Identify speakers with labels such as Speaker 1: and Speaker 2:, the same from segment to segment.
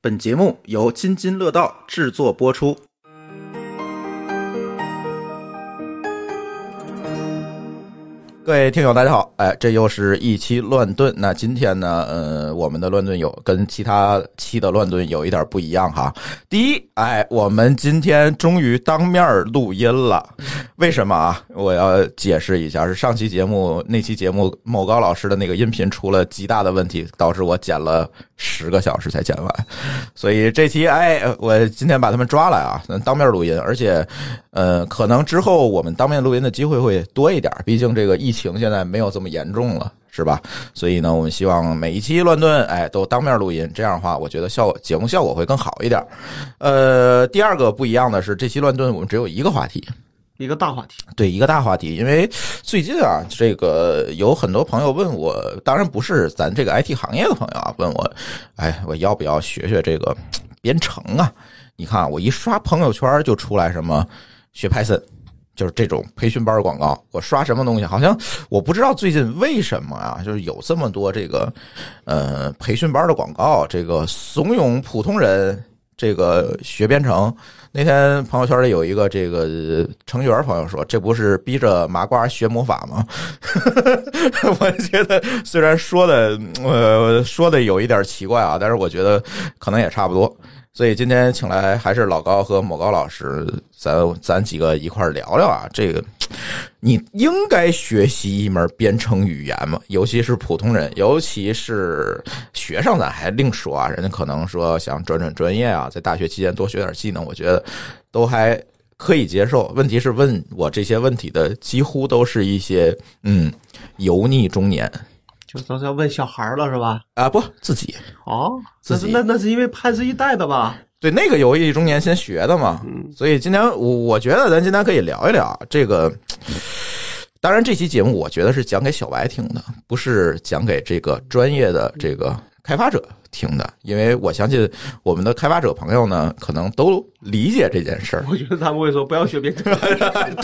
Speaker 1: 本节目由津津乐道制作播出。各位听友，大家好！哎，这又是一期乱炖。那今天呢，呃，我们的乱炖有跟其他期的乱炖有一点不一样哈。第一，哎，我们今天终于当面录音了。为什么啊？我要解释一下，是上期节目那期节目某高老师的那个音频出了极大的问题，导致我剪了十个小时才剪完。所以这期哎，我今天把他们抓来啊，咱当面录音，而且呃，可能之后我们当面录音的机会会多一点，毕竟这个疫情现在没有这么严重了。是吧？所以呢，我们希望每一期乱炖，哎，都当面录音，这样的话，我觉得效节目效果会更好一点。呃，第二个不一样的是，这期乱炖我们只有一个话题，
Speaker 2: 一个大话题。
Speaker 1: 对一个大话题，因为最近啊，这个有很多朋友问我，当然不是咱这个 IT 行业的朋友啊，问我，哎，我要不要学学这个编程啊？你看啊我一刷朋友圈就出来什么学 Python。就是这种培训班广告，我刷什么东西，好像我不知道最近为什么啊，就是有这么多这个，呃，培训班的广告，这个怂恿普通人这个学编程，那天朋友圈里有一个这个程序员朋友说：“这不是逼着麻瓜学魔法吗？” 我觉得虽然说的呃说的有一点奇怪啊，但是我觉得可能也差不多。所以今天请来还是老高和某高老师，咱咱几个一块儿聊聊啊。这个你应该学习一门编程语言嘛，尤其是普通人，尤其是学生，咱还另说啊。人家可能说想转转专业啊，在大学期间多学点技能，我觉得都还可以接受。问题是问我这些问题的，几乎都是一些嗯油腻中年
Speaker 2: 就都是要问小孩儿了是吧？
Speaker 1: 啊，不自己
Speaker 2: 哦，
Speaker 1: 自
Speaker 2: 那是
Speaker 1: 己
Speaker 2: 那那是因为潘氏一代的吧？。
Speaker 1: 对那个油腻中年先学的嘛。所以今天我我觉得咱今天可以聊一聊这个。当然，这期节目我觉得是讲给小白听的，不是讲给这个专业的这个开发者听的，因为我相信我们的开发者朋友呢，可能都理解这件事儿
Speaker 2: 我觉得他们会说不要学编程，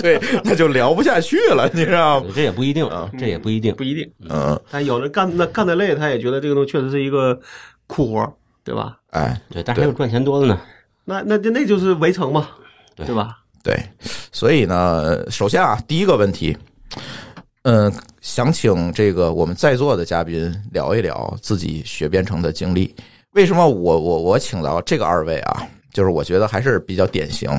Speaker 1: 对，那就聊不下去了，你知道吗？
Speaker 3: 这也不一定啊，这也不一定
Speaker 2: 不。一 定。
Speaker 1: 嗯，
Speaker 2: 但有人干那干得累，他也觉得这个东西确实是一个苦活儿，对吧？
Speaker 1: 哎，
Speaker 3: 对，但是还有赚钱多的呢。
Speaker 2: 那那那那就是围城嘛，
Speaker 3: 对
Speaker 2: 对吧？
Speaker 1: 对，所以呢，首先啊，第一个问题，嗯、想请这个我们在座的嘉宾聊一聊自己学编程的经历。为什么我我我请到这个二位啊？就是我觉得还是比较典型，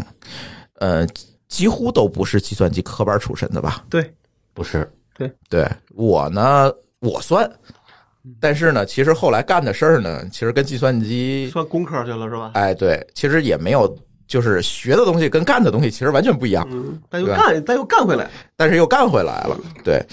Speaker 1: 呃，几乎都不是计算机科班出身的吧？
Speaker 2: 对，
Speaker 3: 不是，
Speaker 1: 对我呢，我算，但是呢，其实后来干的事儿呢，其实跟计算机
Speaker 2: 算工科去了是吧？
Speaker 1: 哎，对，其实也没有，就是学的东西跟干的东西其实完全不一样。
Speaker 2: 嗯，但又
Speaker 1: 对
Speaker 2: 干，但又干回来。
Speaker 1: 但是又干回来了。对，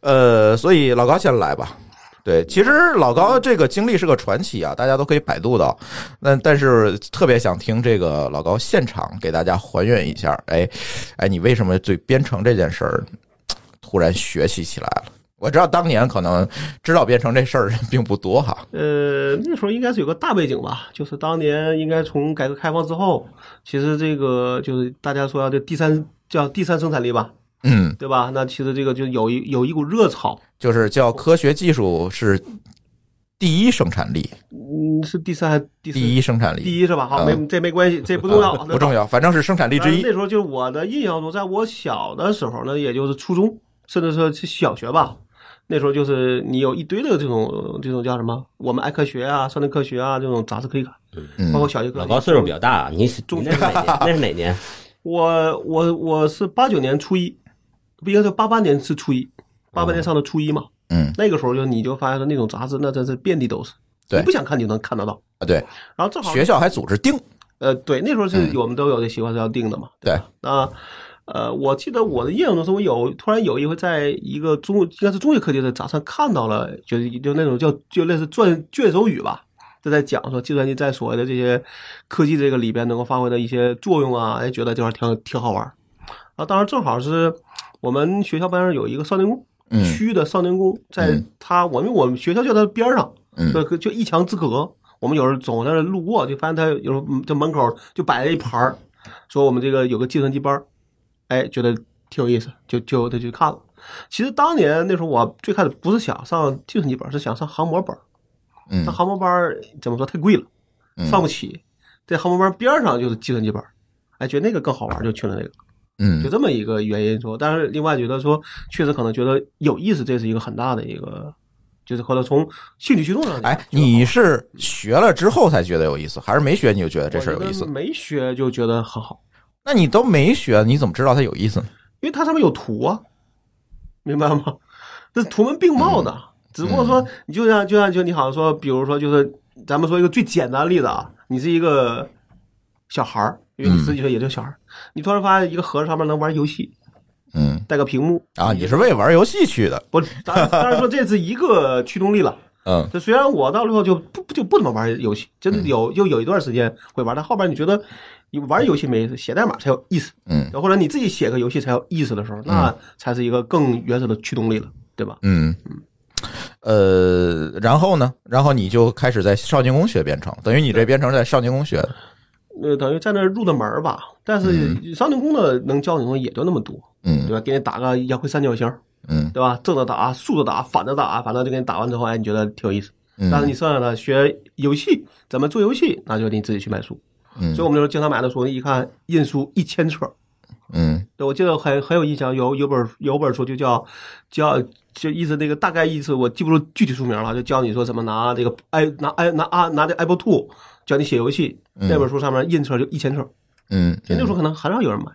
Speaker 1: 呃，所以老高先来吧。对，其实老高这个经历是个传奇啊，大家都可以百度到。那但是特别想听这个老高现场给大家还原一下，哎，哎，你为什么对编程这件事儿突然学习起来了？我知道当年可能知道编程这事儿人并不多哈，
Speaker 2: 呃，那时候应该是有个大背景吧，就是当年应该从改革开放之后，其实这个就是大家说要这第三叫第三生产力吧，
Speaker 1: 嗯，
Speaker 2: 对吧？那其实这个就有一有一股热潮，
Speaker 1: 就是叫科学技术是第一生产力，
Speaker 2: 嗯，是第三还是第四
Speaker 1: 第一生产力
Speaker 2: 第一是哦吧？好，没这没 关系，这不重要，
Speaker 1: 不重
Speaker 2: 要。
Speaker 1: 要，反正是生产力
Speaker 2: 但
Speaker 1: 之
Speaker 2: 是
Speaker 1: 一
Speaker 2: 那时候就是我的印象中，在我小的时候呢，也就是初中，甚至说是小学吧。那时候就是你有一堆的这种这种叫什么？我们爱科学啊，少年科学啊，这种杂志可以看，
Speaker 1: 嗯
Speaker 2: 包括小学科。
Speaker 3: 老高岁数比较大， 你是你那是哪年？那是哪年？
Speaker 2: 我我我是八九年初一，不应该是八八年是初一，八八年上的初一嘛。
Speaker 1: 嗯，
Speaker 2: 那个时候就你就发现说那种杂志那真是遍地都是，
Speaker 1: 对
Speaker 2: 你不想看就能看得到。
Speaker 1: 啊，对，
Speaker 2: 然后正好
Speaker 1: 学校还组织定，
Speaker 2: 呃，对，那时候是我们都有这习惯是要定的嘛。
Speaker 1: 对，
Speaker 2: 那呃，我记得我的印象中是我有突然有一回在一个中应该是中学科技的杂志上看到了，就是就那种叫就类似卷卷首语吧，就在讲说计算机在所谓的这些科技这个里边能够发挥的一些作用啊，哎，觉得这玩意儿挺挺好玩儿。然后当时正好是我们学校边上有一个少年宫，
Speaker 1: 嗯
Speaker 2: 区的少年宫，在
Speaker 1: 嗯
Speaker 2: 它我们我们学校就在它边上，
Speaker 1: 嗯
Speaker 2: 就就一墙之隔。我们有时候总在那路过，就发现它有时候嗯这门口就摆了一盘儿，说我们这个有个计算机班儿，哎，觉得挺有意思，就就得去看了。其实当年那时候我最开始不是想上计算机班儿，是想上航模班儿。
Speaker 1: 嗯
Speaker 2: 那，航模班儿怎么说太贵了，放不起，在航模班边儿上就是计算机班儿，哎，觉得那个更好玩儿，就去了那个。就
Speaker 1: 嗯
Speaker 2: 这么一个原因说，但是另外觉得说，确实可能觉得有意思，这是一个很大的一个，就是或者从兴趣驱动上讲。
Speaker 1: 哎，你是学了之后才觉得有意思，还是没学你就觉得
Speaker 2: 我
Speaker 1: 这事儿有
Speaker 2: 觉得
Speaker 1: 意思？
Speaker 2: 没学就觉得很好，
Speaker 1: 那你都没学，你怎么知道它有意思呢？
Speaker 2: 因为它上面有图啊，明白吗？这是图文并茂的，
Speaker 1: 嗯
Speaker 2: 只不过说你就像就像就你好像说，比如说就是咱们说一个最简单的例子啊，你是一个小孩儿，因为你十几岁也就小孩儿，你突然发现一个盒子上面能玩游戏，
Speaker 1: 嗯
Speaker 2: 带个屏幕，
Speaker 1: 啊，你是为玩游戏去的，
Speaker 2: 不，当当然说这是一个驱动力了。
Speaker 1: 嗯
Speaker 2: 这虽然我到最后就不就不怎么玩游戏，真的有就有一段时间会玩，但后边你觉得你玩游戏没意思，写代码才有意思，
Speaker 1: 嗯
Speaker 2: 或者你自己写个游戏才有意思的时候，那才是一个更原始的驱动力了，对吧？
Speaker 1: 嗯，呃，然后呢？然后你就开始在少年宫学编程，等于你这编程是在少年宫学的。
Speaker 2: 呃，等于在那儿入的门儿吧，但是商定工的能教你的东西也就那么多，对
Speaker 1: 嗯
Speaker 2: 吧？给你打个摇回三角形，
Speaker 1: 嗯
Speaker 2: 对吧？正着打、竖着打、反着打，反正就给你打完之后，哎，你觉得挺有意思。
Speaker 1: 嗯，
Speaker 2: 但是你剩下的学游戏怎么做游戏，那就得你自己去买书。
Speaker 1: 嗯
Speaker 2: 所以我们就是经常买的书，一看印书一千册，
Speaker 1: 嗯
Speaker 2: 对，我记得很很有印象，有有本有本书就叫叫就意思那个大概意思我记不住具体书名了，就教你说怎么拿这个 i 拿 i 拿啊拿这 Apple Two 教你写游戏，那本书上面印册就一千册，
Speaker 1: 嗯，
Speaker 2: 那时候可能很少有人买，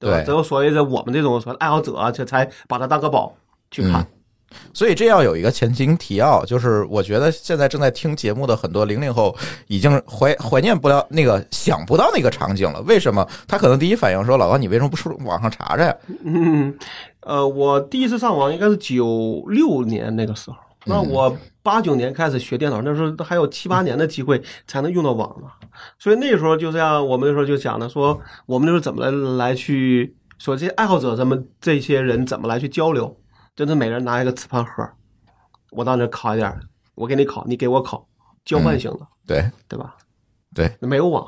Speaker 2: 对吧？
Speaker 1: 对
Speaker 2: 只有所谓的我们这种所谓爱好者啊，这才把它当个宝去看。
Speaker 1: 所以这要有一个前情提要，就是我觉得现在正在听节目的很多零零后已经怀怀念不了那个想不到那个场景了。为什么？他可能第一反应说：“老高，你为什么不出网上查查呀
Speaker 2: 嗯， 呃，我第一次上网应该是九六年那个时候，
Speaker 3: 嗯
Speaker 2: 那我八九年开始学电脑，那时候还有七八年的机会才能用到网呢。所以那时候就像我们那时候就讲的说，我们那时候怎么来来去说这些爱好者咱们这些人怎么来去交流，真的每人拿一个磁盘盒，我到那烤一点儿，我给你烤，你给我烤，交
Speaker 3: 嗯
Speaker 2: 换型的，？”
Speaker 1: 对，
Speaker 2: 对吧？
Speaker 1: 对，
Speaker 2: 没有网，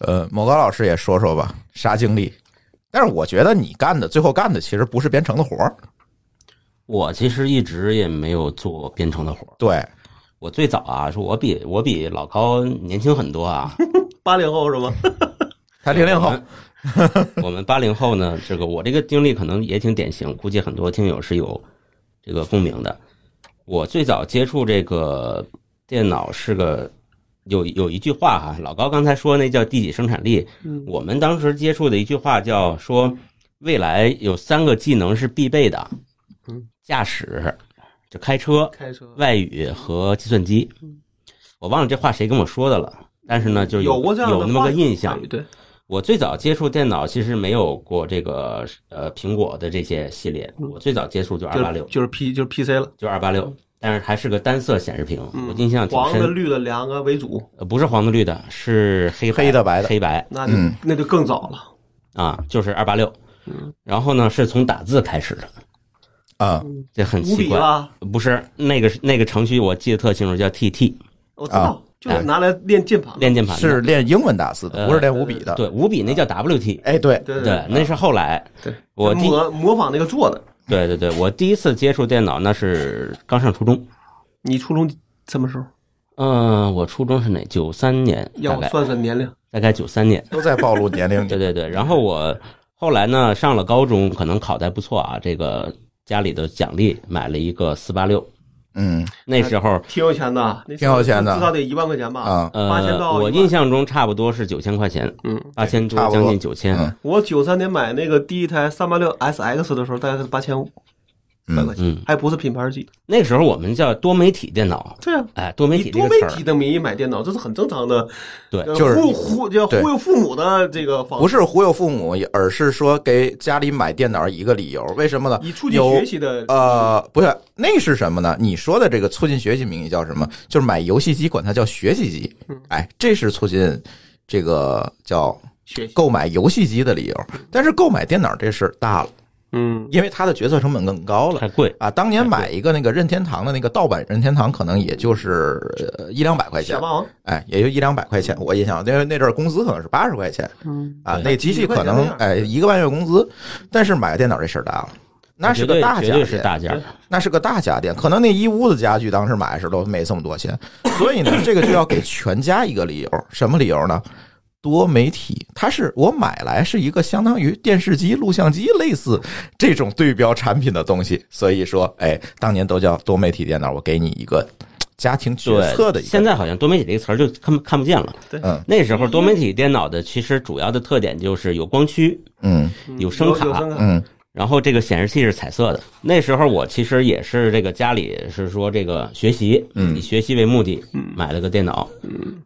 Speaker 1: 呃，某高老师也说说吧，啥经历？但是我觉得你干的最后干的其实不是编程的活儿，
Speaker 3: 我其实一直也没有做编程的活儿。
Speaker 1: 对，
Speaker 3: 我最早啊，说我比我比老高年轻很多啊。
Speaker 2: 八零后是 吗？
Speaker 1: 他零
Speaker 3: 哎
Speaker 1: 零后，
Speaker 3: 我们八零后呢，这个我这个经历可能也挺典型，估计很多听友是有这个共鸣的。我最早接触这个电脑是个有有一句话哈、老高刚才说那叫第几生产力，
Speaker 2: 嗯
Speaker 3: 我们当时接触的一句话叫说，未来有三个技能是必备的
Speaker 2: 嗯，
Speaker 3: 驾驶、就开车、
Speaker 2: 开车
Speaker 3: 外语和计算机。
Speaker 2: 嗯
Speaker 3: 我忘了这话谁跟我说的了，但是呢，就
Speaker 2: 有过这样的
Speaker 3: 有那么
Speaker 2: 话
Speaker 3: 个
Speaker 2: 语
Speaker 3: 印象。
Speaker 2: 对，
Speaker 3: 我最早接触电脑其实没有过这个呃苹果的这些系列，我最早接触就二八
Speaker 2: 就是
Speaker 3: 六，
Speaker 2: 就是 P 就是 PC 了。
Speaker 3: 就二八六，但是还是个单色显示屏，
Speaker 2: 嗯
Speaker 3: 我印象挺
Speaker 2: 黄的、
Speaker 3: 深，
Speaker 2: 绿的两个为主，
Speaker 3: 呃不是黄的绿的，是黑
Speaker 1: 黑的白的
Speaker 3: 黑白
Speaker 2: 那就、
Speaker 1: 嗯
Speaker 2: 那就更早了。
Speaker 3: 啊，就是二八六。然后呢，是从打字开始的，
Speaker 1: 啊、
Speaker 3: 这很
Speaker 2: 五
Speaker 3: 奇
Speaker 2: 笔
Speaker 3: 怪。
Speaker 2: 啦，
Speaker 3: 不是那个那个程序，我记得特清楚，叫 TT
Speaker 2: 我知道，
Speaker 1: 啊
Speaker 2: 就是拿来练键盘的。
Speaker 3: 练键盘的
Speaker 1: 是练英文打字的，
Speaker 3: 呃
Speaker 1: 不是练五笔的。
Speaker 3: 对五笔那叫 WT，
Speaker 1: 哎，对，
Speaker 2: 对
Speaker 3: 对，那是后来
Speaker 2: 嗯对，
Speaker 3: 我第
Speaker 2: 模模仿那个做的。
Speaker 3: 对对对，我第一次接触电脑那是刚上初中，
Speaker 2: 你初中什么时候？
Speaker 3: 嗯，我初中是哪？九三年，
Speaker 2: 要
Speaker 3: 大
Speaker 2: 我
Speaker 3: 概
Speaker 2: 算算年龄，
Speaker 3: 大概九三年。
Speaker 1: 都在暴露年 龄。
Speaker 3: 对对对，然后我后来呢，上了高中，可能考得还不错啊，这个家里的奖励买了一个四八六，
Speaker 1: 嗯
Speaker 3: 那时候。
Speaker 2: 挺有钱的，那
Speaker 1: 挺有钱的
Speaker 2: 至少得一万块钱吧？
Speaker 1: 啊
Speaker 2: 八千
Speaker 3: 呃，
Speaker 2: 到
Speaker 3: 我
Speaker 2: 一万
Speaker 3: 印，象中差不多是九千块钱，
Speaker 2: 嗯，
Speaker 3: 八千多
Speaker 1: 差，不多
Speaker 3: 将近九千。
Speaker 1: 嗯
Speaker 2: 我九三年买那个第一台三八六 SX 的时候，大概是八千五百块
Speaker 1: 嗯，
Speaker 2: 钱，
Speaker 3: 嗯
Speaker 2: 还不是品牌机。
Speaker 3: 那个时候我们叫多媒体电脑，
Speaker 2: 对啊，
Speaker 3: 哎，多媒
Speaker 2: 以
Speaker 3: 体这
Speaker 2: 多
Speaker 3: 个
Speaker 2: 媒
Speaker 3: 词儿
Speaker 2: 体，的名义买电脑，这是很正常的。
Speaker 3: 对
Speaker 2: 呃
Speaker 1: 就是
Speaker 2: 忽悠忽就
Speaker 1: 对
Speaker 2: 忽悠父母的这个方式
Speaker 1: 不是忽悠父母，而是说给家里买电脑一个理由。为什么呢？
Speaker 2: 以促进
Speaker 1: 有
Speaker 2: 学习的
Speaker 1: 呃，不是，那是什么呢？你说的这个促进学习名义叫什么？就是买游戏机，管它叫学习机。
Speaker 3: 嗯
Speaker 1: 哎，这是促进这个叫
Speaker 2: 学习，
Speaker 1: 购买游戏机的理由。但是购买电脑这事儿大了，
Speaker 2: 嗯，
Speaker 1: 因为它的决策成本更高了
Speaker 3: 太。贵。
Speaker 1: 啊，当年买一个那个任天堂的那个盗版任天堂，可能也就是呃一两百块钱
Speaker 2: 小，霸王，
Speaker 1: 哎，也就一两百块钱。我印象，因为那阵儿工资可能是八十块钱
Speaker 2: 嗯，
Speaker 1: 啊，
Speaker 3: 对
Speaker 1: 那机器可能
Speaker 2: 一块钱那样
Speaker 1: 哎一个半月工资，但是买个电脑这事儿大了。那是
Speaker 3: 绝
Speaker 1: 个
Speaker 3: 对
Speaker 1: 大
Speaker 3: 绝
Speaker 1: 家
Speaker 3: 对是
Speaker 1: 电，
Speaker 3: 大件儿，
Speaker 1: 那是个大家电，可能那一屋子家具当时买的时候都没这么多 钱，所以呢，这个就要给全家一个理由，什么理由呢？多媒体，它是我买来是一个相当于电视机、录像机类似这种对标产品的东西，所以说，哎，当年都叫多媒体电脑，我给你一个家庭决策的
Speaker 3: 对，
Speaker 1: 一个，
Speaker 3: 现在好像多媒体这个词儿就看不看不见了。
Speaker 1: 嗯
Speaker 3: 那时候多媒体电脑的其实主要的特点就是有光驱，
Speaker 1: 嗯
Speaker 2: 嗯
Speaker 3: 有声卡
Speaker 2: 有声卡，
Speaker 1: 嗯
Speaker 3: 然后这个显示器是彩色的。那时候我其实也是这个家里是说这个学习，
Speaker 1: 嗯
Speaker 3: 以学习为目的
Speaker 2: 嗯
Speaker 3: 买了个电脑，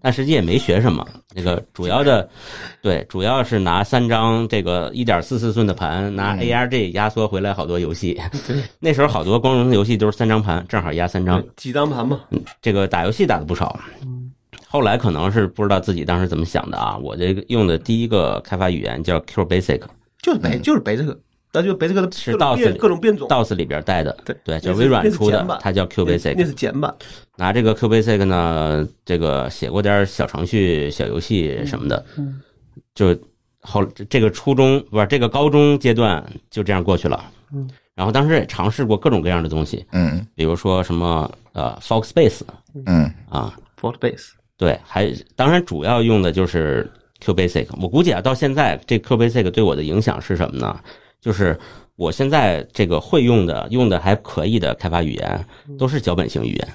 Speaker 3: 但实际也没学什么。那个主要的，对，主要是拿三张这个一点四四寸的盘，拿 ARG 压缩回来好多游戏。 那时候好多光荣的游戏都是三张盘，正好压三张，
Speaker 2: 几张盘嘛，
Speaker 3: 这个打游戏打的不少。后来可能是不知道自己当时怎么想的啊，我这个用的第一个开发语言叫 Q Basic，
Speaker 2: 就是北就是北这个，那就北这个的
Speaker 3: 嗯是
Speaker 2: 各种
Speaker 3: 到此
Speaker 2: 变各种变种，
Speaker 3: DOS 里边带的，
Speaker 2: 对
Speaker 3: 对，
Speaker 2: 那
Speaker 3: 就是微软
Speaker 2: 那是
Speaker 3: 出
Speaker 2: 简
Speaker 3: 的
Speaker 2: 版，
Speaker 3: 它叫 Q
Speaker 2: 那那
Speaker 3: Basic。
Speaker 2: 是简版，
Speaker 3: 拿这个 Q Basic 呢，这个写过点儿小程序、小游戏什么的，
Speaker 2: 嗯
Speaker 3: 就后这个初中不是这个高中阶段就这样过去了。
Speaker 2: 嗯，
Speaker 3: 然后当时也尝试过各种各样的东西，
Speaker 1: 嗯
Speaker 3: 比如说什么呃 Foxbase
Speaker 1: 嗯
Speaker 3: 啊，
Speaker 2: ，Fort Base，
Speaker 3: 对，还当然主要用的就是 Q Basic。我估计啊，到现在这 Q Basic 对我的影响是什么呢？就是我现在这个会用的、用的还可以的开发语言，
Speaker 1: 嗯
Speaker 3: 都是脚本型语言。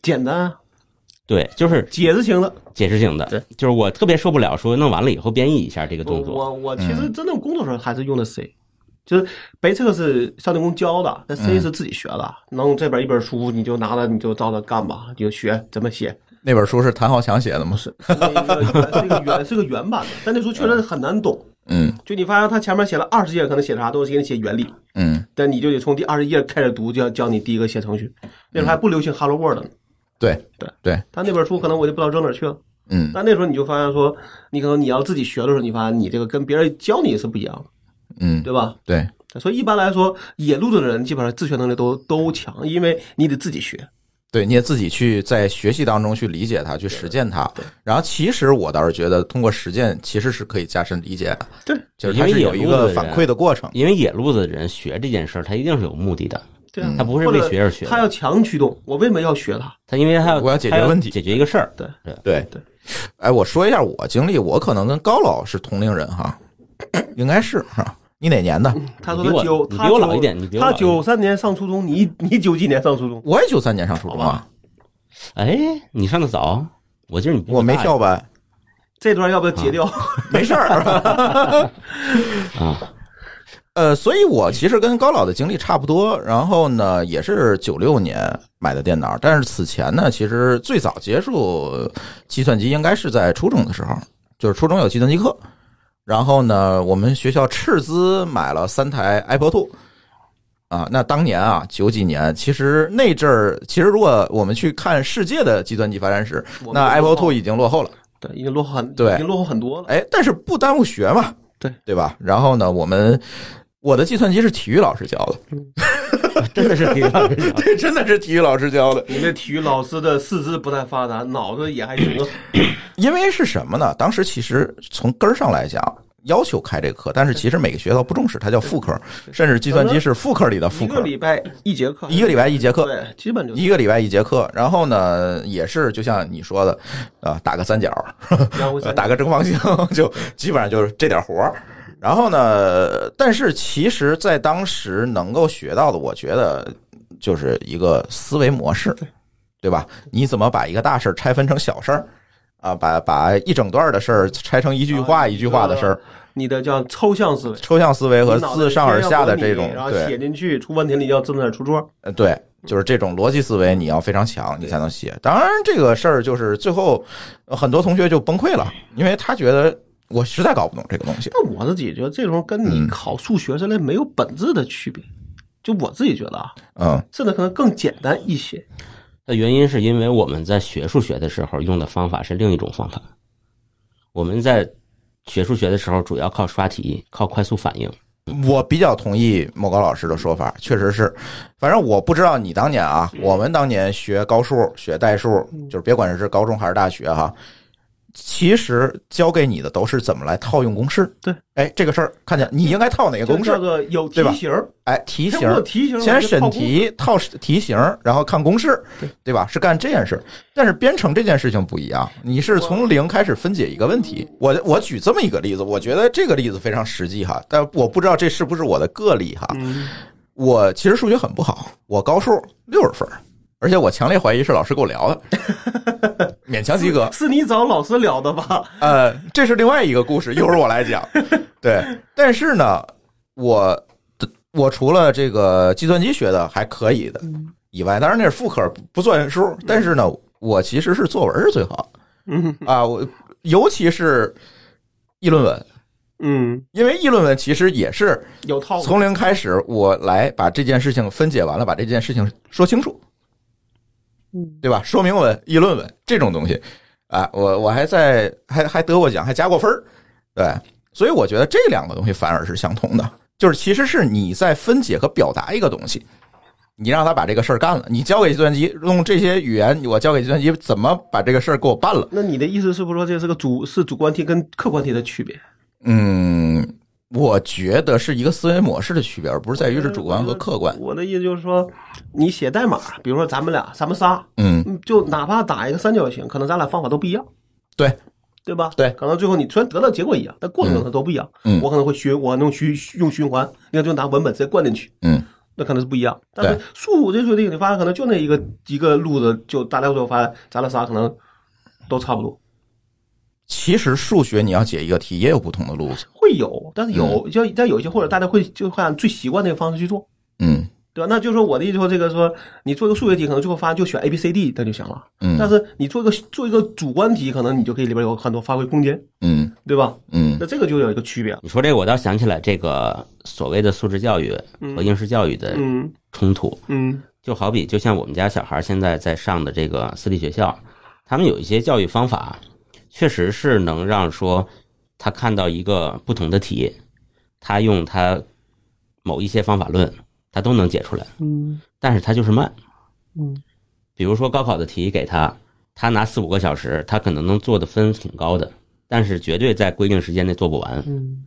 Speaker 2: 简单啊，
Speaker 3: 对，就是
Speaker 2: 解释型的。
Speaker 3: 解释性的，
Speaker 2: 对，
Speaker 3: 就是我特别受不了说弄完了以后编译一下这个动作，嗯
Speaker 2: 我我其实真正工作的时候还是用的 C，、就是 Basic 是上电工教的，但
Speaker 3: 嗯
Speaker 2: C 是自己学的。能这本一本书，你就拿了，你就照着干吧，你就学怎么写。
Speaker 1: 那本书是谭浩翔写的吗？是，
Speaker 2: 是一个原是一个原是个原版的，但那书确实很难懂。
Speaker 1: 嗯
Speaker 2: 就你发现它前面写了二十页，可能写啥都是给你写原理，
Speaker 1: 嗯，
Speaker 2: 但你就得从第二十页开始读，就要教你第一个写程序。那时候还不流行 Hello World 呢，
Speaker 1: 对对，
Speaker 2: 他那本书可能我就不知道扔哪儿去了。
Speaker 1: 嗯
Speaker 2: 但那时候你就发现说，你可能你要自己学的时候，你发现你这个跟别人教你是不一样的，
Speaker 1: 嗯
Speaker 2: 对吧？
Speaker 1: 对，
Speaker 2: 所以一般来说，野路子的人基本上自学能力都都强，因为你得自己学。
Speaker 1: 对，你也自己去在学习当中去理解它，去实践它。然后，其实我倒是觉得，通过实践其实是可以加深理解的，
Speaker 2: 对
Speaker 1: 就是它是有一个反馈的过程。
Speaker 3: 因为野路子的人学这件事儿，他一定是有目的的，
Speaker 2: 对
Speaker 1: 嗯
Speaker 2: 啊，
Speaker 3: 他不是
Speaker 2: 或
Speaker 3: 为
Speaker 2: 者
Speaker 3: 学而学的
Speaker 2: 他要强驱动，我为什么要学他？
Speaker 3: 他因为他要
Speaker 1: 我要解决
Speaker 3: 他
Speaker 1: 问题
Speaker 3: 解决一个事儿，
Speaker 2: 对
Speaker 1: 对
Speaker 2: 对，
Speaker 1: 哎，我说一下我经历，我可能跟高老是同龄人哈，应该是哈。你哪年的？
Speaker 2: 他
Speaker 3: 你
Speaker 2: 说他
Speaker 3: 比我
Speaker 2: 九，
Speaker 3: 你
Speaker 2: 他
Speaker 3: 比我
Speaker 2: 九
Speaker 3: 老一点你比我
Speaker 2: 他
Speaker 3: 老一点
Speaker 2: 九三年上初中，你你九几年上初中？
Speaker 1: 我也九三年上初中啊，
Speaker 3: 哎，你上的早，我就是你比
Speaker 1: 我没
Speaker 3: 大
Speaker 1: 跳班，
Speaker 2: 这段要不要截掉？
Speaker 1: 没 事儿。
Speaker 3: 啊，
Speaker 1: 呃，所以
Speaker 2: 嗯
Speaker 1: 我其实跟高老的经历差不多。然后呢，也是九六年买的电脑，但是此前呢，其实最早接触计算机应该是在初中的时候，就是初中有计算机课。然后呢，我们学校斥资买了三台 Apple Two。啊，那当年啊，九几年，其实那阵儿，其实如果我们去看世界的计算机发展史，
Speaker 2: 我们
Speaker 1: 那
Speaker 2: 落后
Speaker 1: Apple Two 已经落后了。
Speaker 2: 对，已经落后很，
Speaker 1: 对
Speaker 2: 已经落后很多了。
Speaker 1: 哎，但是不耽误学嘛，
Speaker 2: 对
Speaker 1: 对吧？然后呢，我们我的计算机是体育老师教的，
Speaker 3: 真的是挺让人 想
Speaker 1: 这真的是体育老师教的。
Speaker 2: 你那体育老师的四肢不太发达，脑子也还行啊。
Speaker 1: 因为是什么呢？当时其实从根儿上来讲，要求开这个课，但是其实每个学校不重视，它叫副科，甚至计算机是副科里的副
Speaker 2: 一个
Speaker 1: 科，
Speaker 2: 礼拜一节课，
Speaker 1: 啊一个礼拜一节课。
Speaker 2: 对，基本就
Speaker 1: 一个礼拜一节课，然后呢，也是就像你说的，啊、打个三角，
Speaker 2: 然后
Speaker 1: 呃打个正方形， 就基本上就是这点活儿。然后呢，但是其实，在当时能够学到的，我觉得就是一个思维模式，对吧？你怎么把一个大事儿拆分成小事儿啊？把把一整段的事儿拆成一句话
Speaker 2: 啊
Speaker 1: 一句话的事儿，
Speaker 2: 你的叫抽象思维
Speaker 1: 抽象思维和
Speaker 2: 你脑袋
Speaker 1: 自上而
Speaker 2: 先要
Speaker 1: 下的
Speaker 2: 模拟
Speaker 1: 这种，
Speaker 2: 然后
Speaker 1: 对
Speaker 2: 写进去，出问题了你要正在出错。
Speaker 1: 呃，对，就是这种逻辑思维，你要非常强，你才能写。当然，这个事儿就是最后呃很多同学就崩溃了，因为他觉得我实在搞不懂这个东西。
Speaker 2: 但我自己觉得这种跟
Speaker 1: 嗯
Speaker 2: 你考数学之类没有本质的区别，就我自己觉得啊，
Speaker 1: 嗯
Speaker 2: 甚至可能更简单一些。
Speaker 3: 的原因是因为我们在学数学的时候用的方法是另一种方法，我们在学数学的时候主要靠刷题，靠快速反应，，
Speaker 1: 我比较同意某高老师的说法，确实是。反正我不知道你当年啊，我们当年学高数、学代数，就是别管是高中还是大学哈，其实教给你的都是怎么来套用公式。
Speaker 2: 对，
Speaker 1: 哎，这个事儿看见你应该套哪个哎公
Speaker 2: 就
Speaker 1: 式
Speaker 2: 是那？个有
Speaker 1: 对
Speaker 2: 题
Speaker 1: 吧
Speaker 2: 型儿，
Speaker 1: 哎，题型
Speaker 2: 先
Speaker 1: 儿
Speaker 2: 我题型儿，
Speaker 1: 先审
Speaker 2: 我就套公式，
Speaker 1: 题套题型，然后看公式，对吧？是干这件事。但是编程这件事情不一样，你是从零开始分解一个问题。我我举这么一个例子，我觉得这个例子非常实际哈，但我不知道这是不是我的个例哈。
Speaker 2: 嗯，
Speaker 1: 我其实数学很不好，我高数六十分儿，而且我强烈怀疑是老师给我聊的， 勉强及格。
Speaker 2: 是你找老师聊的吧？
Speaker 1: 呃，这是另外一个故事，一会儿我来讲。对，但是呢，我我除了这个计算机学的还可以的以外，当然那是副科，不不算数。但是呢，我其实是作文是最好
Speaker 2: 嗯
Speaker 1: 的啊，我尤其是议论文，
Speaker 2: 嗯，
Speaker 1: 因为议论文其实也是
Speaker 2: 有套路，
Speaker 1: 从零开始，我来把这件事情分解完了，把这件事情说清楚，对吧？说明文、议论文这种东西，啊，我我还在还还得过奖，还加过分儿，对，所以我觉得这两个东西反而是相同的，就是其实是你在分解和表达一个东西，你让他把这个事儿干了，你交给计算机用这些语言，我交给计算机怎么把这个事儿给我办了，
Speaker 2: 那你的意思是不是说这是个主是主观题跟客观题的区别？
Speaker 1: 嗯。我觉得是一个思维模式的区别，而不是在于是主观和客观。
Speaker 2: 我的意思就是说，你写代码，比如说咱们俩，咱们仨，
Speaker 1: 嗯，
Speaker 2: 嗯就哪怕打一个三角形，可能咱俩方法都不一样，
Speaker 1: 对，
Speaker 2: 对吧？
Speaker 1: 对
Speaker 2: 可能最后你虽然得到结果一样，但过程可能都不一样。
Speaker 1: 嗯
Speaker 2: 我可能会循，我用循用循环，你看就拿文本直接灌进去，
Speaker 1: 嗯，
Speaker 2: 那可能是不一样。但
Speaker 1: 对
Speaker 2: 是数这数定，你发现可能就那一个一个路子，就大家最后发现咱俩仨可能都差不多，
Speaker 1: 其实数学你要解一个题，也有不同的路子。
Speaker 2: 会有，但是有就但有一些或者大家会就会按最习惯那个方式去做。
Speaker 1: 嗯
Speaker 2: 对吧？那就是说我的意思说，这个说你做一个数学题，可能最后发现就选 A、B、C、D，那就行了。
Speaker 1: 嗯
Speaker 2: 但是你做一个做一个主观题，可能你就可以里边有很多发挥空间，
Speaker 1: 嗯
Speaker 2: 对吧？
Speaker 1: 嗯
Speaker 2: 那这个就有一个区别了。
Speaker 3: 你说这个，我倒想起来这个所谓的素质教育和应试教育的
Speaker 2: 嗯
Speaker 3: 冲突，
Speaker 2: 嗯
Speaker 3: 就好比就像我们家小孩现在在上的这个私立学校，他们有一些教育方法，确实是能让说他看到一个不同的题，他用他某一些方法论，他都能解出来，
Speaker 2: 嗯
Speaker 3: 但是他就是慢。
Speaker 2: 嗯
Speaker 3: 比如说高考的题给他，他拿四五个小时，他可能能做的分挺高的，但是绝对在规定时间内做不完。
Speaker 2: 嗯，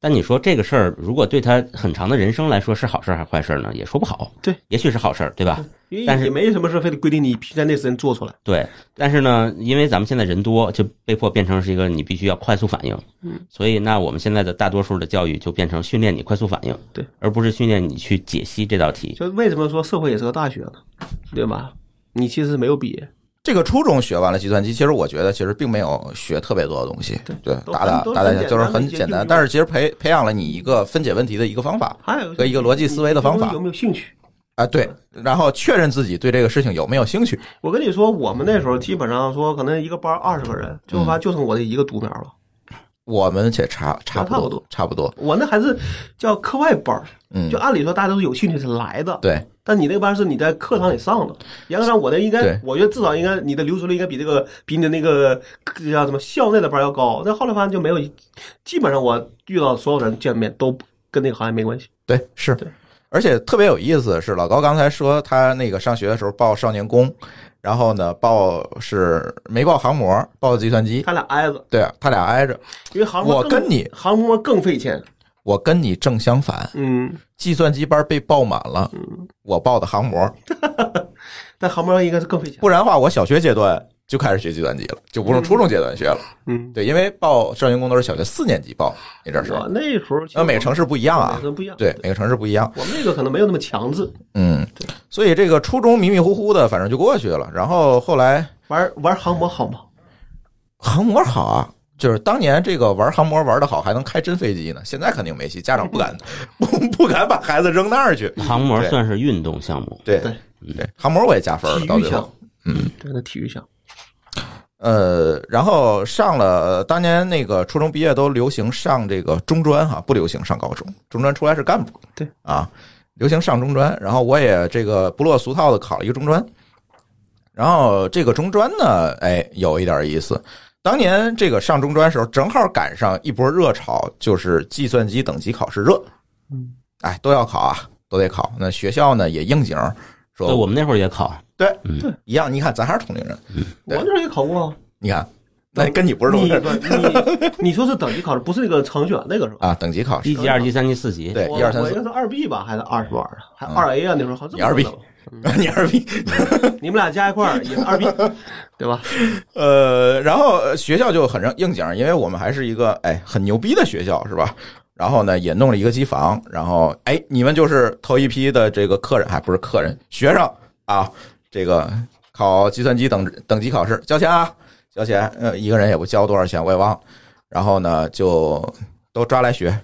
Speaker 3: 但你说这个事儿，如果对他很长的人生来说是好事儿还是坏事儿呢？也说不好。
Speaker 2: 对，
Speaker 3: 也许是好事儿，对吧？
Speaker 2: 因
Speaker 3: 但
Speaker 2: 为
Speaker 3: 是
Speaker 2: 也没什么事非得规定你必须在那时间做出来。
Speaker 3: 对，但是呢，因为咱们现在人多，就被迫变成是一个你必须要快速反应。
Speaker 2: 嗯，
Speaker 3: 所以那我们现在的大多数的教育就变成训练你快速反应，
Speaker 2: 对，
Speaker 3: 而不是训练你去解析这道题。
Speaker 2: 就为什么说社会也是个大学呢？对吧？你其实是没有毕业，
Speaker 1: 这个初中学完了计算机，其实我觉得其实并没有学特别多的东西，对，
Speaker 2: 都
Speaker 1: 打打
Speaker 2: 都
Speaker 1: 打
Speaker 2: 很
Speaker 1: 打
Speaker 2: 简
Speaker 1: 就是
Speaker 2: 单的
Speaker 1: 很
Speaker 2: 一些
Speaker 1: 简单
Speaker 2: 应，用
Speaker 1: 但是其实培培养了你一个分解问题的一个方法
Speaker 2: 还有
Speaker 1: 和一个逻辑思维的方法
Speaker 2: 有没有兴趣？
Speaker 1: 啊，对，
Speaker 2: 嗯
Speaker 1: 然后确认自己对这个事情有没有兴趣，
Speaker 2: 我跟你说，我们那时候基本上说，可能一个班二十个人，最后
Speaker 1: 嗯
Speaker 2: 发现就剩我这一个独苗了。
Speaker 1: 我们且差差不
Speaker 2: 嗯差不
Speaker 1: 多
Speaker 2: 多，
Speaker 1: 差不多，
Speaker 2: 我那还是叫课外班儿，
Speaker 1: 嗯
Speaker 2: 就，按理说大家都是有兴趣是来的，
Speaker 1: 对，
Speaker 2: 但你那个班是你在课堂里上的，严格上我的应
Speaker 1: 对
Speaker 2: 该，我觉得至少应该你的留存率应该比这个比你的那个这叫什么校内的班要高。但后来发现就没有，基本上我遇到所有人见面都跟那个行业没关系。
Speaker 1: 对，是
Speaker 2: 对。
Speaker 1: 而且特别有意思的是，老高刚才说他那个上学的时候报少年宫，然后呢报是没报航模，报计算机。
Speaker 2: 他俩挨着，
Speaker 1: 对啊他俩挨着，
Speaker 2: 因为航模
Speaker 1: 我
Speaker 2: 更
Speaker 1: 跟你
Speaker 2: 航模更费钱。
Speaker 1: 我跟你正相反，
Speaker 2: 嗯，
Speaker 1: 计算机班被报满了，我报的航模，
Speaker 2: 但航模应该是更费钱。
Speaker 1: 不然的话，我小学阶段就开始学计算机了，就不用初中阶段学了。
Speaker 2: 嗯，
Speaker 1: 对，因为报少年宫都是小学四年级报，你这是，
Speaker 2: 我那时候
Speaker 1: 那每个城市不一样
Speaker 2: 啊，
Speaker 1: 啊
Speaker 2: 每，个不一样。
Speaker 1: 对，，每个城市不一样。
Speaker 2: 我们那个可能没有那么强制，
Speaker 1: 嗯，所以这个初中迷迷糊糊的，反正就过去了。然后后来
Speaker 2: 玩玩航模好吗？
Speaker 1: 航模好啊，就是当年这个玩航模玩的好，还能开真飞机呢。现在肯定没戏，家长不敢不不敢把孩子扔那儿去。
Speaker 3: 航模
Speaker 1: 对
Speaker 3: 算是运动项目，
Speaker 1: 对
Speaker 2: 对
Speaker 1: 对，航模我也加分了，
Speaker 2: 体
Speaker 1: 到
Speaker 2: 育
Speaker 1: 最后嗯
Speaker 2: 项。，对，那体育项。
Speaker 1: 呃，然后上了当年那个初中毕业都流行上这个中专哈、不流行上高中，中专出来是干部。
Speaker 2: 对
Speaker 1: 啊，流行上中专，然后我也这个不落俗套的考了一个中专，然后这个中专呢，哎，有一点意思。当年这个上中专时候，正好赶上一波热潮，就是计算机等级考试热，
Speaker 2: 嗯，
Speaker 1: 哎，都要考啊，都得考。那学校呢也应景儿，
Speaker 3: 对，
Speaker 1: 说
Speaker 3: 我们那会儿也考，
Speaker 1: 一样，你看咱还是同龄人，
Speaker 2: 我那时候也考过啊，
Speaker 1: 你看那跟你不是同
Speaker 2: 你
Speaker 1: 事儿
Speaker 2: 你 你说是等级考试，不是那个程序员那个是吧？
Speaker 1: 啊，等级考
Speaker 3: 一
Speaker 1: 试，
Speaker 3: 级、二级、三级、四级，
Speaker 1: 对，
Speaker 2: 我
Speaker 1: 一二三
Speaker 2: 我
Speaker 1: 四
Speaker 2: 应该，是二 B 吧，还是二什么玩意儿？还
Speaker 1: 嗯
Speaker 2: 二 A 啊？那时候好像这
Speaker 1: 你
Speaker 2: 么
Speaker 1: 二 B
Speaker 2: 弄
Speaker 1: 你二逼。
Speaker 2: 你们俩加一块儿也是 二 B，对吧？
Speaker 1: 呃，然后呃学校就很正应景，因为我们还是一个哎很牛逼的学校，是吧？然后呢，也弄了一个机房，然后哎，你们就是头一批的这个客人，还不是客人，学生啊，这个考计算机等等级考试，交钱啊，交钱，呃，一个人也不交多少钱，我也忘了。然后呢，就都抓来学，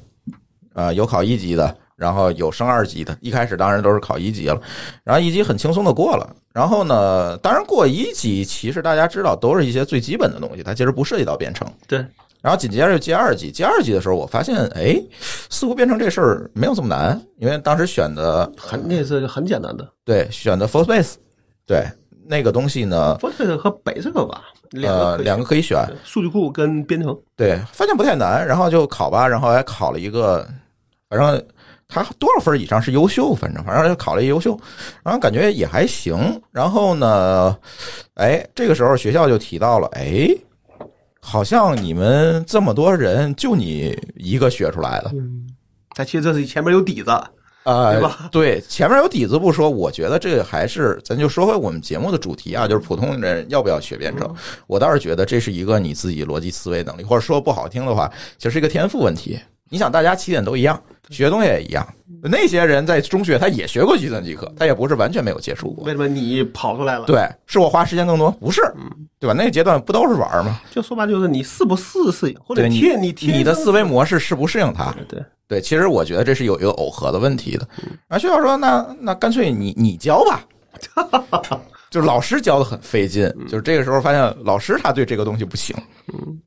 Speaker 1: 呃，有考一级的，然后有升二级的，一开始当然都是考一级了。然后一级很轻松的过了。然后呢，当然过一级，其实大家知道都是一些最基本的东西，它其实不涉及到编程。
Speaker 2: 对。
Speaker 1: 然后紧接着就接二级，接二级的时候，我发现，哎，似乎编程这事儿没有这么难，因为当时选的
Speaker 2: 很那是很简单的
Speaker 1: 对选的 full space，对那个东西呢，
Speaker 2: f o r t r 和 Basic 吧，
Speaker 1: 嗯
Speaker 2: 两
Speaker 1: 呃，
Speaker 2: 个
Speaker 1: 两个可以选，
Speaker 2: 可以数据库跟编程，
Speaker 1: 对，发现不太难，然后就考吧，然后还考了一个，反正他多少分以上是优秀，反正反正就考了一优秀，然后感觉也还行。然后呢，哎，这个时候学校就提到了，哎，好像你们这么多人，就你一个学出来的，
Speaker 2: 但其实这是前面有底子，
Speaker 1: 啊、
Speaker 2: 对吧
Speaker 1: 对，前面有底子不说，我觉得这个还是咱就说回我们节目的主题啊，就是普通人要不要学编程。
Speaker 2: 嗯
Speaker 1: 我倒是觉得这是一个你自己逻辑思维能力，或者说不好听的话，其实是一个天赋问题。你想，大家起点都一样，学东西也一样。
Speaker 2: 嗯
Speaker 1: 那些人在中学他也学过计算机课，他也不是完全没有接触过
Speaker 2: 为。什么你跑出来了？
Speaker 1: 对，是我花时间更多，不是，
Speaker 2: 嗯
Speaker 1: 对吧？那个阶段不都是玩儿吗？
Speaker 2: 就说白了就是你适不适适应，或者
Speaker 1: 对你
Speaker 2: 贴你贴
Speaker 1: 你的
Speaker 2: 身
Speaker 1: 思维模式适不适应它？
Speaker 2: 对，
Speaker 1: 对，其实我觉得这是有一个耦合的问题的。
Speaker 2: 嗯
Speaker 1: 啊然后学校说，那那干脆你你教 吧，就是老师教的很费劲，
Speaker 2: 嗯
Speaker 1: 就是这个时候发现老师他对这个东西不行，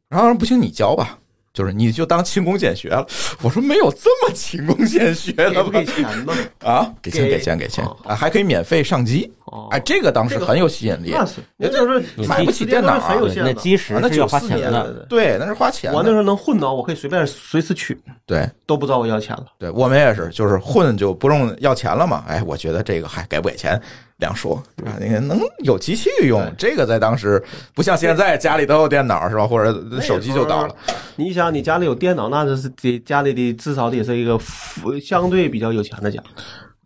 Speaker 1: 然后说不行你教吧，就是你就当勤工俭学了。我说没有这么勤工俭学
Speaker 2: 给
Speaker 1: 的
Speaker 2: 不
Speaker 1: 吧
Speaker 2: 给？钱呢？
Speaker 1: 啊，给钱
Speaker 2: 给
Speaker 1: 给钱给钱
Speaker 2: 哦
Speaker 1: 啊，还可以免费上机，
Speaker 2: 哦
Speaker 1: 哎，这个当时
Speaker 2: 这个
Speaker 1: 很有吸引力。
Speaker 2: 那是，
Speaker 1: 也
Speaker 2: 那
Speaker 1: 就
Speaker 2: 就是你
Speaker 1: 买不起电脑啊
Speaker 2: 时间很有
Speaker 3: 对，
Speaker 2: 限的。
Speaker 3: 那基石
Speaker 1: 啊那
Speaker 3: 是要花
Speaker 1: 94
Speaker 3: 钱
Speaker 1: 年
Speaker 3: 的。
Speaker 2: 对对
Speaker 1: 对，那是花钱
Speaker 2: 我那时
Speaker 1: 的。
Speaker 2: 候能混到，我可以随便随时取，
Speaker 1: 对
Speaker 2: 都不找我要钱了。
Speaker 1: 对，我们也是，就是混就不用要钱了嘛。哎，我觉得这个还给不给钱两说，对吧？那个能有机器用，这个在当时不像现在家里都有电脑是吧？或者手机就到了。
Speaker 2: 你想，你家里有电脑，那就是得家里的至少得是一个富相对比较有钱的家，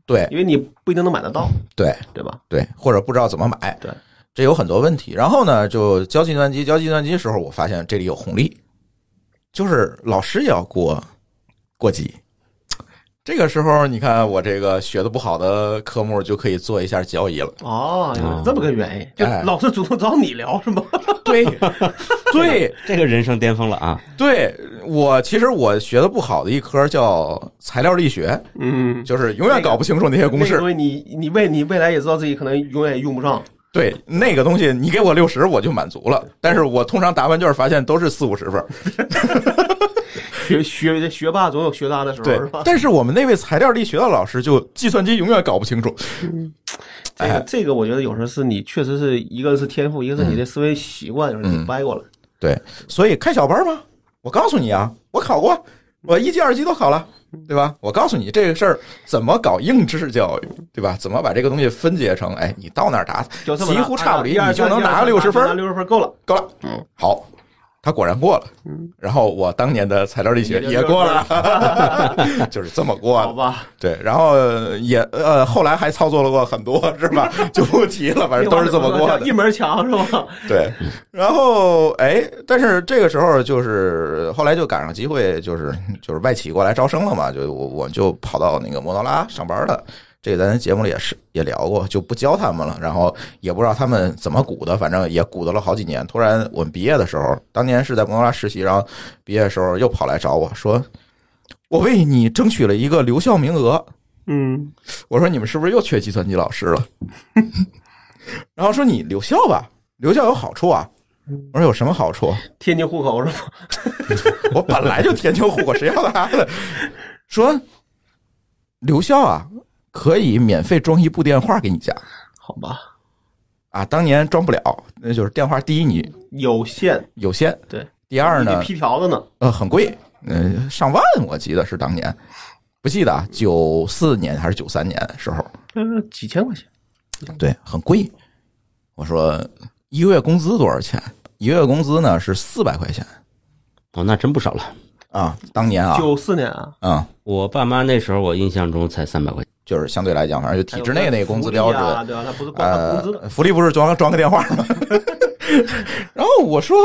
Speaker 1: 对
Speaker 2: 因为你不一定能买得到，
Speaker 1: 对
Speaker 2: 对吧？
Speaker 1: 对，或者不知道怎么买，
Speaker 2: 对，
Speaker 1: 这有很多问题。然后呢，就教计算机，教计算机的时候，我发现这里有红利，就是老师也要过过级。这个时候，你看我这个学的不好的科目就可以做一下交易了。
Speaker 2: 哦，原来是这么个原因，就
Speaker 1: 哎
Speaker 2: 老是主动找你聊是吗？
Speaker 1: 对，对，
Speaker 3: 这个人生巅峰了啊！
Speaker 1: 对我，其实我学的不好的一科叫材料力学，
Speaker 2: 嗯，
Speaker 1: 就是永远搞不清楚那些公
Speaker 2: 那个
Speaker 1: 式。
Speaker 2: 东西你你未你未来也知道自己可能永远也用 不上，
Speaker 1: 对，那个东西你给我六十我就满足了，但是我通常答完卷发现都是四五十分。
Speaker 2: 学学学霸总有学渣的时候
Speaker 1: 对
Speaker 2: 是吧，？
Speaker 1: 但是我们那位材料力学的老师就计算机永远搞不清楚。哎
Speaker 2: 这个这个我觉得有时候是你确实是一个是天赋，一个是你
Speaker 1: 嗯
Speaker 2: 的思维习惯，有时候你掰过来。
Speaker 1: 对，所以开小班嘛，我告诉你啊，我考过，我一级、二级都考了，对吧？我告诉你这个事儿怎么搞应试教育，对吧？怎么把这个东西分解成，哎，你到哪儿答，
Speaker 2: 就这么
Speaker 1: 几乎差不离，你就能拿
Speaker 2: 六
Speaker 1: 六十分
Speaker 2: 拿。六十分够了。
Speaker 1: 够了，嗯，好，他果然过了，嗯，然后我当年的材料力学
Speaker 2: 也
Speaker 1: 也过了， 就是这么过
Speaker 2: 好
Speaker 1: 的，
Speaker 2: 吧，
Speaker 1: 对，然后呃也呃后来还操作了过很多，是吧？就不提了，反正都是这么过 的
Speaker 2: 一，门强是吧？
Speaker 1: 对。然后哎，但是这个时候就是后来就赶上机会，就是就是外企过来招生了嘛，就我我就跑到那个摩托拉上班了。这个咱节目里也是也聊过，就不教他们了，然后也不知道他们怎么鼓的，反正也鼓捣了好几年。突然我们毕业的时候，当年是在摩托拉实习，然后毕业的时候又跑来找我说：“我为你争取了一个留校名额。”
Speaker 2: 嗯，
Speaker 1: 我说你们是不是又缺计算机老师了？ 然后说你留校吧，留校有好处啊。我说有什么好处？
Speaker 2: 天津户口是吧？
Speaker 1: 我本来就天津户口，谁要他的？ 说留校啊，可以免费装一部电话给你家
Speaker 2: 好吧，
Speaker 1: 啊。当年装不了，那就是电话第一你
Speaker 2: 有限，
Speaker 1: 有线，
Speaker 2: 对。
Speaker 1: 第二
Speaker 2: 你
Speaker 1: 呢
Speaker 2: 得批条子呢，
Speaker 1: 呃，很贵，嗯、上万，我记得是当年，不记得啊，九四年还是九三年的时候，
Speaker 2: 嗯，几千块钱。
Speaker 1: 对，很贵。我说一个月工资多少钱？一个月工资呢是四百块钱
Speaker 3: 哦，那真不少了。
Speaker 1: 啊，当年啊，
Speaker 2: 九四年啊，
Speaker 1: 嗯，
Speaker 3: 我爸妈那时候，我印象中才三百块钱。
Speaker 1: 就是相对来讲，反正就体制内那个工资标准，
Speaker 2: 还有那福利啊对吧？他不是光拿工资的，
Speaker 1: 呃，福利不是装装个电话吗？ 然后我说，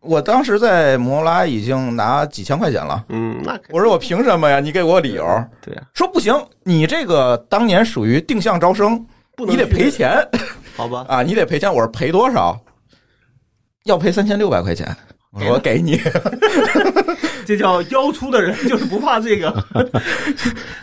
Speaker 1: 我当时在摩托罗拉已经拿几千块钱了，
Speaker 2: 嗯，那肯定
Speaker 1: 我说我凭什么呀？你给我理由，
Speaker 2: 对啊呀，
Speaker 1: 说不行，你这个当年属于定向招生，
Speaker 2: 不能
Speaker 1: 你得赔钱
Speaker 2: 好吧？
Speaker 1: 啊，你得赔钱。我说赔多少？要赔三千六百块钱。我说我给你，
Speaker 2: 这叫妖出的人 就是不怕这个，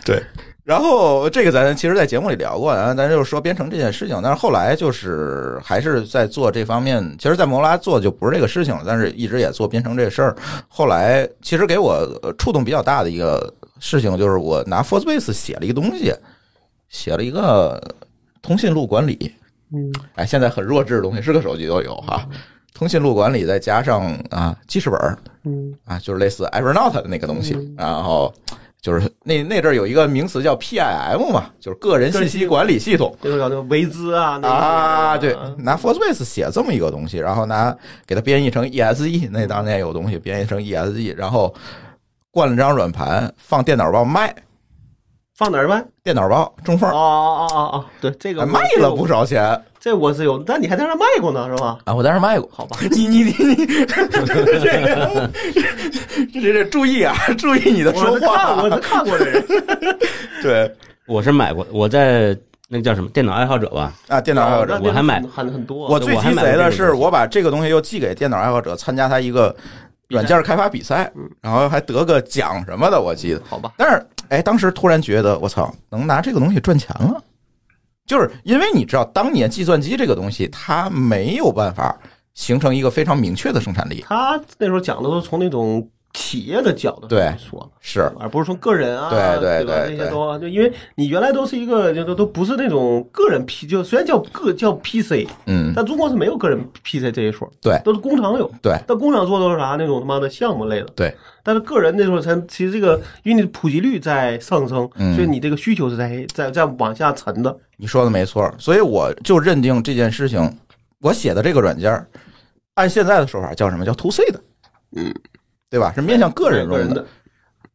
Speaker 1: 对。然后这个咱其实，在节目里聊过，然后咱就是说编程这件事情，但是后来就是还是在做这方面。其实，在摩拉做就不是这个事情了，但是一直也做编程这事儿。后来其实给我呃触动比较大的一个事情，就是我拿 Forcepace 写了一个东西，写了一个通信录管理。
Speaker 2: 嗯，
Speaker 1: 哎，现在很弱智的东西，是个手机都有哈。通信录管理再加上啊记事本儿
Speaker 2: 嗯
Speaker 1: 啊，就是类似 Evernote 的那个东西，然后就是那那阵儿有一个名词叫 PIM 嘛，就是个人信息管理系统。
Speaker 2: 那时候搞那个维资啊，那个
Speaker 1: 啊，对，拿 Forcepace 写这么一个东西，然后拿给它编译成 ESE，那当年有东西编译成 ESE，然后灌了张软盘放电脑报卖，
Speaker 2: 放哪儿卖？
Speaker 1: 电脑报中缝
Speaker 2: 哦
Speaker 1: 儿
Speaker 2: 哦哦哦哦，对，这个
Speaker 1: 还
Speaker 2: 我
Speaker 1: 卖了不，少钱
Speaker 2: 这我是有，但你还在那儿卖过呢，是吧？
Speaker 1: 啊！我当时卖过，
Speaker 2: 好吧，
Speaker 1: 你你你你，这这这注意啊，注意你的
Speaker 2: 我
Speaker 1: 说
Speaker 2: 是看
Speaker 1: 话
Speaker 2: 我。是看过 的人，
Speaker 1: 对
Speaker 3: 我是买过，我在那个叫什么电脑爱好者吧，
Speaker 1: 啊，电脑爱好者
Speaker 2: 那，边
Speaker 3: 我还买
Speaker 2: 很很多，
Speaker 1: 我最鸡贼的是，
Speaker 3: 我还买过这
Speaker 1: 我把这个
Speaker 3: 个东西
Speaker 1: 东西又寄给电脑爱好者参加他一个软件开发比赛，然后还得个奖什么的，我记得。
Speaker 2: 好吧，
Speaker 1: 但是，哎，当时突然觉得，我操，能拿这个东西赚钱了，就是因为你知道，当年计算机这个东西，它没有办法形成一个非常明确的生产力，
Speaker 2: 他那时候讲的都是从那种企业的角度上来
Speaker 1: 对
Speaker 2: 说，
Speaker 1: 是
Speaker 2: 而不是从个人啊，
Speaker 1: 对对
Speaker 2: 对吧
Speaker 1: 对对
Speaker 2: 那些都就因为你原来都是一个就都都不是那种个人 P，就虽然叫个叫 PC，
Speaker 1: 嗯，
Speaker 2: 但中国是没有个人 PC 这一说，
Speaker 1: 对
Speaker 2: 都是工厂有，
Speaker 1: 对
Speaker 2: 但工厂做都是啥那种他妈的项目类的，
Speaker 1: 对，
Speaker 2: 但是个人那时候才其实这个因为你普及率在上升，
Speaker 1: 嗯
Speaker 2: 所以你这个需求是在在在往下沉的，
Speaker 1: 你说的没错，所以我就认定这件事情，我写的这个软件儿，按现在的说法叫什么叫 to C 的，
Speaker 2: 嗯，
Speaker 1: 对吧？是面向个人用
Speaker 2: 个人
Speaker 1: 的。，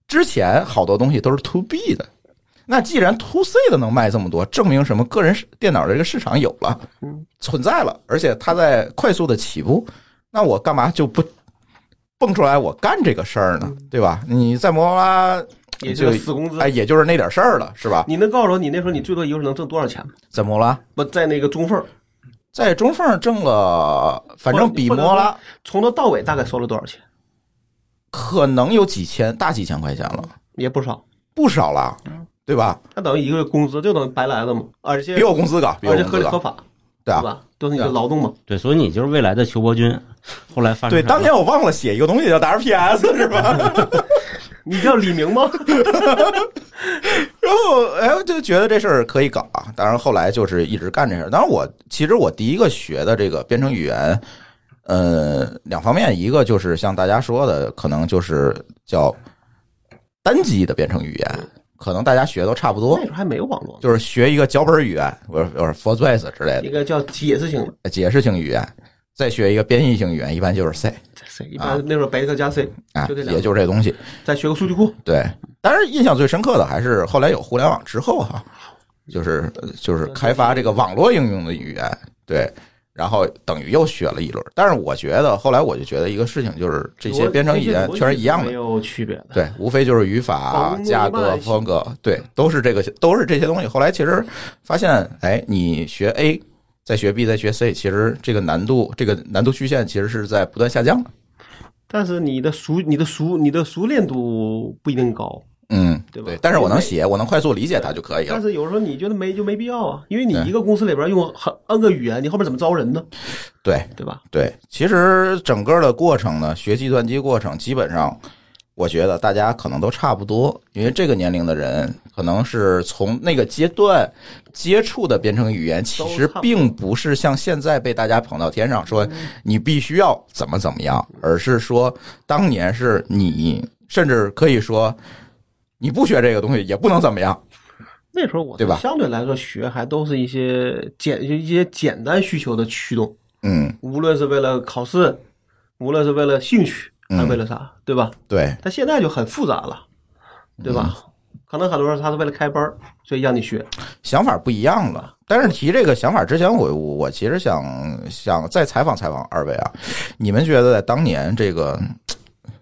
Speaker 1: 之前好多东西都是 to B 的，那既然 to C 的能卖这么多，证明什么？个人市电脑的这个市场有了
Speaker 2: 嗯，
Speaker 1: 存在了，而且它在快速的起步，那我干嘛就不蹦出来我干这个事儿呢？对吧？你在摩托罗拉
Speaker 2: 嗯也就是死工资
Speaker 1: 哎，。也就是那点事儿了，是吧？
Speaker 2: 你能告诉我你那时候你最多一个月能挣多少钱吗？
Speaker 1: 在摩托罗拉。
Speaker 2: 不在那个中缝儿，
Speaker 1: 在中缝挣了，反正比摩
Speaker 2: 或者
Speaker 1: 拉
Speaker 2: 从头到尾大概收了多少钱？
Speaker 1: 可能有几千，大几千块钱了，
Speaker 2: 也不少，
Speaker 1: 不少了，
Speaker 2: 嗯
Speaker 1: 对吧？
Speaker 2: 那等于一个月工资就等于白来了嘛，而且
Speaker 1: 比我工资高，比我
Speaker 2: 而且
Speaker 1: 工
Speaker 2: 合
Speaker 1: 资
Speaker 2: 理合
Speaker 1: 高，
Speaker 2: 法，
Speaker 1: 对
Speaker 2: 对
Speaker 1: 啊。
Speaker 2: 吧？都是你的劳动嘛。
Speaker 3: 对，所以你就是未来的裘伯君。后来发生
Speaker 1: 对，
Speaker 3: 啥
Speaker 1: 当
Speaker 3: 了
Speaker 1: 年我忘了写一个东西叫 WPS 是吧？
Speaker 2: 你叫李明 吗？
Speaker 1: 然后哎，我就觉得这事儿可以搞啊。当然后来就是一直干这事儿。当然我其实我第一个学的这个编程语言，呃，两方面，一个就是像大家说的，可能就是叫单机的编程语言，可能大家学都差不多
Speaker 2: 那。时候还没有网络呢，
Speaker 1: 就是学一个脚本语言，我说我说 Forcepace 之类
Speaker 2: 一个叫解释性的，
Speaker 1: 的解释性语言，再学一个编译性语言，一般就是 C
Speaker 2: 这谁一
Speaker 1: 啊
Speaker 2: 般那时候白客加 C，
Speaker 1: 啊，
Speaker 2: 就这两个
Speaker 1: 也就是这东西。
Speaker 2: 再学个数据库，
Speaker 1: 对，但是印象最深刻的还是后来有互联网之后 哈、就是就是开发这个网络应用的语言，对，然后等于又学了一轮。但是我觉得后来我就觉得一个事情就是这些编程语言全是一样
Speaker 2: 没
Speaker 1: 的。
Speaker 2: 有区别的。
Speaker 1: 对，无非就是语法
Speaker 2: 广、东
Speaker 1: 价
Speaker 2: 一般
Speaker 1: 格、
Speaker 2: 也行
Speaker 1: 风格，对，都是这个，都是这些东西。后来其实发现，哎，你学 A，再学 B，再学 C，其实这个难度，这个难度曲线其实是在不断下降的。
Speaker 2: 但是你的熟、你的熟、你的熟练度不一定高，
Speaker 1: 嗯，
Speaker 2: 对吧
Speaker 1: 但是我能写，我能快速理解它就可以
Speaker 2: 但
Speaker 1: 了。
Speaker 2: 是有时候你觉得没就没必要啊，因为你
Speaker 1: 对
Speaker 2: 一个公司里边用很 N 个语言，你后面怎么招人呢？
Speaker 1: 对，
Speaker 2: 对吧？
Speaker 1: 对，其实整个的过程呢，学计算机过程基本上，我觉得大家可能都差不多，因为这个年龄的人可能是从那个阶段接触的编程语言，其实并不是像现在被大家捧到天上说你必须要怎么怎么样，而是说当年是你，甚至可以说你不学这个东西也不能怎么样。
Speaker 2: 那时候我
Speaker 1: 对吧
Speaker 2: 相对来说学还都是一些简就一些简单需求的驱动，
Speaker 1: 嗯，
Speaker 2: 无论是为了考试，无论是为了兴趣，
Speaker 1: 嗯
Speaker 2: 还是为了啥，对吧？
Speaker 1: 对，
Speaker 2: 但现在就很复杂了，
Speaker 1: 嗯
Speaker 2: 对吧？可能很多人他是为了开班儿，所以让你学。
Speaker 1: 想法不一样了。但是提这个想法之前，我我我其实想想再采访采访二位啊，你们觉得在当年这个，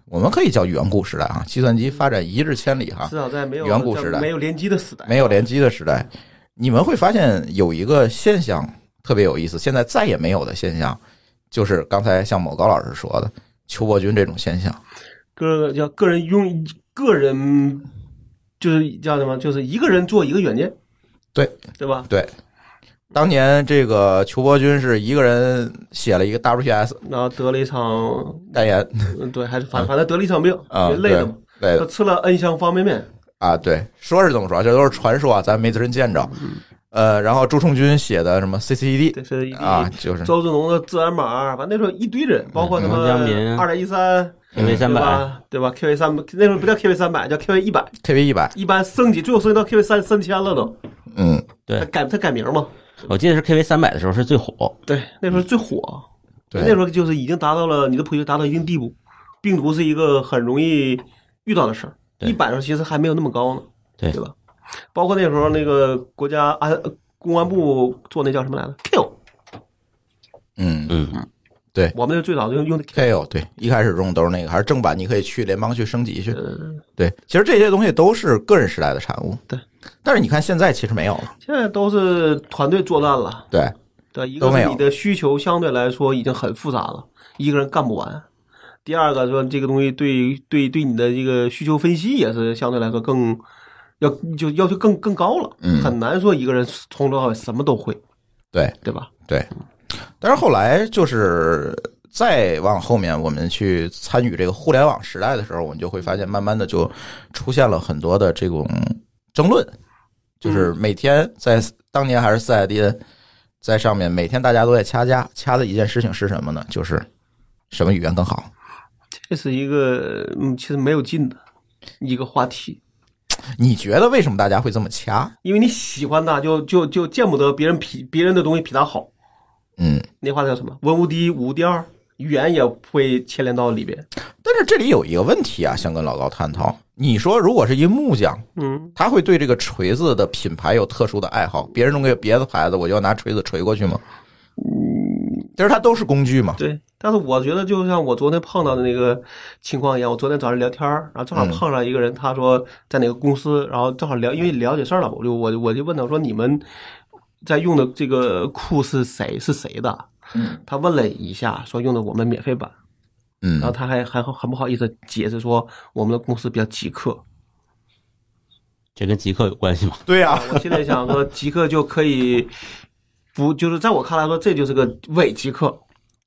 Speaker 1: 我们可以叫远古时代啊，计算机发展一日千里哈、
Speaker 2: 至少在没有
Speaker 1: 啊远古时代
Speaker 2: 在没有联机的时代，
Speaker 1: 没有联机的时代，你们会发现有一个现象特别有意思，现在再也没有的现象，就是刚才像某高老师说的邱伯军这种现象。
Speaker 2: 个叫个人拥个人，就是叫什么？就是一个人做一个软件，
Speaker 1: 对
Speaker 2: 对吧？
Speaker 1: 对，当年这个邱伯军是一个人写了一个 WPS
Speaker 2: 然后得了一场，
Speaker 1: 代言
Speaker 2: 嗯对，还是反反正得了一场病，
Speaker 1: 啊，
Speaker 2: 就累
Speaker 1: 对
Speaker 2: 的嘛。
Speaker 1: 对
Speaker 2: 他吃了 N 箱方便面，
Speaker 1: 啊，对，说是这么说，这都是传说啊，咱没人见
Speaker 2: 嗯
Speaker 1: 着。呃，然后朱冲军写的什么 CCD
Speaker 2: 这是一地
Speaker 1: 啊，嗯就是
Speaker 2: 周志农的自然码，反正那时候一堆人，包括什么
Speaker 3: 王江民
Speaker 2: 二点一三，
Speaker 3: 因
Speaker 1: 嗯
Speaker 3: 为
Speaker 2: 对
Speaker 3: 三百
Speaker 2: 吧？对吧？KV 三那时候不叫 KV 三百，叫 KV 一百，
Speaker 1: KV 一百，
Speaker 2: 一般升级最后升级到 KV 三三千了都，
Speaker 1: 嗯，
Speaker 2: 他
Speaker 3: 对
Speaker 2: 改他改名嘛，
Speaker 3: 我记得是 KV 三百的时候是最火，
Speaker 2: 对，那时候最火，
Speaker 1: 对
Speaker 2: 那时候就是已经达到了你的普及达到一定地步，病毒是一个很容易遇到的事儿，
Speaker 3: 对
Speaker 2: 一百的时候其实还没有那么高呢，
Speaker 3: 对
Speaker 2: 对吧？包括那时候那个国家安公安部做那叫什么来着？Kill，
Speaker 1: 嗯
Speaker 3: 嗯，
Speaker 2: 我们那最早就用的 Kill，
Speaker 1: ，KO 对，一开始用都是那个，还是正版，你可以去联邦去升级去。
Speaker 2: 呃
Speaker 1: 对，其实这些东西都是个人时代的产物。
Speaker 2: 对，
Speaker 1: 但是你看现在其实没有了。
Speaker 2: 现在都是团队作战了，
Speaker 1: 对，
Speaker 2: 对，一
Speaker 1: 都
Speaker 2: 个
Speaker 1: 没
Speaker 2: 是
Speaker 1: 有
Speaker 2: 你的需求相对来说已经很复杂了，一个人干不完。第二个说这个东西对对对你的这个需求分析也是相对来说更要就要求更更高了，
Speaker 1: 嗯
Speaker 2: 很难说一个人从头到尾什么都会，
Speaker 1: 对，
Speaker 2: 对吧？
Speaker 1: 对，但是后来就是再往后面，我们去参与这个互联网时代的时候，我们就会发现，慢慢的就出现了很多的这种争论，就是每天在当年还是四 IDN 在上面，每天大家都在掐架，掐的一件事情是什么呢？就是什么语言更好。
Speaker 2: 这是一个嗯，其实没有劲的一个话题，
Speaker 1: 你觉得为什么大家会这么掐？
Speaker 2: 因为你喜欢它，就就就见不得别人比别人的东西比它好。
Speaker 1: 嗯，
Speaker 2: 那话叫什么？文无第一，武无第二，语言也会牵连到里边。
Speaker 1: 但是这里有一个问题啊，想跟老高探讨。你说，如果是一木匠，
Speaker 2: 嗯，
Speaker 1: 他会对这个锤子的品牌有特殊的爱好，别人弄个别的牌子，我就要拿锤子锤过去吗？就是它都是工具嘛。
Speaker 2: 对，但是我觉得就像我昨天碰到的那个情况一样，我昨天早上聊天儿，然后正好
Speaker 1: 嗯
Speaker 2: 碰上一个人，他说在哪个公司，然后正好聊，因为了解事儿了，我就我就我就问他说你们在用的这个库是谁是谁的？
Speaker 1: 嗯
Speaker 2: 他问了一下，说用的我们免费版，
Speaker 1: 嗯
Speaker 2: 然后他还还很不好意思解释说我们的公司比较极客。
Speaker 3: 这跟极客有关系吗？
Speaker 1: 对呀、
Speaker 2: 我现在想说极客就可以不，就是在我看来说这就是个伪极客，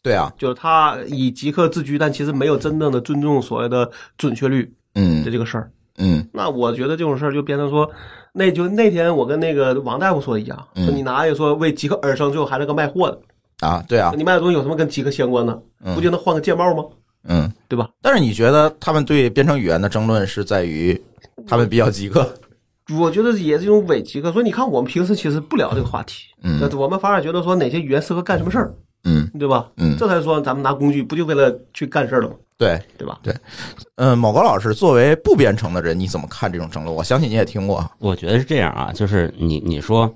Speaker 1: 对啊呀、
Speaker 2: 就是他以极客自居，但其实没有真正的尊重所谓的准确率的
Speaker 1: 嗯
Speaker 2: 这个事儿。
Speaker 1: 嗯
Speaker 2: 那我觉得这种事儿就变成说，那就那天我跟那个王大夫说的一样，
Speaker 1: 嗯
Speaker 2: 说你拿一个说为极客而生，最后还是个卖货的，
Speaker 1: 啊，对啊，
Speaker 2: 你卖的东西有什么跟极客相关的？
Speaker 1: 嗯
Speaker 2: 不就能换个键帽吗？
Speaker 1: 嗯。
Speaker 2: 对吧？
Speaker 1: 但是你觉得他们对编程语言的争论是在于他们比较极客？
Speaker 2: 我觉得也是一种伪极客。所以你看，我们平时其实不聊这个话题，
Speaker 1: 嗯
Speaker 2: 那我们反而觉得说哪些语言适合干什么事儿，
Speaker 1: 嗯
Speaker 2: 对吧？
Speaker 1: 嗯，
Speaker 2: 这才说咱们拿工具不就为了去干事儿了吗？
Speaker 1: 对，
Speaker 2: 对吧？
Speaker 1: 嗯，某高老师作为不编程的人，你怎么看这种争论？我相信你也听过。
Speaker 3: 我觉得是这样啊，就是你你说，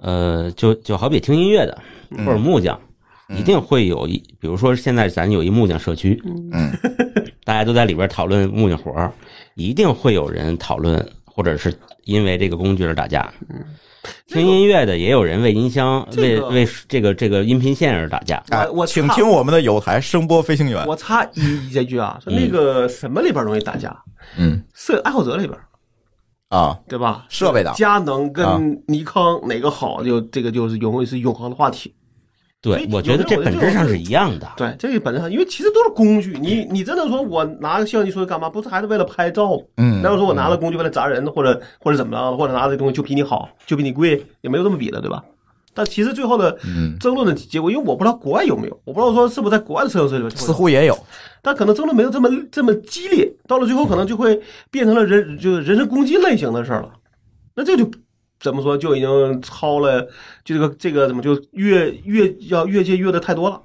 Speaker 3: 呃，就就好比听音乐的
Speaker 2: 嗯
Speaker 3: 或者木匠，一定会有一，比如说现在咱有一木匠社区，
Speaker 1: 嗯，
Speaker 3: 大家都在里边讨论木匠活儿，一定会有人讨论，或者是因为这个工具而打架。
Speaker 1: 嗯
Speaker 3: 听音乐的也有人为音箱、
Speaker 2: 这个
Speaker 3: 为为这个这个音频线而打架。
Speaker 1: 啊
Speaker 2: 我我
Speaker 1: 请
Speaker 2: 插
Speaker 1: 听我们的有台声波飞行员。
Speaker 2: 我插一一这句啊，说那个什么里边容易打架？
Speaker 1: 嗯
Speaker 2: 摄影爱好者里边，
Speaker 1: 啊，
Speaker 2: 对吧？
Speaker 1: 设备党。
Speaker 2: 佳能
Speaker 1: 啊
Speaker 2: 跟尼康哪个好？就这个就是永远是永恒的话题。
Speaker 3: 对，我觉得这本质上是一样的。
Speaker 2: 对，这个本质上，因为其实都是工具。你你真的说我拿个相机出来干嘛？不是还是为了拍照吗？
Speaker 1: 嗯
Speaker 2: 难道说我拿了工具为了砸人，或者或者怎么样，或者拿这东西就比你好，就比你贵，也没有这么比的，对吧？但其实最后的
Speaker 1: 嗯，
Speaker 2: 争论的结果，因为我不知道国外有没有，我不知道说是不是在国外的摄影师里边就会有
Speaker 1: 似乎也有。
Speaker 2: 但可能争论没有这么这么激烈，到了最后可能就会变成了人就是人身攻击类型的事儿了。那这就怎么说就已经超了，就这个这个怎么就越越要越界越的太多了。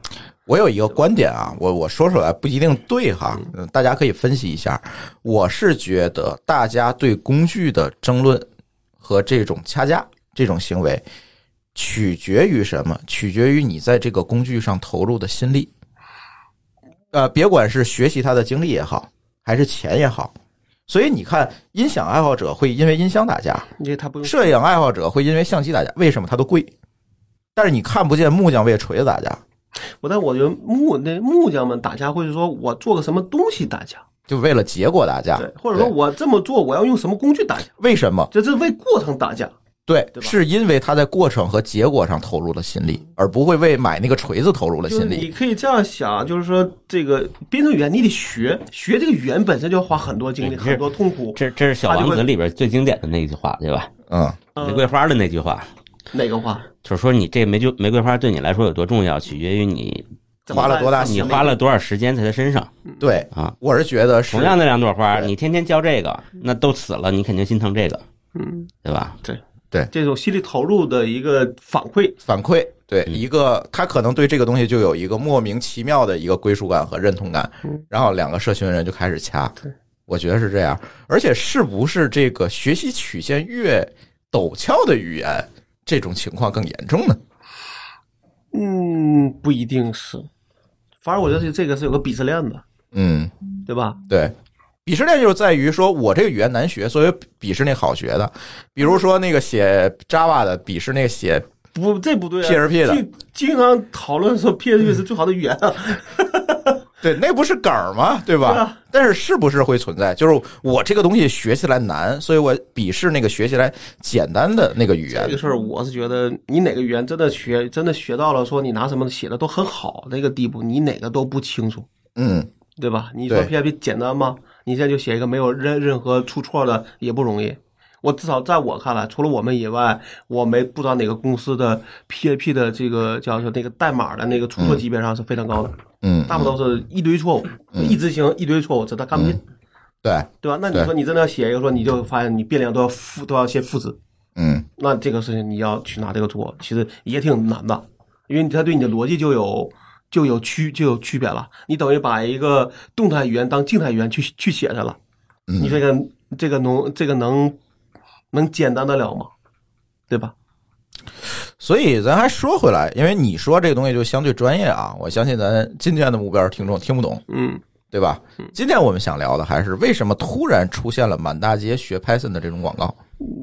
Speaker 1: 我有一个观点啊，我我说出来不一定对哈，呃大家可以分析一下。我是觉得大家对工具的争论和这种掐架这种行为，取决于什么？取决于你在这个工具上投入的心力。呃，别管是学习它的精力也好，还是钱也好，所以你看，音响爱好者会因为音箱打架，
Speaker 2: 因为他不用
Speaker 1: 摄影爱好者会因为相机打架，为什么它都贵？但是你看不见木匠为锤子打架，
Speaker 2: 我，但我觉得木那木匠们打架，或者说我做个什么东西打架，
Speaker 1: 就为了结果打架，
Speaker 2: 对，或者说
Speaker 1: 啊对啊
Speaker 2: 我这么做，我要用什么工具打架，
Speaker 1: 为什么？
Speaker 2: 这是为过程打架。
Speaker 1: 对，
Speaker 2: 对吧嗯
Speaker 1: 是因为他在过程和结果上投入了心力，而不会为买那个锤子投入了
Speaker 2: 就是
Speaker 1: 心
Speaker 2: 你
Speaker 1: 力。
Speaker 2: 可以这样想，就是说这个编程语言你得学，学这个语言本身就要花很多
Speaker 1: 哎
Speaker 2: 精力，
Speaker 3: 对是
Speaker 2: 很多痛苦。
Speaker 3: 这这是《小王子》里边最经典的那句话，对吧？
Speaker 1: 嗯，
Speaker 3: 玫瑰花的那句话，
Speaker 2: 哪个花？
Speaker 3: 就是说你这玫瑰玫瑰花对你来说有多重要，取决于你
Speaker 2: 怎么
Speaker 1: 花了
Speaker 2: 办
Speaker 1: 多大
Speaker 2: 怎么
Speaker 3: 你
Speaker 2: 办
Speaker 3: 花了多少时间在它身上
Speaker 2: 嗯
Speaker 1: 对，
Speaker 3: 啊。
Speaker 1: 我是觉得是
Speaker 3: 同样的两朵花，
Speaker 1: 对
Speaker 3: 你天天浇这个，那都死了，你肯定心疼这个，
Speaker 2: 嗯，
Speaker 3: 对吧？
Speaker 2: 这种心理投入的一个反馈。
Speaker 1: 反馈，对
Speaker 3: 嗯
Speaker 1: 一个他可能对这个东西就有一个莫名其妙的一个归属感和认同感，
Speaker 2: 嗯
Speaker 1: 然后两个社群人就开始掐。我觉得是这样，而且是不是这个学习曲线越陡峭的语言，这种情况更严重呢？
Speaker 2: 嗯，不一定是，反而我觉得这个是有个鄙视链的，
Speaker 1: 嗯，
Speaker 2: 对吧？
Speaker 1: 对，鄙视链就是在于说我这个语言难学，所以鄙视那好学的，比如说那个写 Java 的，鄙视那个写
Speaker 2: 不，这不对啊。
Speaker 1: PRP 的
Speaker 2: 经经常讨论说 PHP 是最好的语言啊。
Speaker 1: 对，那不是梗儿吗？对吧？
Speaker 2: 对啊
Speaker 1: 但是是不是会存在？就是我这个东西学起来难，所以我鄙视那个学起来简单的那个语
Speaker 2: 这
Speaker 1: 言
Speaker 2: 个。事儿，我是觉得你哪个语言真的学，真的学到了，说你拿什么写的都很好那个地步，你哪个都不清楚，
Speaker 1: 嗯，
Speaker 2: 对吧？你说
Speaker 1: 对
Speaker 2: PHP 简单吗？你现在就写一个没有任任何出错的也不容易。我至少在我看来，除了我们以外，我没不知道哪个公司的 PHP 的这个叫做那个代码的那个出错级别上是非常高的，
Speaker 1: 嗯，
Speaker 2: 大部分都是一堆错误，一执行一堆错误，这他看不见，
Speaker 1: 对，
Speaker 2: 对吧？那你
Speaker 1: 嗯对
Speaker 2: 说你真的要写一个说，你就发现你变量都要负都要先负值，
Speaker 1: 嗯，
Speaker 2: 那这个事情你要去拿这个做，其实也挺难的，因为它对你的逻辑就有就有区就有区别了。你等于把一个动态语言当静态语言去去写它了，
Speaker 1: 嗯
Speaker 2: 你这个这个能这个能能简单得了吗？对吧？
Speaker 1: 所以咱还说回来，因为你说这个东西就相对专业啊，我相信咱今天的目标听众听不懂，
Speaker 2: 嗯，
Speaker 1: 对吧？今天我们想聊的还是为什么突然出现了满大街学 Python 的这种广告？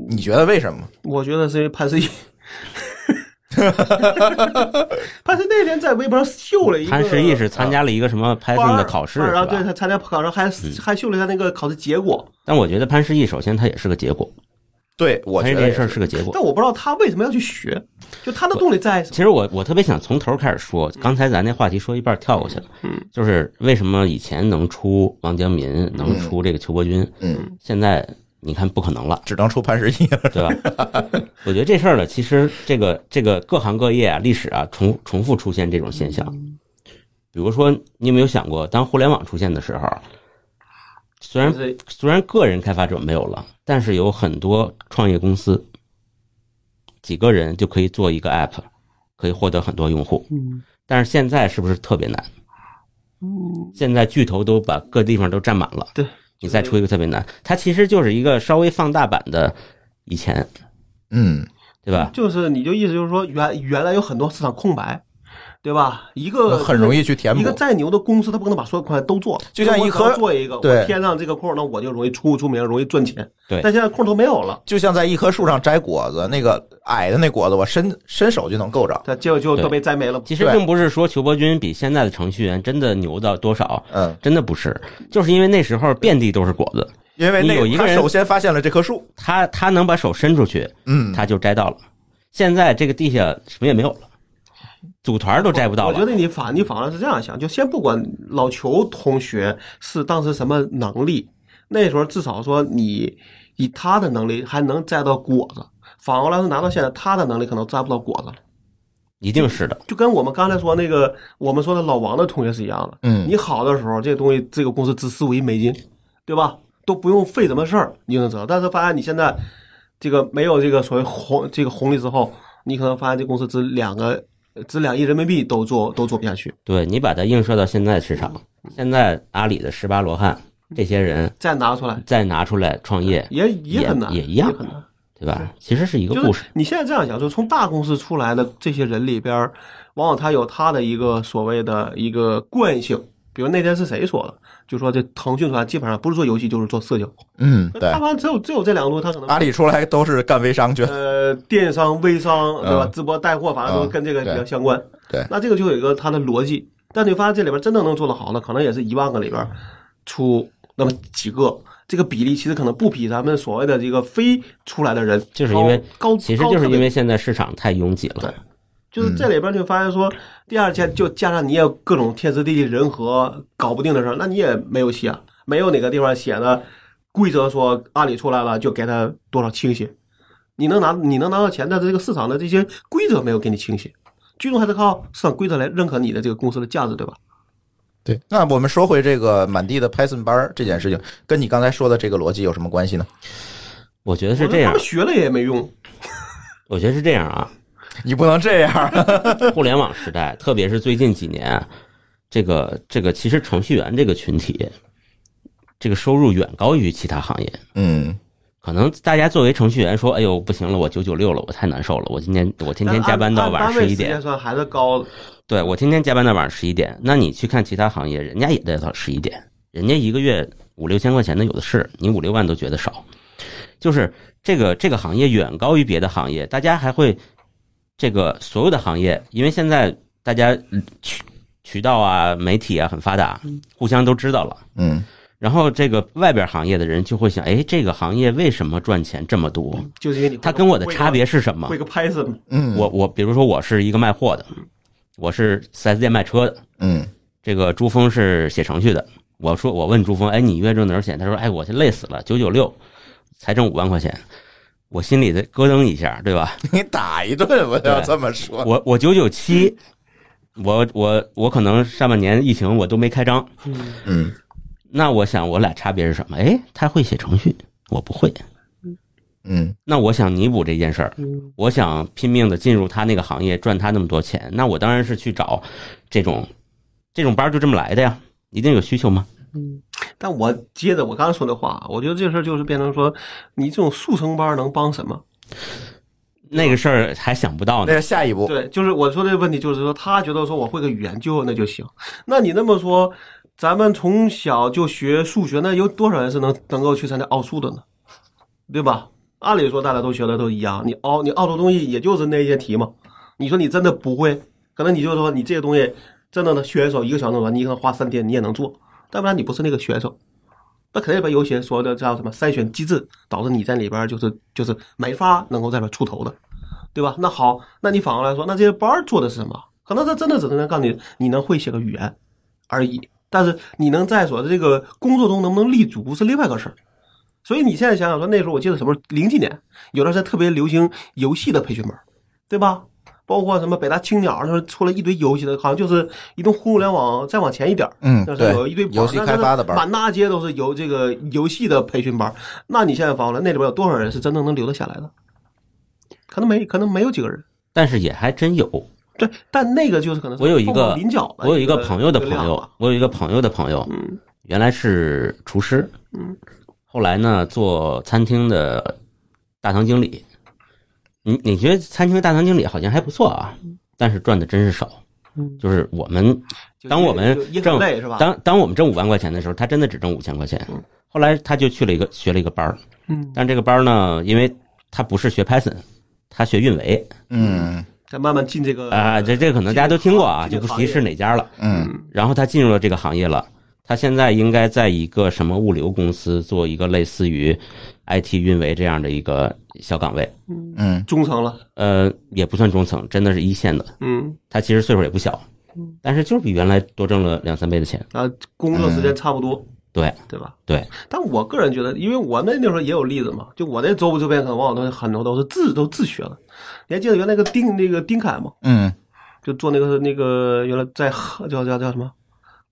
Speaker 1: 你觉得为什么？
Speaker 2: 我觉得是因为潘石屹。 潘石屹那天在微博上秀了一个
Speaker 3: 潘石屹是参加了一个什么 Python 的考试，
Speaker 2: 花儿然
Speaker 3: 是
Speaker 2: 后对
Speaker 3: 吧？嗯
Speaker 2: 他参加考试还还秀了一下那个考试结果，
Speaker 3: 但我觉得潘石屹首先他也是个结果，
Speaker 1: 对，我
Speaker 3: 潘
Speaker 1: 觉
Speaker 3: 石屹
Speaker 1: 得
Speaker 3: 这
Speaker 1: 也
Speaker 3: 件
Speaker 1: 是
Speaker 3: 事儿是个结果。
Speaker 2: 但我不知道他为什么要去学，就他的动力在什么？
Speaker 3: 其实我我特别想从头开始说，
Speaker 1: 嗯
Speaker 3: 刚才咱那话题说一半跳过去了，
Speaker 2: 嗯，
Speaker 3: 就是为什么以前能出王江民，能出这个邱伯钧，
Speaker 1: 嗯，
Speaker 3: 现在你看不可能 了，
Speaker 1: 只能出潘石屹了。
Speaker 3: 对吧？我觉得这事儿呢，其实这个这个各行各业啊，历史啊，重重复出现这种现象。
Speaker 1: 嗯
Speaker 3: 比如说，你有没有想过，当互联网出现的时候，虽然
Speaker 2: 就是
Speaker 3: 虽然个人开发者没有了，但是有很多创业公司，几个人就可以做一个 app，可以获得很多用户。
Speaker 2: 嗯
Speaker 3: 但是现在是不是特别难？
Speaker 2: 嗯，
Speaker 3: 现在巨头都把各地方都占满了，
Speaker 2: 对，
Speaker 3: 你再出一个特别难，它其实就是一个稍微放大版的以前，
Speaker 1: 嗯，
Speaker 3: 对吧？
Speaker 2: 就是你就意思就是说原原来有很多市场空白，对吧？一个
Speaker 1: 很容易去填
Speaker 2: 一
Speaker 1: 补
Speaker 2: 个。再牛的公司，它不可能把所有空白都做，
Speaker 1: 就像
Speaker 2: 我
Speaker 1: 一
Speaker 2: 只要
Speaker 1: 颗
Speaker 2: 做一个，
Speaker 1: 对
Speaker 2: 我填上这个空，那我就容易出出名，容易赚钱。
Speaker 3: 对
Speaker 2: 但现在空都没有了，
Speaker 1: 就像在一棵树上摘果子，那个矮的那果子，我伸伸手就能够着。
Speaker 2: 它就就
Speaker 3: 对
Speaker 2: 都被摘没了。
Speaker 3: 其实
Speaker 1: 对
Speaker 3: 并不是说裘伯钧比现在的程序员真的牛到多少，
Speaker 1: 嗯，
Speaker 3: 真的不是，就是因为那时候遍地都是果子，
Speaker 1: 因为
Speaker 3: 你
Speaker 1: 那
Speaker 3: 有一个
Speaker 1: 他
Speaker 3: 人
Speaker 1: 首先发现了这棵树。
Speaker 3: 他他能把手伸出去，
Speaker 1: 嗯，
Speaker 3: 他就摘到了。现在这个地下什么也没有了，组团都摘不到
Speaker 2: 我觉
Speaker 3: 了。
Speaker 2: 得你反你反而是这样想，就先不管老裘同学是当时什么能力，那时候至少说你以他的能力还能摘到果子，反过来说拿到现在他的能力可能摘不到果子了。
Speaker 3: 一定是的，
Speaker 2: 就跟我们刚才说那个我们说的老王的同学是一样的。
Speaker 1: 嗯
Speaker 2: 你好的时候，这个东西这个公司值四五亿美金，对吧？都不用费什么事儿，你就能知道。但是发现你现在这个没有这个所谓红这个红利之后，你可能发现这公司值两个值两亿人民币都做都做不下去。
Speaker 3: 对你把它映射到现在市场，现在阿里的十八罗汉这些人
Speaker 2: 再拿出来
Speaker 3: 再拿出来创业，
Speaker 2: 也
Speaker 3: 也
Speaker 2: 很难，
Speaker 3: 也一样
Speaker 2: 很难。
Speaker 3: 对吧？其实是一个
Speaker 2: 就
Speaker 3: 故
Speaker 2: 是
Speaker 3: 事，
Speaker 2: 你现在这样想，就是从大公司出来的这些人里边儿，往往他有他的一个所谓的一个惯性。比如那天是谁说的？就说这腾讯出来基本上不是做游戏就是做社交，
Speaker 1: 嗯，对
Speaker 2: 他，们只有只有这两个东西，他可能
Speaker 1: 阿里出来都是干微商去，
Speaker 2: 呃，电商、微商，对吧？
Speaker 1: 嗯
Speaker 2: 直播带货，反正都跟这个比较相关。
Speaker 1: 对对
Speaker 2: 那这个就有一个它的逻辑，但你发现这里边真正能做得好的，可能也是一万个里边出那么几个，这个比例其实可能不比咱们所谓的这个非出来的人高，
Speaker 3: 就是因为
Speaker 2: 高，
Speaker 3: 其实
Speaker 2: 高
Speaker 3: 就
Speaker 2: 特
Speaker 3: 是
Speaker 2: 别
Speaker 3: 因为现在市场太拥挤
Speaker 2: 对
Speaker 3: 了。
Speaker 2: 就是
Speaker 3: 嗯
Speaker 2: 这里边就发现说，第二天就加上你也有各种天时地利人和搞不定的事儿，那你也没有写，没有哪个地方写的规则说阿里出来了就给他多少倾斜，你能拿你能拿到钱，但是这个市场的这些规则没有给你倾斜，最终还是靠市场规则来认可你的这个公司的价值，对吧？
Speaker 1: 对，那我们说回这个满地的 Python 班儿这件事情，跟你刚才说的这个逻辑有什么关系呢？
Speaker 3: 我觉得
Speaker 2: 我
Speaker 3: 是
Speaker 2: 说
Speaker 3: 这样
Speaker 2: 他们，学了也没用，
Speaker 3: 我觉得是这 样啊。
Speaker 1: 你不能这样，
Speaker 3: 互联网时代，特别是最近几年，这个这个其实程序员这个群体，这个收入远高于其他行业。
Speaker 1: 嗯，
Speaker 3: 可能大家作为程序员说：“哎呦，不行了，我九九六了，我太难受了，我今天我天天加班到晚
Speaker 2: 但
Speaker 3: 上
Speaker 2: 按
Speaker 3: 十
Speaker 2: 按单位
Speaker 3: 一
Speaker 2: 时
Speaker 3: 点
Speaker 2: 间，算还是高的，
Speaker 3: 对我天天加班到晚上十一点。”那你去看其他行业，人家也得到十一点，人家一个月五六千块钱的有的是，你五六万都觉得少。就是这个这个行业远高于别的行业，大家还会这个所有的行业，因为现在大家嗯渠渠道啊、媒体啊很发达，互相都知道了。
Speaker 1: 嗯，
Speaker 3: 然后这个外边行业的人就会想，哎，这个行业为什么赚钱这么多？
Speaker 2: 就是因为你
Speaker 3: 它跟我的差别是什么
Speaker 2: 会？个嗯 Python，
Speaker 1: 嗯，
Speaker 3: 我我比如说我是一个卖货的，我是 4S 店卖车的，
Speaker 1: 嗯
Speaker 3: 这个朱峰是写程序的。我说我问朱峰，哎，你月挣多少钱？他说，哎，我就累死了，九九六，才挣五万块钱。我心里的咯噔一下，对吧？
Speaker 1: 你打一顿，我要
Speaker 3: 对
Speaker 1: 这么
Speaker 2: 嗯
Speaker 1: 说，
Speaker 3: 我我九九七，我我我可能上半年疫情我都没开张，
Speaker 1: 嗯
Speaker 3: 那我想我俩差别是什么？哎，他会写程序，我不会。
Speaker 1: 嗯
Speaker 3: 那我想弥补这件事儿，
Speaker 2: 嗯
Speaker 3: 我想拼命的进入他那个行业，赚他那么多钱，那我当然是去找这种这种班儿就这么来的呀，一定有需求吗？
Speaker 2: 但我接着我刚才说的话，我觉得这事儿就是变成说，你这种速成班能帮什么？
Speaker 3: 那个事儿还想不到
Speaker 1: 那
Speaker 3: 呢。
Speaker 1: 是下一步，
Speaker 2: 对，就是我说这个问题，就是说他觉得说我会个语言就那就行。那你那么说，咱们从小就学数学，那有多少人是能能够去参加奥数的呢？对吧？按理说大家都学的都一样，你奥你奥数东西也就是那些题嘛。你说你真的不会，可能你就说你这些东西真的呢，选手一个小时吧，你可能花三天你也能做，但不然你不是那个选手。那肯定里边有些说的叫什么筛选机制，导致你在里边儿就是就是没法能够在里边儿出头的。对吧？那好，那你反过来说，那这些班儿做的是什么？可能他真的只是能告诉你，你能会写个语言而已。但是你能在所的这个工作中能不能立足是另外一个事儿。所以你现在想想说，那时候我记得什么时候零几年有段时间特别流行游戏的培训班儿，对吧？包括什么北大青鸟那时候出了一堆游戏的，好像就是移动互联网再往前一点儿，
Speaker 1: 嗯
Speaker 2: 那，是
Speaker 1: 对
Speaker 2: 有一堆，班儿
Speaker 1: 游戏开发的班
Speaker 2: 那
Speaker 1: 儿，
Speaker 2: 真满大街都是游这个游戏的培训班儿。那你现在访问了，那里边有多少人是真正能留得下来的？可能没，可能没有几个人。
Speaker 3: 但是也还真有，
Speaker 2: 对，但那个就是可能
Speaker 3: 我有一个
Speaker 2: 凤毛麟角的，
Speaker 3: 我有一个朋友的
Speaker 2: 一
Speaker 3: 朋
Speaker 2: 个量
Speaker 3: 友
Speaker 2: 吧，
Speaker 3: 我有一个朋友的朋友，
Speaker 2: 嗯
Speaker 3: 原来是厨师，
Speaker 2: 嗯，
Speaker 3: 后来呢做餐厅的大堂经理。你你觉得餐厅大堂经理好像还不错啊，但是赚的真是少。
Speaker 2: 嗯，
Speaker 3: 就是我们
Speaker 2: 就
Speaker 3: 当我们
Speaker 2: 就也很
Speaker 3: 挣
Speaker 2: 累是吧？
Speaker 3: 当当我们挣五万块钱的时候，他真的只挣五千块钱。后来他就去了一个学了一个班儿，
Speaker 2: 嗯，
Speaker 3: 但这个班儿呢，因为他不是学 Python，他学运维
Speaker 1: 嗯
Speaker 2: 再慢慢进这个
Speaker 3: 啊、这这个可能大家都听过啊，就不提是哪家了。
Speaker 1: 嗯
Speaker 3: 然后他进入了这个行业了，他现在应该在一个什么物流公司做一个类似于 IT 运维这样的一个小岗位，
Speaker 1: 嗯
Speaker 2: 忠诚了，
Speaker 3: 呃，也不算中层，真的是一线的。
Speaker 2: 嗯，
Speaker 3: 他其实岁数也不小，但是就是比原来多挣了两三倍的钱。
Speaker 2: 啊，工作时间差不多，
Speaker 3: 对
Speaker 2: 对吧？
Speaker 3: 对，
Speaker 2: 但我个人觉得，因为我那那时候也有例子嘛，就我那周不周边可能往往都是很多都是自都自学的。你还记得原来那个丁那个丁凯吗？
Speaker 1: 嗯
Speaker 2: 就做那个那个原来在叫叫叫什么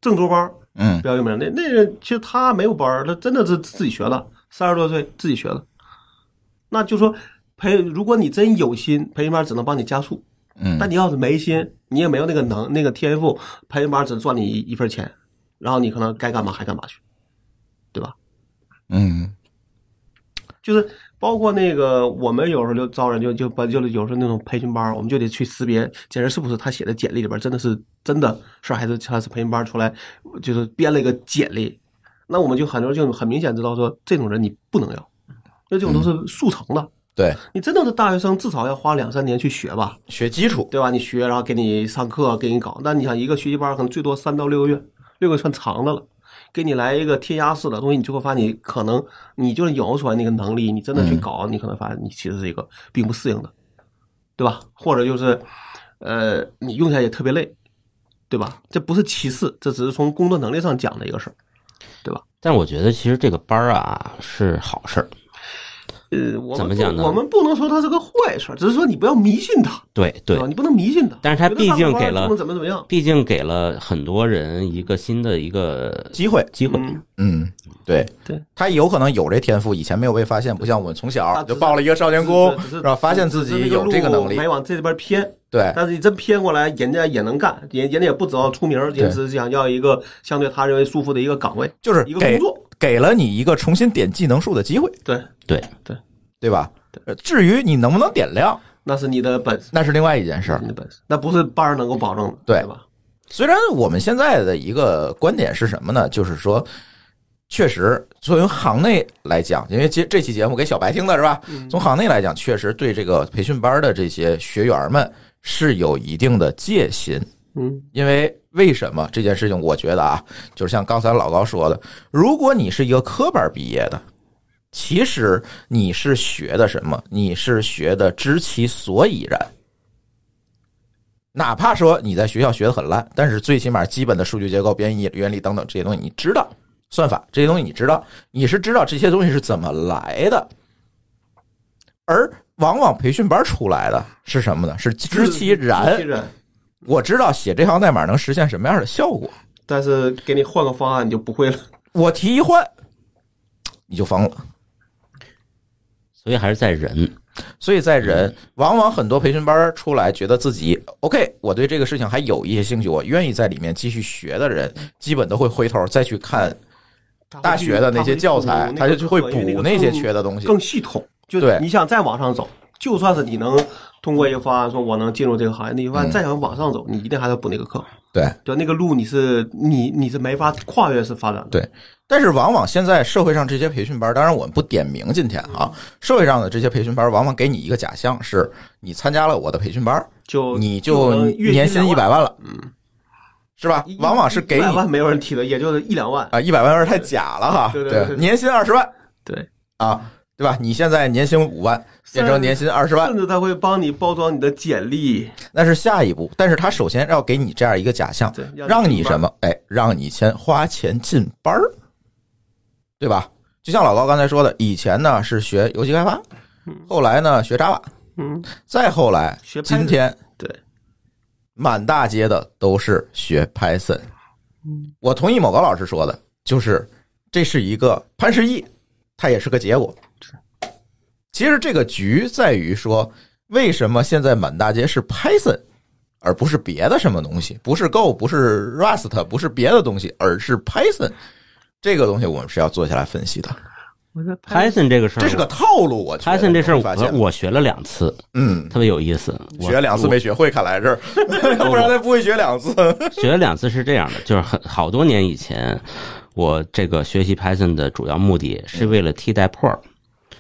Speaker 2: 郑州班儿
Speaker 1: 嗯
Speaker 2: 比较有名。那那人其实他没有班儿，他真的是自己学的，三十多岁自己学的。那就说培，如果你真有心，培训班只能帮你加速；
Speaker 1: 嗯，
Speaker 2: 但你要是没心，你也没有那个能、那个天赋，培训班只赚你一份钱，然后你可能该干嘛还干嘛去，对吧？
Speaker 1: 嗯
Speaker 2: 就是包括那个我们有时候就招人就就把就是有时候那种培训班儿，我们就得去识别这人是不是他写的简历里边儿真的是真的事儿，还是他是培训班儿出来就是编了一个简历。那我们就很多就很明显知道说这种人你不能要，因为这种都是速成的。
Speaker 1: 对，
Speaker 2: 你真的是大学生，至少要花两三年去学吧，
Speaker 1: 学基础，
Speaker 2: 对吧？你学，然后给你上课，给你搞。那你想一个学习班儿可能最多三到六个月，六个月算长的了。给你来一个贴压式的东西，你最后发现你可能你就是有出来那个能力，你真
Speaker 3: 嗯
Speaker 2: 的去搞，你可能发现你其实是一个并不适应的，对吧？或者就是，呃，你用起来也特别累，对吧？这不是歧视，这只是从工作能力上讲的一个事儿。
Speaker 3: 但我觉得其实这个班儿啊是好事儿，
Speaker 2: 呃，我们
Speaker 3: 怎么讲呢
Speaker 2: 不我们不能说它是个坏事儿，只是说你不要迷信它，
Speaker 3: 对对
Speaker 2: 吧？，你不能迷信它。
Speaker 3: 但是它
Speaker 2: 啊觉得
Speaker 3: 毕
Speaker 2: 上
Speaker 3: 竟
Speaker 2: 班
Speaker 3: 给
Speaker 2: 就
Speaker 3: 了
Speaker 2: 能怎么怎么样，
Speaker 3: 毕竟给了很多人一个新的一个
Speaker 1: 机会，
Speaker 3: 机会。
Speaker 2: 嗯，
Speaker 1: 嗯，对
Speaker 2: 对，
Speaker 1: 他有可能有这天赋，以前没有被发现，不像我们从
Speaker 2: 他
Speaker 1: 小
Speaker 2: 只
Speaker 1: 就是报了一个少年宫，
Speaker 2: 只是
Speaker 1: 是吧？发现自
Speaker 2: 只是
Speaker 1: 己有
Speaker 2: 这
Speaker 1: 这个
Speaker 2: 路
Speaker 1: 能力哎
Speaker 2: 没，往这边偏，
Speaker 1: 对，
Speaker 2: 但是你真偏过来，人家也能干，人人家也不指望出名，人家只是想要一个相对他认为舒服的一个岗位，
Speaker 1: 就是哎
Speaker 2: 一个
Speaker 1: 给
Speaker 2: 工作。
Speaker 1: 给了你一个重新点技能树的机会，
Speaker 2: 对，
Speaker 3: 对，
Speaker 1: 对吧？呃至于你能不能点亮，
Speaker 2: 那是你的本事，
Speaker 1: 那是另外一件事儿。
Speaker 2: 你的本事，那不是班儿能够保证的，
Speaker 1: 对
Speaker 2: 对吧？
Speaker 1: 虽然我们现在的一个观点是什么呢？就是说，确实作为行内来讲，因为这这期节目给小白听的是吧？从行内来讲，确实对这个培训班的这些学员们是有一定的戒心。
Speaker 2: 嗯，
Speaker 1: 因为为什么这件事情？我觉得啊，就是像刚才老高说的，如果你是一个科班毕业的，其实你是学的什么？你是学的知其所以然。哪怕说你在学校学的很烂，但是最起码基本的数据结构、编译原理等等这些东西你知道，算法这些东西你知道，你是知道这些东西是怎么来的。而往往培训班出来的是什么呢？是知其然
Speaker 2: 知，其然，
Speaker 1: 我知道写这行代码能实现什么样的效果。
Speaker 2: 但是给你换个方案你就不会了。
Speaker 1: 我提一换，你就疯了。
Speaker 3: 所以还是在人。
Speaker 1: 所以在人，往往很多培训班出来，觉得自己 OK，我对这个事情还有一些兴趣，我愿意在里面继续学的人，基本都会回头再去看大学的那些教材，他
Speaker 2: 他
Speaker 1: 就会补那些缺的东西。
Speaker 2: 更系统。就
Speaker 1: 对
Speaker 2: 你想再往上走，就算是你能通过一个方案说我能进入这个行业，你
Speaker 1: 嗯
Speaker 2: 发现再想往上走，你一定还要补那个课。
Speaker 1: 对，
Speaker 2: 对，那个路你是你你是没法跨越式发展的。
Speaker 1: 对但是往往现在社会上这些培训班，当然我们不点名，今天啊，社会上的这些培训班往往给你一个假象，是你参加了我的培训班，
Speaker 2: 就
Speaker 1: 你就
Speaker 2: 能月
Speaker 1: 年薪一
Speaker 2: 两
Speaker 1: 百
Speaker 2: 万，
Speaker 1: 万了，
Speaker 2: 嗯，
Speaker 1: 是吧？往往是给
Speaker 2: 一
Speaker 1: 你
Speaker 2: 百万，没有人提的，也就是一两万。
Speaker 1: 啊，一百万有点太假了哈。
Speaker 2: 对对对对嗯
Speaker 1: 年薪二十万
Speaker 2: 对，
Speaker 1: 啊，对吧？你现在年薪五万，变成年薪二十万
Speaker 2: 甚，至他会帮你包装你的简历，
Speaker 1: 那是下一步。但是他首先要给你这样一个假象
Speaker 2: 对，要
Speaker 1: 让你
Speaker 2: 进班
Speaker 1: 什么？哎，让你先花钱进班儿，对吧？就像老高刚才说的，以前呢是学游戏开发，后来呢学 Java，
Speaker 2: 嗯，
Speaker 1: 再后来
Speaker 2: 学 Python
Speaker 1: 今天
Speaker 2: 对，
Speaker 1: 满大街的都是学 Python。我同意某高老师说的，就是这是一个潘石屹，它也是个结果。其实这个局在于说，为什么现在满大街是 Python，而不是别的什么东西？不是 Go，不是 Rust，不是别的东西，而是 Python。这个东西我们是要坐下来分析的，
Speaker 2: 我说
Speaker 3: Python 这个事儿，
Speaker 1: 这是个套路。我觉得
Speaker 3: Python 这事儿，
Speaker 1: 我发现了
Speaker 3: 我我学了两次，
Speaker 1: 嗯，
Speaker 3: 特别有意思。我
Speaker 1: 学两次没学会，看来 是，不然他不会学两次。
Speaker 3: 学了两次是这样的，就是很好多年以前，我这个学习 Python 的主要目的是为了替代 Perl，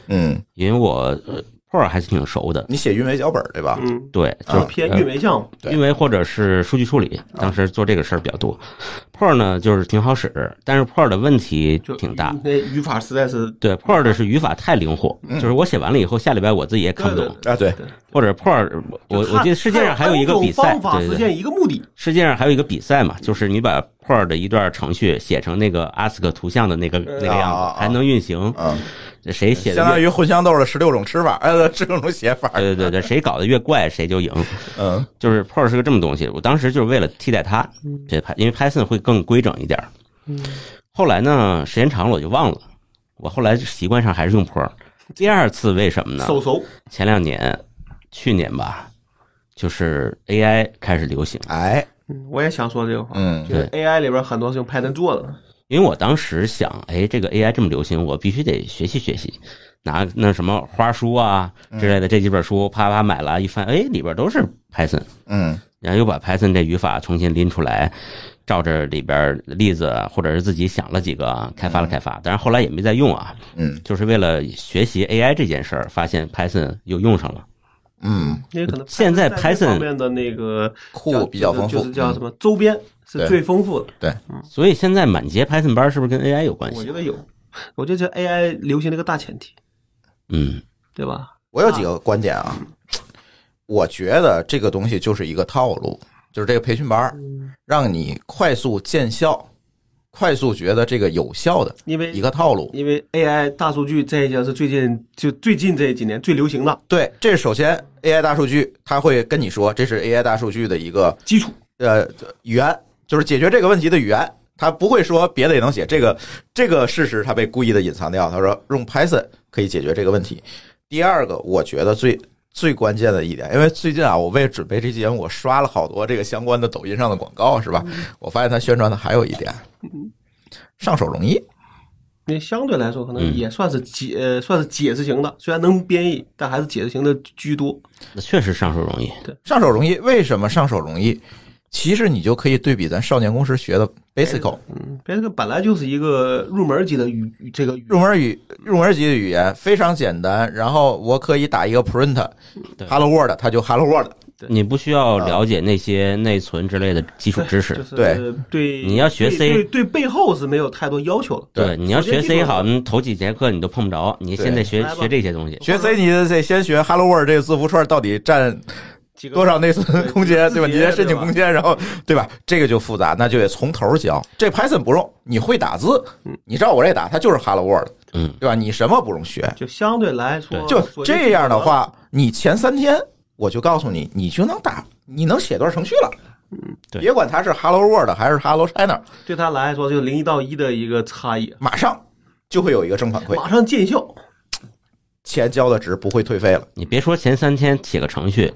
Speaker 1: 嗯，
Speaker 3: 因为我呃 Perl 还是挺熟的，
Speaker 1: 你写运维脚本对吧？
Speaker 2: 嗯，
Speaker 3: 对，就
Speaker 2: 就是偏运维项目，
Speaker 1: 对
Speaker 3: 因为或者是数据处理，
Speaker 2: 啊
Speaker 3: 当时做这个事儿比较多。Perl 呢就是挺好使，但是 Perl 的问题
Speaker 2: 就
Speaker 3: 挺大。
Speaker 2: 那语法嗯实在是
Speaker 3: 对 Perl 的是语法太灵活，就是我写完了以后，下礼拜我自己也看不懂。
Speaker 1: 啊，对，
Speaker 3: 或者 Perl，我我
Speaker 2: 就看
Speaker 3: 我记得世界上还有一个比
Speaker 2: 它
Speaker 3: 赛，
Speaker 2: 有 N 种方法
Speaker 3: 对对
Speaker 2: 实
Speaker 3: 对，
Speaker 2: 现一个目的，
Speaker 3: 世界上还有一个比赛嘛，就是你把 Perl 的一段程序写成那个 ASC 图像的那
Speaker 2: 呃
Speaker 3: 个那个
Speaker 1: 啊啊
Speaker 3: 样
Speaker 1: 啊
Speaker 3: 子，才能运行。
Speaker 1: 嗯，
Speaker 3: 谁写的
Speaker 1: 相当
Speaker 3: 越
Speaker 1: 于茴香豆的十六种吃法，呃，十六种写法，
Speaker 3: 对对对对，谁搞得越怪谁就赢。
Speaker 1: 嗯
Speaker 3: 就是 Perl 是个这么东西，我当时就是为了替代它，这 Py 因为 Python 会更规整一点儿。后来呢，时间长了我就忘了，我后来习惯上还是用 Perl。第二次为什么呢？
Speaker 2: 手熟，
Speaker 3: 前两年，去年吧，就是 AI 开始流行，
Speaker 1: 哎，
Speaker 2: 嗯，我也想说这个话，
Speaker 1: 嗯
Speaker 2: 就是 AI 里边很多是用 Python 做的，
Speaker 3: 因为我当时想，哎，这个 AI 这么流行，我必须得学习学习，拿那什么花书啊之类的这几本书，啪啪买了一翻，哎，里边都是 Python，
Speaker 1: 嗯
Speaker 3: 然后又把 Python 这语法重新拎出来，照着里边例子啊或者是自己想了几个啊开
Speaker 2: 嗯
Speaker 3: 发了开发，但是后来也没再用啊，
Speaker 1: 嗯
Speaker 3: 就是为了学习 AI 这件事儿，发现 Python 又用上了。
Speaker 1: 嗯，
Speaker 2: 因为可能
Speaker 3: 现在
Speaker 2: Python 这
Speaker 3: Python
Speaker 2: 方面的那个
Speaker 1: 库比较丰
Speaker 2: 就
Speaker 1: 富嗯
Speaker 2: 是，叫什么周边是
Speaker 1: 对
Speaker 2: 最丰富的。
Speaker 3: 所以现在满街 Python 班是不是跟 AI
Speaker 1: 哎
Speaker 3: 有关
Speaker 2: 我
Speaker 3: 系
Speaker 2: 觉？得有，我觉得这 AI 流行的一个大前提，
Speaker 3: 嗯，
Speaker 2: 对吧？
Speaker 1: 我有几个观点啊，我觉得这个东西就是一个套路，就是这个培训班儿
Speaker 2: 嗯
Speaker 1: 让你快速见效，快速觉得这个有效的
Speaker 2: 因为
Speaker 1: 一个套路。
Speaker 2: 因为 AI 大数据这一项是最近就最近这几年最流行的
Speaker 1: 对，这是首先 AI 大数据，它会跟你说这是 AI 大数据的一个
Speaker 2: 基础。
Speaker 1: 呃语言，就是解决这个问题的语言。它不会说别的也能写，这个这个事实它被故意的隐藏掉。他说用 Python 可以解决这个问题。第二个，我觉得最最关键的一点，因为最近啊，我为准备这期节目，我刷了好多这个相关的抖音上的广告，是吧？我发现它宣传的还有一点，上手容易。
Speaker 2: 因为相对来说，可能
Speaker 3: 嗯
Speaker 2: 也算是解、呃算是解释型的，虽然能编译，但还是解释型的居多。
Speaker 3: 那确实上手容易。
Speaker 1: 上手容易，为什么上手容易？其实你就可以对比咱少年宫时学的 Basic
Speaker 2: 嗯，别这个本来就是一个入门级的语语这个语
Speaker 1: 入门语入门级的语言，非常简单。然后我可以打一个 print
Speaker 3: 对
Speaker 1: hello world，它就 hello world。
Speaker 2: 对啊
Speaker 3: 你不需要了解那些内存之类的基础知识
Speaker 2: 就，是
Speaker 1: 对
Speaker 2: 对，
Speaker 3: 你要学 C
Speaker 2: 对对对背后是没有太多要求的。
Speaker 1: 对
Speaker 3: 对，你要学
Speaker 2: 首先
Speaker 3: C
Speaker 2: 基础
Speaker 3: 好，你头几节课你都碰不着，你现在学
Speaker 2: 来吧
Speaker 3: 学这些东西，
Speaker 1: 学 C 你得先学 hello world 这个字符串到底占
Speaker 2: 几个
Speaker 1: 多少内存
Speaker 2: 对
Speaker 1: 空间，对吧？你
Speaker 2: 字节
Speaker 1: 先申请
Speaker 2: 对吧
Speaker 1: 空间，然后对吧？这个就复杂，那就得从头教。这 Python 不用，你会打字，你照我这打，它就是 hello world，
Speaker 3: 嗯，
Speaker 1: 对吧？你什么不用学，
Speaker 2: 就相对来说，
Speaker 3: 对
Speaker 1: 就
Speaker 2: 哦所谓
Speaker 1: 这样的话，你前三天我就告诉你，你就能打，你能写段程序了。
Speaker 3: 嗯对
Speaker 1: 别管它是 Hello World 还是 Hello China，
Speaker 2: 对他来说就是零一到一的一个差异，
Speaker 1: 马上就会有一个正反馈，
Speaker 2: 马上见效。
Speaker 1: 钱交的值不会退费了。
Speaker 3: 你别说前三天写个程序，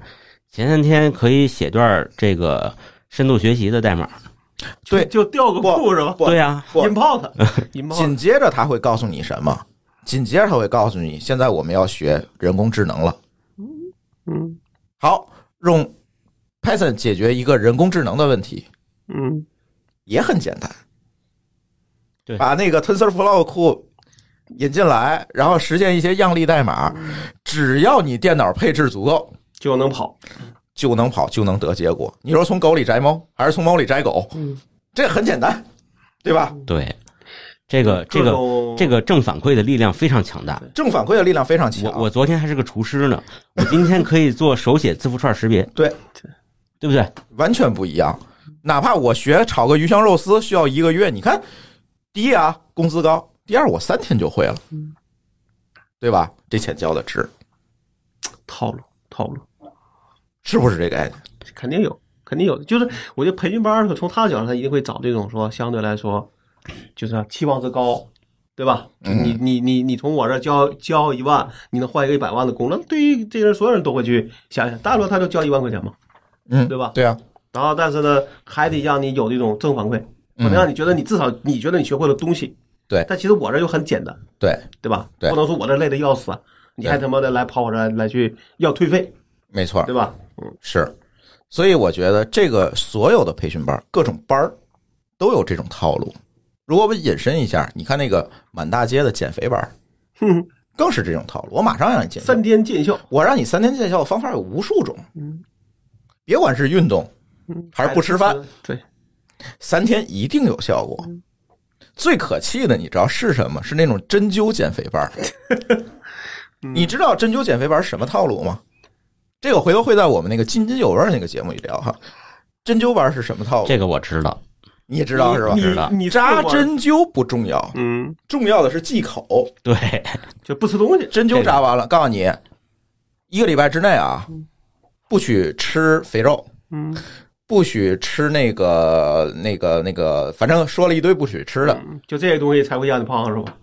Speaker 3: 前三天可以写段儿这个深度学习的代码，
Speaker 1: 对
Speaker 2: 就调个
Speaker 1: 不
Speaker 2: 库是吧？
Speaker 1: 不
Speaker 3: 对啊呀，
Speaker 1: 不
Speaker 2: 引爆它，引 爆它
Speaker 1: 紧接着他会告诉你什么？紧接着他会告诉你，现在我们要学人工智能了。
Speaker 2: 嗯
Speaker 1: 好，用 Python 解决一个人工智能的问题
Speaker 2: 嗯，
Speaker 1: 也很简单，
Speaker 3: 对
Speaker 1: 把那个 TensorFlow 库引进来，然后实现一些样例代码，
Speaker 2: 嗯
Speaker 1: 只要你电脑配置足够，
Speaker 2: 就能跑。
Speaker 1: 就能跑，就能得结果。你说从狗里摘猫，还是从猫里摘狗？
Speaker 2: 嗯，
Speaker 1: 这很简单，对吧？
Speaker 3: 对，这个这
Speaker 2: 各
Speaker 3: 个
Speaker 2: 种
Speaker 3: 这个正反馈的力量非常强大。
Speaker 1: 正反馈的力量非常强
Speaker 3: 我。我昨天还是个厨师呢，我今天可以做手写字符串识别，
Speaker 1: 对，
Speaker 3: 对不对？
Speaker 1: 完全不一样。哪怕我学炒个鱼香肉丝需要一个月，你看，第一啊，工资高；第二，我三天就会了，对吧？这钱交的值，
Speaker 2: 套路套路
Speaker 1: 是不是这个概念？
Speaker 2: 肯定有，肯定有。就是我觉得培训班儿从他的角度，他一定会找这种说相对来说就是期望值高。对吧？就
Speaker 1: 嗯
Speaker 2: 你你你你从我这儿交交一万，你能换一个一百万的工，那对于这个人所有人都会去想想。大多他就交一万块钱嘛，
Speaker 1: 嗯，
Speaker 2: 对吧
Speaker 1: 对啊，
Speaker 2: 然后但是呢，还得让你有这种正反馈，可能让你觉得你至少你觉得你学会了东西。
Speaker 1: 嗯对
Speaker 2: 但其实我这又很简单，
Speaker 1: 对，
Speaker 2: 对吧？
Speaker 1: 对
Speaker 2: 不能说我这累的要死，啊你还他妈的来跑我这儿来去要退费，
Speaker 1: 没错
Speaker 2: 对，吧？
Speaker 1: 是。所以我觉得这个所有的培训班儿，各种班儿都有这种套路。如果我们引申一下，你看那个满大街的减肥班儿，
Speaker 2: 哼，
Speaker 1: 更是这种套路。我马上让你减肥，
Speaker 2: 三天见效，
Speaker 1: 我让你三天见效的方法有无数种，别管是运动嗯还是不吃饭，，
Speaker 2: 对，
Speaker 1: 三天一定有效果。最可气的，你知道是什么？是那种针灸减肥 班儿。
Speaker 2: 嗯
Speaker 1: 你知道针灸减肥班儿什么套路吗？这个回头会在我们那个津津有味儿那个节目里聊哈。针灸班儿是什么套路？
Speaker 3: 这个我知道，
Speaker 1: 你知道是吧
Speaker 2: 你？
Speaker 3: 知道
Speaker 2: 你你
Speaker 1: 扎
Speaker 2: 吃过，
Speaker 1: 针灸不重要，
Speaker 2: 嗯，
Speaker 1: 重要的是忌口。
Speaker 3: 对，
Speaker 2: 就不吃东西，
Speaker 1: 针灸扎完了，告诉你，一个礼拜之内啊，不许吃肥肉，
Speaker 2: 嗯，
Speaker 1: 不许吃那个那个那个，反正说了一堆不许吃的，
Speaker 2: 嗯就这些东西才会让你胖，是吧？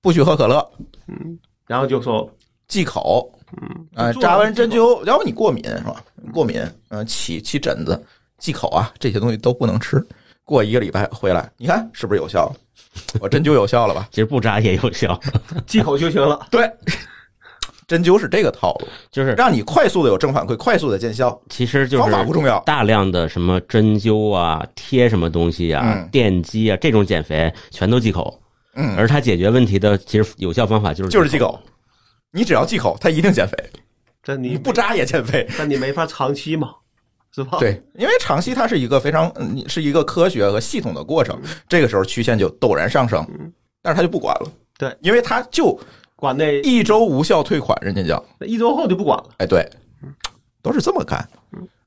Speaker 1: 不许喝可乐，
Speaker 2: 嗯，然后就说
Speaker 1: 忌口，
Speaker 2: 嗯，
Speaker 1: 呃，
Speaker 2: 做
Speaker 1: 扎完针
Speaker 2: 就
Speaker 1: 灸，要不你过敏是吧？过敏，嗯、起起疹子、忌口啊，这些东西都不能吃。过一个礼拜回来，你看是不是有 效？我针灸有效了吧？
Speaker 3: 其实不扎也有效，
Speaker 2: 忌口就行了。
Speaker 1: 对，针灸是这个套路，
Speaker 3: 就是
Speaker 1: 让你快速的有正反馈，快速的见效，
Speaker 3: 其实就
Speaker 1: 方
Speaker 3: 是
Speaker 1: 法不重要。
Speaker 3: 大量的什么针灸啊、贴什么东西啊
Speaker 1: 嗯、
Speaker 3: 电击啊这种减肥全都忌口，
Speaker 1: 嗯，
Speaker 3: 而它解决问题的其实有效方法就是
Speaker 1: 就是忌口。你只要忌口，它一定减肥。
Speaker 2: 这
Speaker 1: 你
Speaker 2: 你
Speaker 1: 不扎也减肥。
Speaker 2: 但你没法长期嘛，是吧？，
Speaker 1: 对，因为长期它是一个非常嗯是一个科学和系统的过
Speaker 2: 嗯
Speaker 1: 程，这个时候曲线就陡然上升，但是他就不管了。
Speaker 2: 对，
Speaker 1: 因为他就
Speaker 2: 管那
Speaker 1: 一周无效退款，人家叫
Speaker 2: 一周后就不管了。
Speaker 1: 哎，对，都是这么干。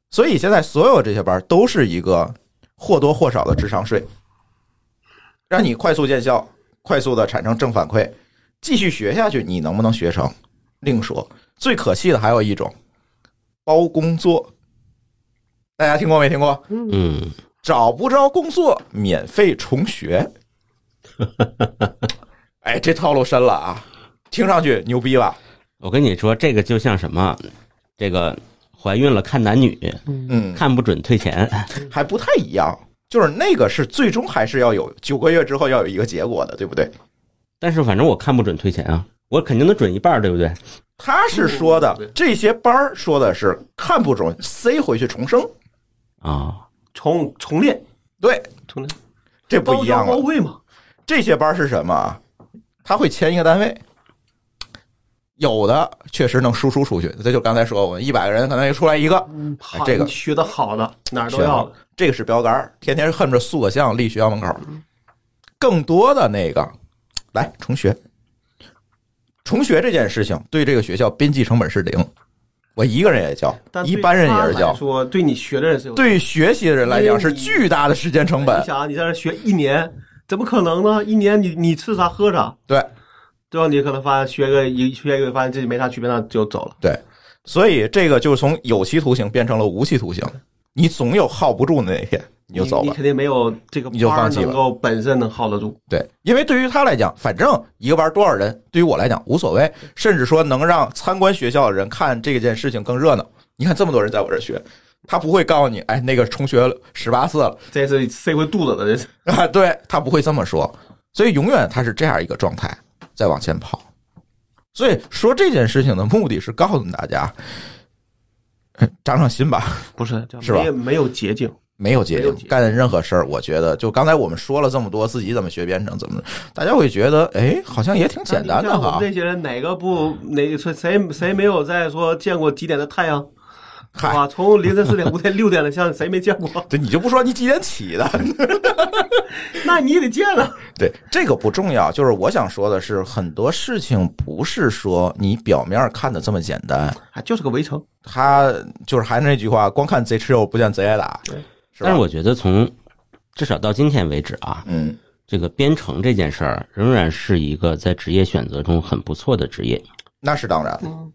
Speaker 1: 所以现在所有这些班都是一个或多或少的智商税，让你快速见效，快速的产生正反馈，继续学下去，你能不能学成另说。最可气的还有一种包工作，大家听过没听过？
Speaker 3: 嗯，
Speaker 1: 找不着工作，免费重学。哎，这套路深了啊！听上去牛逼吧？
Speaker 3: 我跟你说，这个就像什么，这个怀孕了看男女，
Speaker 1: 嗯，
Speaker 3: 看不准退钱，
Speaker 1: 还不太一样，就是那个是最终还是要有九个月之后要有一个结果的，对不对？
Speaker 3: 但是反正我看不准退钱啊，我肯定能准一半儿，对不对？
Speaker 1: 他是说的
Speaker 2: 嗯对
Speaker 1: 这些班儿说的是看不准塞回去重生，
Speaker 3: 啊，
Speaker 2: 重重练，
Speaker 1: 对，
Speaker 2: 重练，
Speaker 1: 这不一样
Speaker 2: 包
Speaker 1: 了。
Speaker 2: 会嘛，
Speaker 1: 这些班儿是什么啊？他会签一个单位，有的确实能输出出去，这就刚才说我一百个人可能就出来一个，
Speaker 2: 嗯，
Speaker 1: 哎这个
Speaker 2: 好学的好的哪儿都
Speaker 1: 学
Speaker 2: 要
Speaker 1: 好
Speaker 2: 了，
Speaker 1: 这个是标杆儿，天天恨不着塑个像立学校门口儿。
Speaker 2: 嗯
Speaker 1: 更多的那个，来重学，重学这件事情对这个学校边际成本是零，我一个人也教，
Speaker 2: 但
Speaker 1: 一
Speaker 2: 对
Speaker 1: 般人
Speaker 2: 他
Speaker 1: 也是教
Speaker 2: 来，说对你学的人是有
Speaker 1: 对于学习的人来
Speaker 2: 因
Speaker 1: 讲
Speaker 2: 为
Speaker 1: 是
Speaker 2: 你
Speaker 1: 巨大的时间成本
Speaker 2: 你。想啊，你在这学一年，怎么可能呢？一年你你吃啥喝啥，
Speaker 1: 对
Speaker 2: 最后你可能发现学个一学一个，发现自己没啥区别，那就走了。
Speaker 1: 对，所以这个就从有期徒刑变成了无期徒刑，你总有耗不住的那一天，你就走
Speaker 2: 你
Speaker 1: 吧。
Speaker 2: 肯定没有这个
Speaker 1: 你就
Speaker 2: 班
Speaker 1: 放
Speaker 2: 儿
Speaker 1: 弃了
Speaker 2: 能够本身能耗得住。
Speaker 1: 对，因为对于他来讲，反正一个班多少人，对于我来讲无所谓，甚至说能让参观学校的人看这件事情更热闹。你看这么多人在我这儿学，他不会告诉你，哎，那个重学十八次了
Speaker 2: 这是塞回肚子的，这是
Speaker 1: 啊，对他不会这么说，所以永远他是这样一个状态在往前跑。所以说这件事情的目的是告诉大家，哎长长心吧，
Speaker 2: 不是叫
Speaker 1: 是吧
Speaker 2: 没有没有捷径。
Speaker 1: 没有捷
Speaker 2: 没有
Speaker 1: 径
Speaker 2: 捷，径
Speaker 1: 干任何事儿，我觉得就刚才我们说了这么多，自己怎么学编程，怎么，大家会觉得，哎，好像也挺简单的
Speaker 2: 像我
Speaker 1: 哈
Speaker 2: 们。这些人哪个不哪个说谁谁没有在说见过几点的太阳？
Speaker 1: 嗨
Speaker 2: 啊，从凌晨四点、五点、六点的，像谁没见过？
Speaker 1: 对，你就不说你几点起的，
Speaker 2: 那你也得见啊了。
Speaker 1: 对，这个不重要。就是我想说的是，很多事情不是说你表面看的这么简单。
Speaker 2: 啊，就是个围城。
Speaker 1: 他就是还是那句话，光看贼吃肉，不见贼挨打，
Speaker 2: 对
Speaker 1: 是吧？
Speaker 3: 但是我觉得从至少到今天为止啊，
Speaker 1: 嗯，
Speaker 3: 这个编程这件事儿仍然是一个在职业选择中很不错的职业。
Speaker 1: 那是当然的。
Speaker 2: 嗯，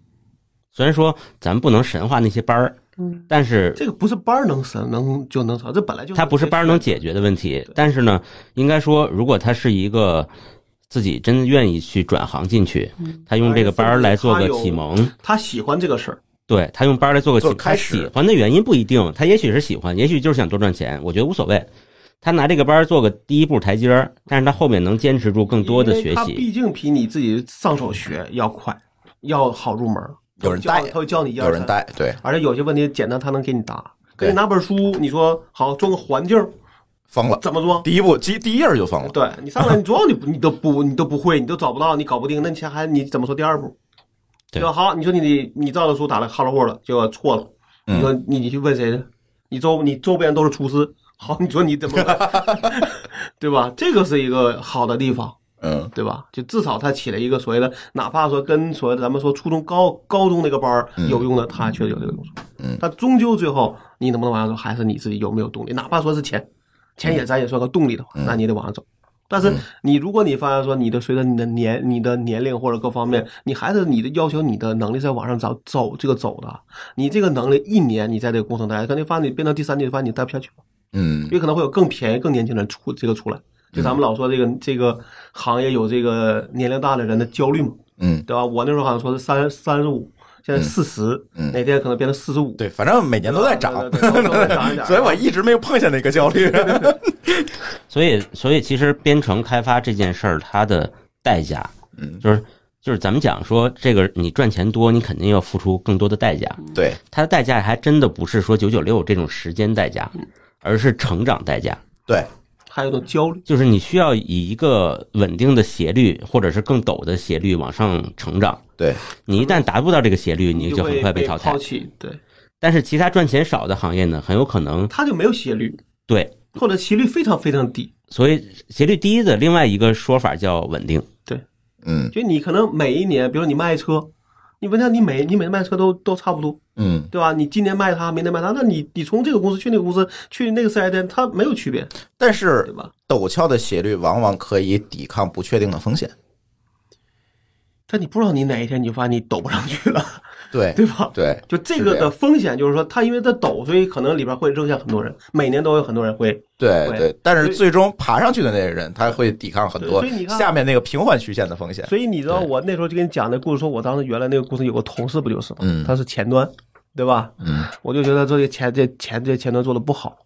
Speaker 3: 虽然说咱不能神化那些班儿，
Speaker 1: 嗯
Speaker 3: 但是
Speaker 2: 这个不是班儿能省能就能少，这本来就
Speaker 3: 它不是班儿能解决的问题。但是呢，应该说，如果他是一个自己真的愿意去转行进去，
Speaker 2: 嗯
Speaker 3: 他用这个班儿来做个启蒙，
Speaker 2: 他喜欢这个事儿，
Speaker 3: 对他用班儿来做个启
Speaker 1: 做
Speaker 3: 蒙。
Speaker 1: 开
Speaker 3: 他
Speaker 1: 始
Speaker 3: 喜欢的原因不一定，他也许是喜欢，也许就是想多赚钱，我觉得无所谓。他拿这个班儿做个第一步台阶儿，但是他后面能坚持住更多的
Speaker 2: 因为
Speaker 3: 学
Speaker 2: 他
Speaker 3: 习。
Speaker 2: 毕竟比你自己上手学要快，要好入门。
Speaker 1: 有人带
Speaker 2: 他会教你一二
Speaker 1: 有人
Speaker 2: 三，
Speaker 1: 带，对，
Speaker 2: 而且有些问题简单，他能给你答。给
Speaker 1: 对
Speaker 2: 你拿本书，你说好装个环境
Speaker 1: 疯了，
Speaker 2: 怎么装？
Speaker 1: 第一步，第第一页就疯了。
Speaker 2: 对你上来你装 你不你都不你都不会，你都找不到，你搞不定，那你还还你怎么说第二步？
Speaker 3: 对
Speaker 2: 吧好，你说你你你照着书打了哈喽货了，结果错了，
Speaker 1: 嗯
Speaker 2: 你说你你去问谁去？你周你周边都是厨师，好，你说你怎 么问？对吧？这个是一个好的地方，
Speaker 1: 嗯，
Speaker 2: 对吧？就至少它起了一个所谓的，哪怕说跟所谓的咱们说初中高高中那个班儿有用的，它确实有这个用处。
Speaker 1: 嗯，
Speaker 2: 但终究最后你能不能往上走，还是你自己有没有动力。哪怕说是钱，钱也咱也算个动力的话，那你得往上走。但是你如果你发现说你的随着你的年你的年龄或者各方面，你还是你的要求你的能力在往上走走这个走的，你这个能力一年你在这个工程待，可能发现你变到第三年，发现你待不下去了。
Speaker 1: 嗯，
Speaker 2: 也可能会有更便宜、更年轻人出这个出来。就咱们老说这个这个行业有这个年龄大的人的焦虑嘛，
Speaker 1: 嗯，
Speaker 2: 对吧？我那时候好像说是三三十五，现
Speaker 1: 嗯
Speaker 2: 在四十、
Speaker 1: 嗯
Speaker 2: 哪天可能变成四十五，
Speaker 1: 对，反正每年都在涨
Speaker 2: 对对对都 在涨一点，儿啊
Speaker 1: 所以我一直没有碰下那个焦虑。
Speaker 3: 所以，所以其实编程开发这件事儿，它的代价，
Speaker 1: 嗯，
Speaker 3: 就是就是咱们讲说，这个你赚钱多，你肯定要付出更多的代价。
Speaker 1: 对，
Speaker 3: 它的代价还真的不是说九九六这种时间代价，
Speaker 2: 嗯
Speaker 3: 而是成长代价。
Speaker 1: 对，
Speaker 2: 还有一种焦虑。
Speaker 3: 就是你需要以一个稳定的斜率，或者是更陡的斜率往上成长。
Speaker 1: 对，
Speaker 3: 你一旦达不到这个斜率，你就
Speaker 2: 会
Speaker 3: 很快
Speaker 2: 被
Speaker 3: 淘汰
Speaker 2: 抛。弃，对，
Speaker 3: 但是其他赚钱少的行业呢，很有可能
Speaker 2: 它就没有斜率，
Speaker 3: 对。
Speaker 2: 或者斜率非常非常低。
Speaker 3: 所以斜率低的另外一个说法叫稳定。
Speaker 1: 嗯
Speaker 2: 就你可能每一年，比如你卖车，你问他你每你每卖车都都差不多，
Speaker 1: 嗯，
Speaker 2: 对吧？你今年卖它，明年卖它，那你你从这个公司去那个公司，去那个四 S 店，它没有区别，
Speaker 1: 但
Speaker 2: 对
Speaker 1: 是
Speaker 2: 吧？
Speaker 1: 陡峭的斜率往往可以抵抗不确定的风险。
Speaker 2: 但你不知道你哪一天你就发现你抖不上去了，
Speaker 1: 对
Speaker 2: 对吧？
Speaker 1: 对
Speaker 2: 就这
Speaker 1: 是
Speaker 2: 个
Speaker 1: 这
Speaker 2: 的
Speaker 1: 样
Speaker 2: 风险，就是说它因为它抖，所以可能里边会扔下很多人，每年都有很多人会。
Speaker 1: 对
Speaker 2: 对
Speaker 1: 对，但
Speaker 2: 所
Speaker 1: 是
Speaker 2: 以
Speaker 1: 最终爬上去的那个人，他会抵抗很多
Speaker 2: 对所以你看
Speaker 1: 下面那个平缓曲线的风险。
Speaker 2: 所以你知道
Speaker 1: 对
Speaker 2: 我那时候就跟你讲那故事，说我当时原来那个公司有个同事不就是吗？
Speaker 1: 嗯
Speaker 2: 他是前端，对吧？
Speaker 1: 嗯，
Speaker 2: 我就觉得这些前这前这前端做的不好，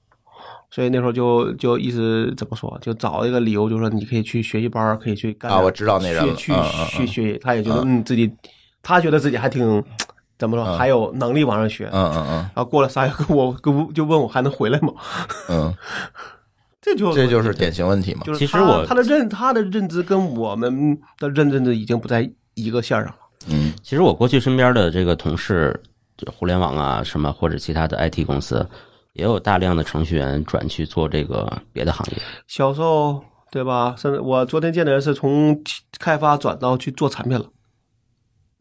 Speaker 2: 所以那时候就就一直怎么说，就找一个理由，就说你可以去学习班儿，可以去干点
Speaker 1: 啊我知道那人了
Speaker 2: 去
Speaker 1: 嗯
Speaker 2: 去
Speaker 1: 嗯嗯
Speaker 2: 去学习，他也觉得嗯自己，他觉得自己还挺怎么说，还有能力往上学。
Speaker 1: 嗯嗯
Speaker 2: 然后过了三月， 跟我跟我就问我还能回来吗？
Speaker 1: 嗯
Speaker 2: 这就
Speaker 1: 嗯，这就是典型问题嘛。
Speaker 2: 就是
Speaker 3: 其实
Speaker 2: 他
Speaker 3: 我
Speaker 2: 他的认他的认知跟我们的认知已经不在一个线儿上了。
Speaker 1: 嗯
Speaker 3: 其实我过去身边的这个同事，就互联网啊什么或者其他的 IT 公司，也有大量的程序员转去做这个别的行业。
Speaker 2: 销售，对吧？甚至我昨天见的人是从开发转到去做产品了。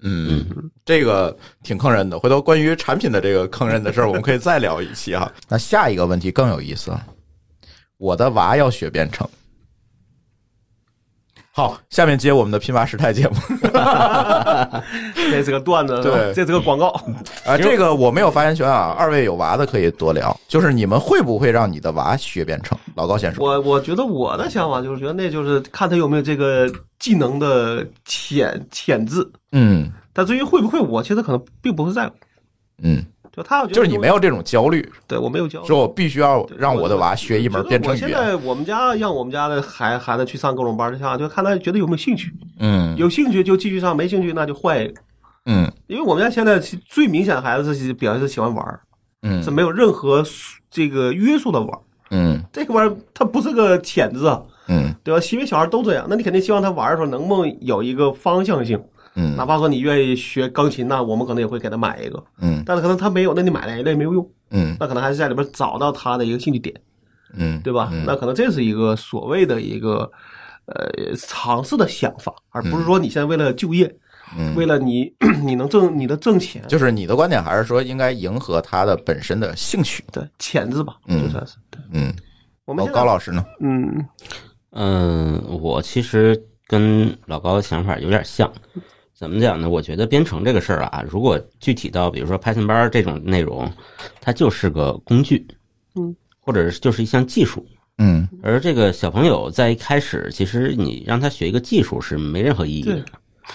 Speaker 1: 嗯，这个挺坑人的。回头关于产品的这个坑人的事儿，我们可以再聊一期 哈。那下一个问题更有意思，我的娃要学编程。好，下面接我们的拼娃时态节 目
Speaker 2: 这是个段子，
Speaker 1: 对
Speaker 2: 是吧这是个广告。
Speaker 1: 啊，这个我没有发言权啊。二位有娃的可以多聊，就是你们会不会让你的娃学编程？老高先说，
Speaker 2: 我我觉得我的想法就是觉得那就是看他有没有这个技能的潜潜质，
Speaker 1: 嗯
Speaker 2: 但至于会不会，我其实可能并不会在乎。
Speaker 1: 嗯，
Speaker 2: 就他，
Speaker 1: 就是你没
Speaker 2: 有，
Speaker 1: 有这种焦虑，
Speaker 2: 对我没有教。
Speaker 1: 说我必须要让我的娃学一门编程
Speaker 2: 我
Speaker 1: 语
Speaker 2: 现
Speaker 1: 言。
Speaker 2: 在我们家让我们家的孩孩子去上各种班儿，就像就看他觉得有没有兴趣，
Speaker 1: 嗯
Speaker 2: 有兴趣就继续上，没兴趣那就换一个。
Speaker 1: 嗯
Speaker 2: 因为我们家现在其最明显的孩子是表现是喜欢玩儿，是
Speaker 1: 嗯
Speaker 2: 没有任何这个约束的玩儿。
Speaker 1: 嗯
Speaker 2: 这个玩意儿它不是个潜质啊，
Speaker 1: 嗯
Speaker 2: 对吧？因为小孩都这样，那你肯定希望他玩的时候能不能有一个方向性，哪
Speaker 1: 嗯
Speaker 2: 怕说你愿意学钢琴，那我们可能也会给他买一个，
Speaker 1: 嗯
Speaker 2: 但是可能他没有，那你买来了也没有用，
Speaker 1: 嗯
Speaker 2: 那可能还是在里边找到他的一个兴趣点，
Speaker 1: 嗯，
Speaker 2: 对吧？那可能这是一个所谓的一个呃尝试的想法，而不是说你现在为了就业，
Speaker 1: 嗯
Speaker 2: 为了你 你能挣你的挣钱，
Speaker 1: 就是你的观点还是说应该迎合他的本身的兴趣。
Speaker 2: 对潜质吧，
Speaker 1: 嗯
Speaker 2: 就算是。对
Speaker 1: 嗯，
Speaker 2: 我们
Speaker 1: 老
Speaker 2: 现在
Speaker 1: 高老师呢？
Speaker 2: 嗯，
Speaker 3: 嗯，我其实跟老高的想法有点像。怎么讲呢？我觉得编程这个事儿啊，如果具体到比如说 Python 班儿这种内容，它就是个工具，
Speaker 2: 嗯，
Speaker 3: 或者是就是一项技术。
Speaker 1: 嗯
Speaker 3: 而这个小朋友在一开始，其实你让他学一个技术是没任何意义的
Speaker 2: 对，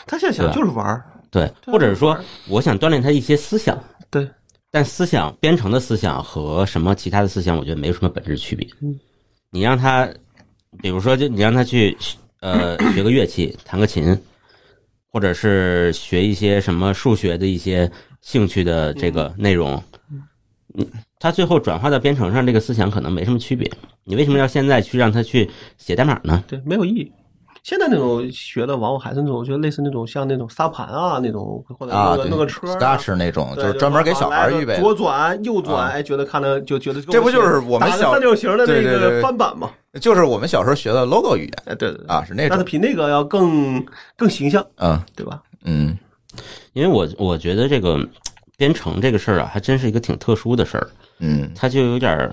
Speaker 2: 他现在想
Speaker 3: 对吧
Speaker 2: 就是玩儿，
Speaker 3: 对，
Speaker 2: 对
Speaker 3: 或者是
Speaker 2: 玩
Speaker 3: 说
Speaker 2: 儿
Speaker 3: 我想锻炼他一些思想，
Speaker 2: 对，
Speaker 3: 但思想编程的思想和什么其他的思想，我觉得没有什么本质区别。
Speaker 2: 嗯
Speaker 3: 你让他，比如说，就你让他去呃学个乐器，弹个琴，或者是学一些什么数学的一些兴趣的这个内容，嗯，他最后转化到编程上，这个思想可能没什么区别。你为什么要现在去让他去写代码呢？
Speaker 2: 对，没有意义。现在那种学的往往还是那种，就类似那种像那种沙盘啊那种，或者
Speaker 1: 啊，
Speaker 2: 弄个
Speaker 1: 对
Speaker 2: 弄个车啊，
Speaker 1: ，Scratch 那种，就
Speaker 2: 对
Speaker 1: 是专门给小孩儿预备
Speaker 2: 来
Speaker 1: 的
Speaker 2: 个。左转右转，
Speaker 1: 啊
Speaker 2: 哎，觉得看着就觉得
Speaker 1: 这不就是我们
Speaker 2: 打个
Speaker 1: 小
Speaker 2: 三六形的那
Speaker 1: 对对对
Speaker 2: 个
Speaker 1: 对
Speaker 2: 翻版嘛？
Speaker 1: 就是我们小时候学的 logo 语言
Speaker 2: 哎，对对对，
Speaker 1: 啊，是那
Speaker 2: 但
Speaker 1: 种。
Speaker 2: 是比那个要更更形象，
Speaker 1: 嗯
Speaker 2: 对吧？
Speaker 1: 嗯
Speaker 3: 因为我我觉得这个编程这个事儿啊，还真是一个挺特殊的事儿。
Speaker 1: 嗯
Speaker 3: 他就有点儿，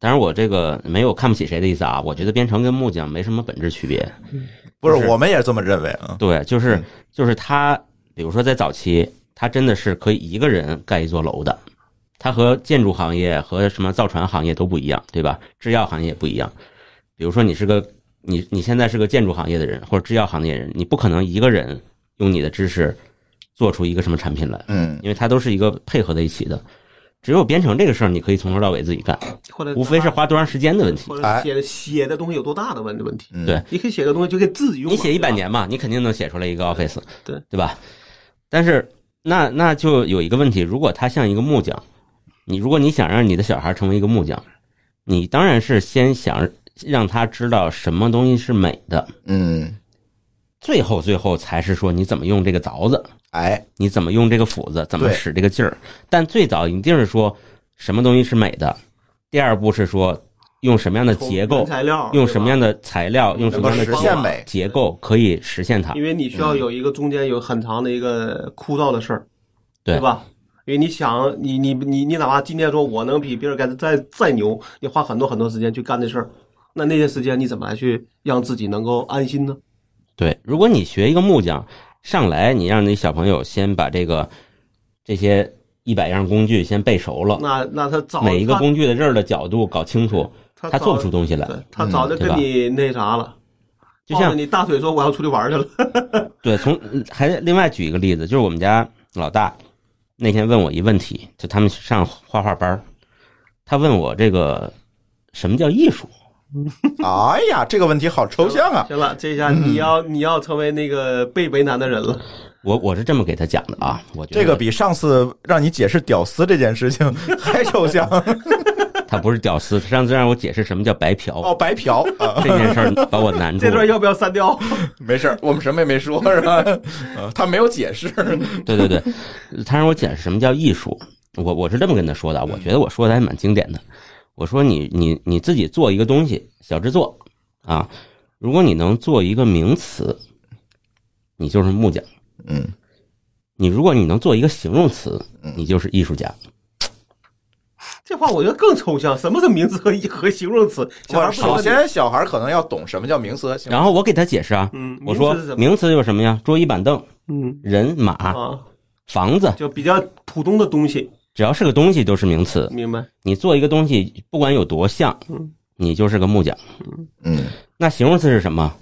Speaker 3: 当然我这个没有看不起谁的意思啊，我觉得编程跟木匠没什么本质区别。
Speaker 1: 不是
Speaker 3: 就，是
Speaker 1: 我们也这么认为啊。
Speaker 3: 对，就是
Speaker 1: 嗯
Speaker 3: 就是他，比如说在早期，他真的是可以一个人盖一座楼的，他和建筑行业和什么造船行业都不一样，对吧？制药行业也不一样。比如说你是个你你现在是个建筑行业的人或者制药行业的人，你不可能一个人。用你的知识做出一个什么产品来，
Speaker 1: 嗯
Speaker 3: 因为它都是一个配合在一起的。只有编程这个事儿，你可以从头到尾自己干，
Speaker 2: 或者
Speaker 3: 无非是花多长时间的问题。
Speaker 2: 或者写的写的东西有多大的问问题。
Speaker 1: 嗯，
Speaker 3: 对
Speaker 2: 你可以写个东西就给自己用嘛。
Speaker 3: 你写一百
Speaker 2: 对吧，
Speaker 3: 年嘛，你肯定能写出来一个 Office，
Speaker 2: 对
Speaker 3: 对吧？但是那那就有一个问题，如果他像一个木匠，你如果你想让你的小孩成为一个木匠，你当然是先想让他知道什么东西是美的，
Speaker 1: 嗯，
Speaker 3: 最后最后才是说你怎么用这个凿子，
Speaker 1: 哎，
Speaker 3: 你怎么用这个斧子，怎么
Speaker 1: 对
Speaker 3: 使这个劲儿。但最早一定是说什么东西是美的，第二步是说用什么样的
Speaker 2: 从
Speaker 3: 结构
Speaker 2: 原，材料
Speaker 3: 用什么样
Speaker 2: 的？
Speaker 3: 的材料，用什么样的
Speaker 1: 能够实现美
Speaker 3: 结构可以实现它
Speaker 2: 因。为你需要有一个中间有很长的一个枯燥的事儿，
Speaker 3: 对
Speaker 2: 对吧？因为你想，你你你你哪怕今天说我能比比尔盖茨再再牛，你花很多很多时间去干这事儿，那那些时间你怎么来去让自己能够安心呢？
Speaker 3: 对，如果你学一个木匠，上来你让你小朋友先把这个这些一百样工具先背熟了，
Speaker 2: 那那他早
Speaker 3: 嗯每一个
Speaker 2: 他
Speaker 3: 工具的刃儿的角度搞清楚，
Speaker 2: 他
Speaker 3: 他
Speaker 2: 早
Speaker 3: 做不出东西来。
Speaker 2: 对他早就
Speaker 3: 嗯对吧
Speaker 2: 跟你那啥了，
Speaker 3: 就
Speaker 2: 抱着
Speaker 3: 像
Speaker 2: 你大腿说我要出去玩去了，
Speaker 3: 对，从还另外举一个例子，就是我们家老大那天问我一问题，就他们上画画班儿，他问我这个什么叫艺术？
Speaker 1: 哎呀，这个问题好抽象啊，
Speaker 2: 行了，这下你要、
Speaker 3: 嗯
Speaker 2: 你要成为那个被为难的人了。
Speaker 3: 我我是这么给他讲的啊，我觉得
Speaker 1: 这个比上次让你解释屌丝这件事 情还抽象
Speaker 3: 他不是屌丝，他上次让我解释什么叫白嫖、
Speaker 1: 哦，白嫖啊，
Speaker 3: 这件事儿，把我难住
Speaker 2: 这
Speaker 3: 了。
Speaker 2: 段要不要删掉？
Speaker 1: 没事儿，我们什么也没说，是 吧？呃他没有解释，
Speaker 3: 对对对，他让我解释什么叫艺术，我我是这么跟他说的
Speaker 2: 嗯
Speaker 3: 啊，我觉得我说的还蛮经典的。我说你你你自己做一个东西，小制作啊，如果你能做一个名词，你就是木匠；
Speaker 1: 嗯
Speaker 3: 你如果你能做一个形容词，
Speaker 2: 嗯
Speaker 3: 你就是艺术家。
Speaker 2: 这话我觉得更抽象。什么是名词和和形容词？小孩
Speaker 1: 我
Speaker 2: 不懂
Speaker 1: 首先小孩可能要懂什么叫名词和形容
Speaker 3: 然后我给他解释啊，
Speaker 2: 嗯
Speaker 3: 我
Speaker 2: 名
Speaker 3: 说
Speaker 2: 词是什么
Speaker 3: 名词有什么呀？桌椅板凳、
Speaker 2: 嗯
Speaker 3: 人、马、
Speaker 2: 啊，
Speaker 3: 房子，
Speaker 2: 就比较普通的东西，
Speaker 3: 只要是个东西都是名词。
Speaker 2: 明白？
Speaker 3: 你做一个东西，不管有多像，你就是个木匠。
Speaker 1: 嗯
Speaker 3: 那形容词是什么？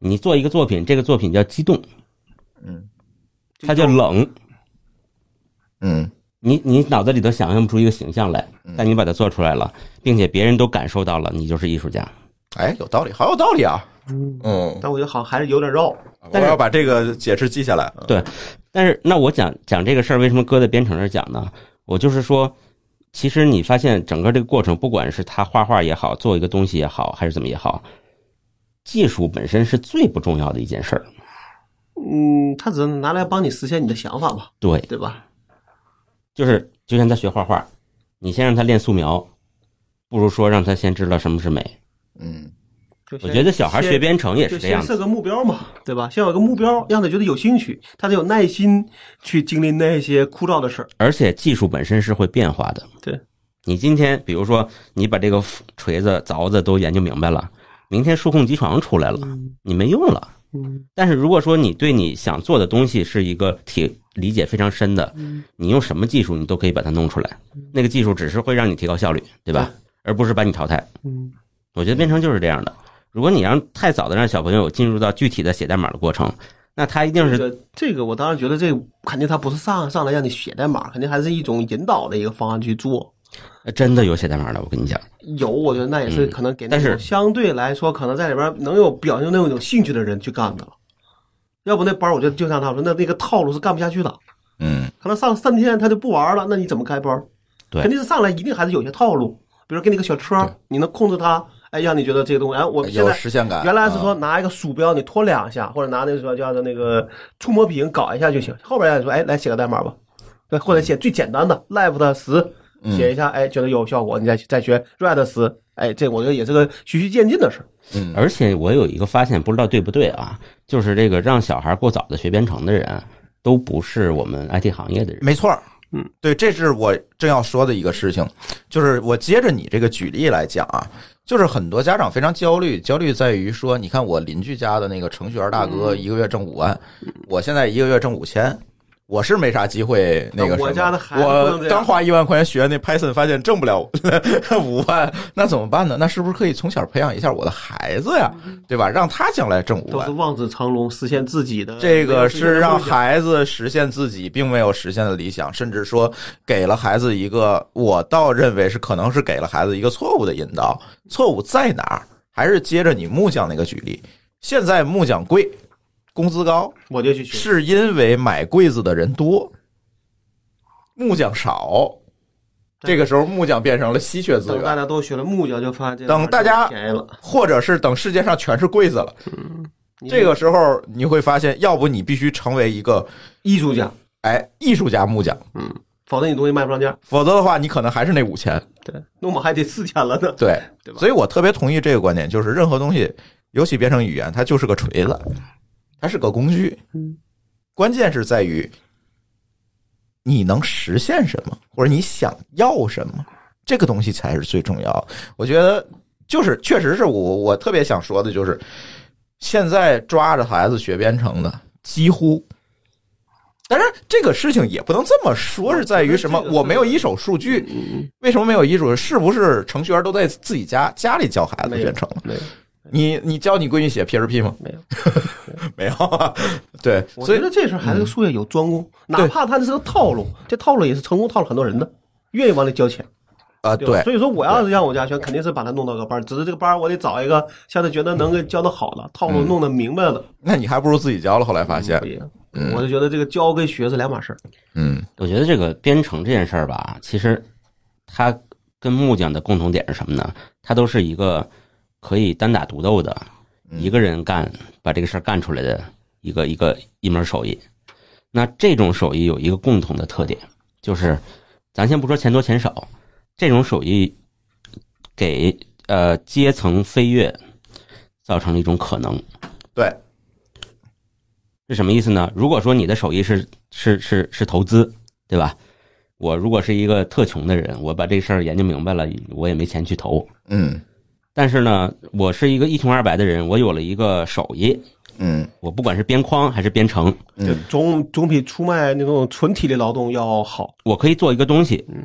Speaker 3: 你做一个作品，这个作品叫激动，
Speaker 1: 嗯
Speaker 3: 它叫冷。
Speaker 1: 嗯
Speaker 3: 你你脑子里头想象不出一个形象来，但你把它做出来了，并且别人都感受到了，你就是艺术家。
Speaker 1: 哎，有道理，好有道理啊，嗯，
Speaker 2: 但我觉得好像还是有点绕。
Speaker 1: 我要把这个解释记下来，
Speaker 3: 对但是那我讲讲这个事儿，为什么搁在编程这儿讲呢？我就是说，其实你发现整个这个过程，不管是他画画也好，做一个东西也好，还是怎么也好，技术本身是最不重要的一件事儿。
Speaker 2: 嗯，他只能拿来帮你实现你的想法吧，
Speaker 3: 对，
Speaker 2: 对吧？
Speaker 3: 就是就像他学画画，你先让他练素描，不如说让他先知道什么是美。
Speaker 1: 嗯
Speaker 2: 就
Speaker 3: 我
Speaker 2: 先
Speaker 3: 觉得小孩学编程也
Speaker 2: 就是
Speaker 3: 这
Speaker 2: 先
Speaker 3: 样子，
Speaker 2: 设个目标嘛，对吧？先有个目标，让他觉得有兴趣，他得有耐心去经历那些枯燥的事儿。
Speaker 3: 而且技术本身是会变化的。
Speaker 2: 对，
Speaker 3: 你今天比如说你把这个锤子、凿子都研究明白了，明天数控机床出来了，
Speaker 2: 嗯
Speaker 3: 你没用了。但是如果说你对你想做的东西是一个体理解非常深的，
Speaker 2: 嗯
Speaker 3: 你用什么技术你都可以把它弄出来。那个技术只是会让你提高效率，对吧？而不是把你淘汰。
Speaker 2: 嗯，
Speaker 3: 我觉得编程就是这样的。如果你让太早的让小朋友进入到具体的写代码的过程，那他一定
Speaker 2: 这
Speaker 3: 是
Speaker 2: 个这个，我当然觉得这肯定他不是上上来让你写代码，肯定还是一种引导的一个方案去做。
Speaker 3: 真的有写代码的。我跟你讲，
Speaker 2: 有，我觉得那也是可能给那
Speaker 3: 嗯但
Speaker 2: 种
Speaker 3: 是
Speaker 2: 相对来说，可能在里边能有表现那种兴趣的人去干的了。要不那班儿我觉得就像他说，那那个套路是干不下去的。
Speaker 1: 嗯
Speaker 2: 可能上三天他就不玩了，那你怎么开班儿？
Speaker 3: 对
Speaker 2: 肯定是上来一定还是有些套路，比如给你个小车儿，你能控制它，哎，让你觉得这个东西，哎，啊我现
Speaker 1: 有
Speaker 2: 在
Speaker 1: 实现感，啊
Speaker 2: 原来是说拿一个鼠标你拖两下，或者拿那个说叫做那个触摸屏搞一下就行，后边让你说，哎，来写个代码吧，对，或者写最简单的 left 十写一下，哎，觉得有效果，你再去再学 right 十，哎，这我觉得也是个循序渐进的事儿。
Speaker 3: 而且我有一个发现，不知道对不对啊，就是这个让小孩过早的学编程的人，都不是我们 IT 行业的人。
Speaker 1: 没错儿，
Speaker 2: 嗯，
Speaker 1: 对，这是我正要说的一个事情，就是我接着你这个举例来讲啊，就是很多家长非常焦虑，焦虑在于说，
Speaker 2: 嗯
Speaker 1: 你看我邻居家的那个程序员大哥一个月挣五万，我现在一个月挣五千，我是没啥机会那个什么。
Speaker 2: 我家的孩子不能
Speaker 1: 我
Speaker 2: 这样
Speaker 1: 刚花一万块钱学那 Python，发现挣不了五万，那怎么办呢？那是不是可以从小培养一下我的孩子呀？
Speaker 2: 嗯
Speaker 1: 对吧？让他将来挣五
Speaker 2: 都
Speaker 1: 万
Speaker 2: 是。望子成龙，实现自己的
Speaker 1: 这个是让
Speaker 2: 孩
Speaker 1: 孩子实现自己并没有实现的理想，甚至说给了孩子一个，我倒认为是可能是给了孩子一个错误的引导。错误在哪儿？还是接着你木匠那个举例，现在木匠贵，工资高，
Speaker 2: 我就去学。
Speaker 1: 是因为买柜子的人多，木匠少。
Speaker 2: 对
Speaker 1: 这个时候，木匠变成了稀缺资
Speaker 2: 等大
Speaker 1: 源，
Speaker 2: 家都学了木匠，就发现
Speaker 1: 等大家
Speaker 2: 便宜了。
Speaker 1: 或者是等世界上全是柜子了。
Speaker 2: 你
Speaker 1: 这个时候，你会发现，要不你必须成为一个
Speaker 2: 艺术家，
Speaker 1: 哎艺术家木匠，
Speaker 2: 否则你东西卖不上价。
Speaker 1: 否则的话，你可能还是那五千。
Speaker 2: 对，那我们还得四千了呢。
Speaker 1: 对，
Speaker 2: 对吧
Speaker 1: 所以我特别同意这个观点，就是任何东西，尤其编程语言，它就是个锤子，它是个工具。
Speaker 2: 嗯
Speaker 1: 关键是在于你能实现什么，或者你想要什么，这个东西才是最重要的。我觉得就是，确实是我我特别想说的，就是现在抓着孩子学编程的几乎。当然，这个事情也不能这么说，是在于什么？
Speaker 2: 这个是
Speaker 1: 我没有一手数据，
Speaker 2: 嗯，
Speaker 1: 为什么没有医嘱？是不是程序员都在自己家家里教孩子编程了？
Speaker 2: 没有
Speaker 1: 你你教你闺女写 PHP 吗？
Speaker 2: 没有。
Speaker 1: 没有 啊。对，
Speaker 2: 我
Speaker 1: 所
Speaker 2: 觉
Speaker 1: 以嗯
Speaker 2: 得这事儿还是术业有专攻，哪怕他这是个套路，这套路也是成功套了很多人的，愿意往里交钱。
Speaker 1: 啊，
Speaker 2: 对吧，
Speaker 1: 对
Speaker 2: 所以说我要是让我家学，肯定是把他弄到个班儿，只是这个班儿我得找一个像他觉得能够教的好的，套
Speaker 1: 嗯
Speaker 2: 路弄得明白了，
Speaker 1: 那你还不如自己教了。后来发现
Speaker 2: 不，一样。我就觉得这个教跟学是两码事儿。
Speaker 1: 嗯，
Speaker 3: 我觉得这个编程这件事儿吧，其实它跟木匠的共同点是什么呢？它都是一个可以单打独斗的，一个人干把这个事儿干出来的一个一个一门手艺。那这种手艺有一个共同的特点，就是咱先不说钱多钱少，这种手艺给呃阶层飞跃造成了一种可能。
Speaker 1: 对，
Speaker 3: 是什么意思呢？如果说你的手艺是是是是投资，对吧？我如果是一个特穷的人，我把这事儿研究明白了，我也没钱去投。
Speaker 1: 嗯
Speaker 3: 但是呢，我是一个一穷二白的人，我有了一个手艺，
Speaker 1: 嗯
Speaker 3: 我不管是编框还是编程，
Speaker 1: 嗯
Speaker 2: 就总总比出卖那种纯体力劳动要好。
Speaker 3: 我可以做一个东西，
Speaker 2: 嗯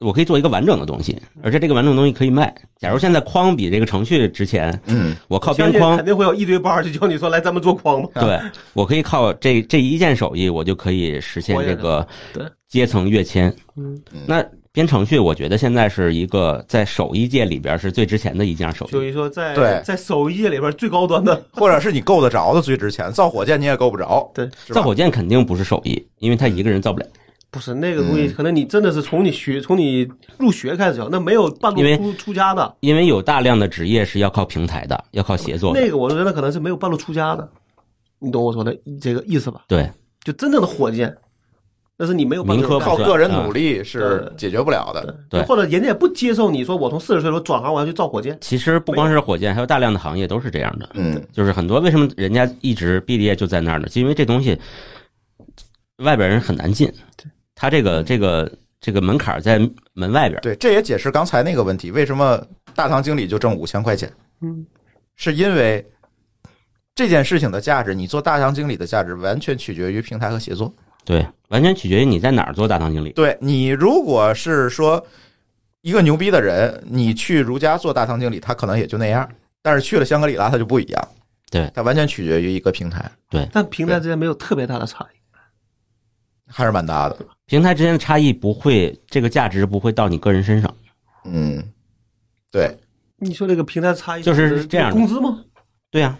Speaker 3: 我可以做一个完整的东西，而且这个完整的东西可以卖。假如现在框比这个程序值钱，
Speaker 1: 嗯，
Speaker 3: 我靠
Speaker 2: 相
Speaker 3: 编
Speaker 2: 信
Speaker 3: 框
Speaker 2: 肯，定会有一堆班儿就教你说来咱们做框吧。
Speaker 3: 对我可以靠这这一件手艺，我就可以实现
Speaker 2: 活下
Speaker 3: 这
Speaker 2: 来
Speaker 3: 个
Speaker 2: 对
Speaker 3: 阶层跃迁。
Speaker 2: 嗯，
Speaker 3: 那编程序，我觉得现在是一个在手艺界里边是最值钱的一项手
Speaker 2: 所
Speaker 3: 艺。
Speaker 2: 以说在
Speaker 1: 对
Speaker 2: 在手艺界里边最高端的，
Speaker 1: 或者是你够得着的最值钱，造火箭你也够不着。
Speaker 2: 对，
Speaker 1: 是吧
Speaker 3: 造火箭肯定不是手艺，因为他一个人造不了。
Speaker 2: 不是那个东
Speaker 1: 嗯
Speaker 2: 西，可能你真的是从你学从你入学开始教，那没有半路
Speaker 3: 因为
Speaker 2: 出出家的。
Speaker 3: 因为有大量的职业是要靠平台的，要靠协作的。
Speaker 2: 那个我觉得可能是没有半路出家的，你懂我说的这个意思吧？
Speaker 3: 对，
Speaker 2: 就真正的火箭，但是你没有半路
Speaker 3: 民科
Speaker 2: 出家
Speaker 1: 靠个人努力是
Speaker 2: 对
Speaker 1: 解决不了的。
Speaker 3: 对
Speaker 2: 或者人家也不接受你说我从四十岁的时候转行我要去造火箭，
Speaker 3: 其实不光是火箭，还有大量的行业都是这样的。
Speaker 1: 嗯，
Speaker 3: 就是很多为什么人家一直毕业就在那儿呢？就因为这东西外边人很难进，他这个这个这个门槛儿在门外边儿。
Speaker 1: 对，这也解释刚才那个问题，为什么大堂经理就挣五千块钱？
Speaker 2: 嗯，
Speaker 1: 是因为这件事情的价值，你做大堂经理的价值完全取决于平台和协作。
Speaker 3: 对，完全取决于你在哪儿做大堂经理。
Speaker 1: 对你如果是说一个牛逼的人，你去如家做大堂经理，他可能也就那样，但是去了香格里拉他就不一样，
Speaker 3: 对
Speaker 1: 他完全取决于一个平台，
Speaker 2: 但平台之间没有特别大的差异。
Speaker 1: 还是蛮大的。
Speaker 3: 平台之间的差异不会，这个价值不会到你个人身上。
Speaker 1: 嗯，对，
Speaker 2: 你说这个平台差异
Speaker 3: 就是这样的
Speaker 2: 工资吗？
Speaker 3: 对呀、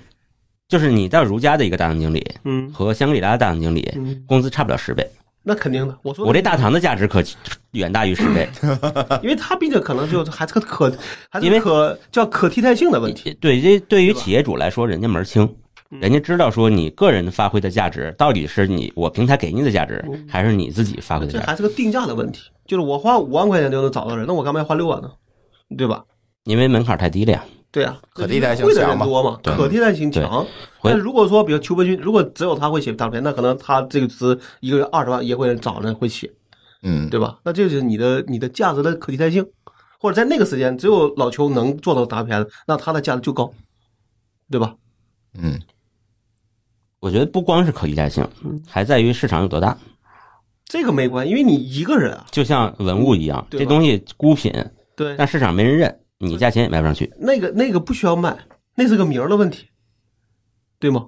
Speaker 3: 就是你到如家的一个大堂经理
Speaker 2: 嗯
Speaker 3: 和香格里拉的大堂经理，
Speaker 2: 嗯，
Speaker 3: 工资差不了十倍。
Speaker 2: 那肯定的。我说
Speaker 3: 我这大堂的价值可远大于十倍。
Speaker 2: 因为他毕竟可能就还是个可，还是
Speaker 3: 因为
Speaker 2: 个可叫可替代性的问题。
Speaker 3: 对，这对于企业主来说，人家门儿清，
Speaker 2: 嗯
Speaker 3: 人家知道说你个人发挥的价值到底是你我平台给你的价值，还是你自己发挥的
Speaker 2: 这
Speaker 3: 价值。
Speaker 2: 嗯还是个定价的问题，就是我花五万块钱就能找到人，那我干嘛要花六万呢？对吧？
Speaker 3: 因为门槛太低了呀。
Speaker 2: 对啊，
Speaker 1: 嗯可替代性
Speaker 2: 会的
Speaker 1: 强
Speaker 2: 人
Speaker 1: 嘛
Speaker 2: 多嘛，可替代性强。
Speaker 3: 回
Speaker 2: 但如果说，比如邱培军，如果只有他会写大片，那可能他这个值一个月二十万，也会找人会写，
Speaker 1: 嗯，
Speaker 2: 对吧？那这就是你的你的价值的可替代性，或者在那个时间只有老邱能做到大片，那他的价值就高，对吧？
Speaker 1: 嗯，
Speaker 2: 嗯
Speaker 3: 我觉得不光是可替代性，还在于市场有多大。
Speaker 2: 这个没关系，因为你一个人啊，
Speaker 3: 就像文物一样，
Speaker 2: 嗯对吧
Speaker 3: 这东西孤品，
Speaker 2: 对，
Speaker 3: 但市场没人认，你价钱也卖不上去。
Speaker 2: 那个那个不需要卖，那是个名儿的问题，对吗？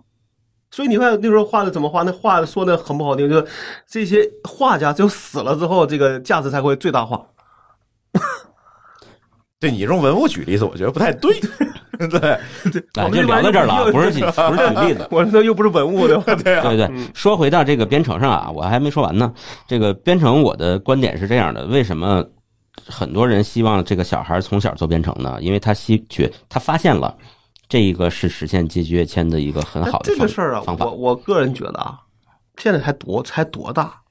Speaker 2: 所以你看那时候画的怎么画，那画的说的很不好听，就是这些画家只有死了之后，这个价值才会最大化。
Speaker 1: 对你用文物举例子，我觉得不太 对。对
Speaker 3: 哎，
Speaker 2: 我们这
Speaker 3: 就聊
Speaker 2: 边
Speaker 3: 到这儿了
Speaker 2: 又
Speaker 3: 啊，
Speaker 2: 又
Speaker 3: 不是举不是举例子，
Speaker 2: 我说又不是文物，对嗯吧？
Speaker 1: 对啊，
Speaker 3: 对对，说回到这个编程上啊，我还没说完呢。这个编程，我的观点是这样的：为什么很多人希望这个小孩从小做编程呢？因为他吸取，他发现了这一个是实现阶级跃迁的一个很
Speaker 2: 但
Speaker 3: 好的
Speaker 2: 这
Speaker 3: 方
Speaker 2: 个事儿啊
Speaker 3: 方，法
Speaker 2: 我。我个人觉得啊，现在才多才多大，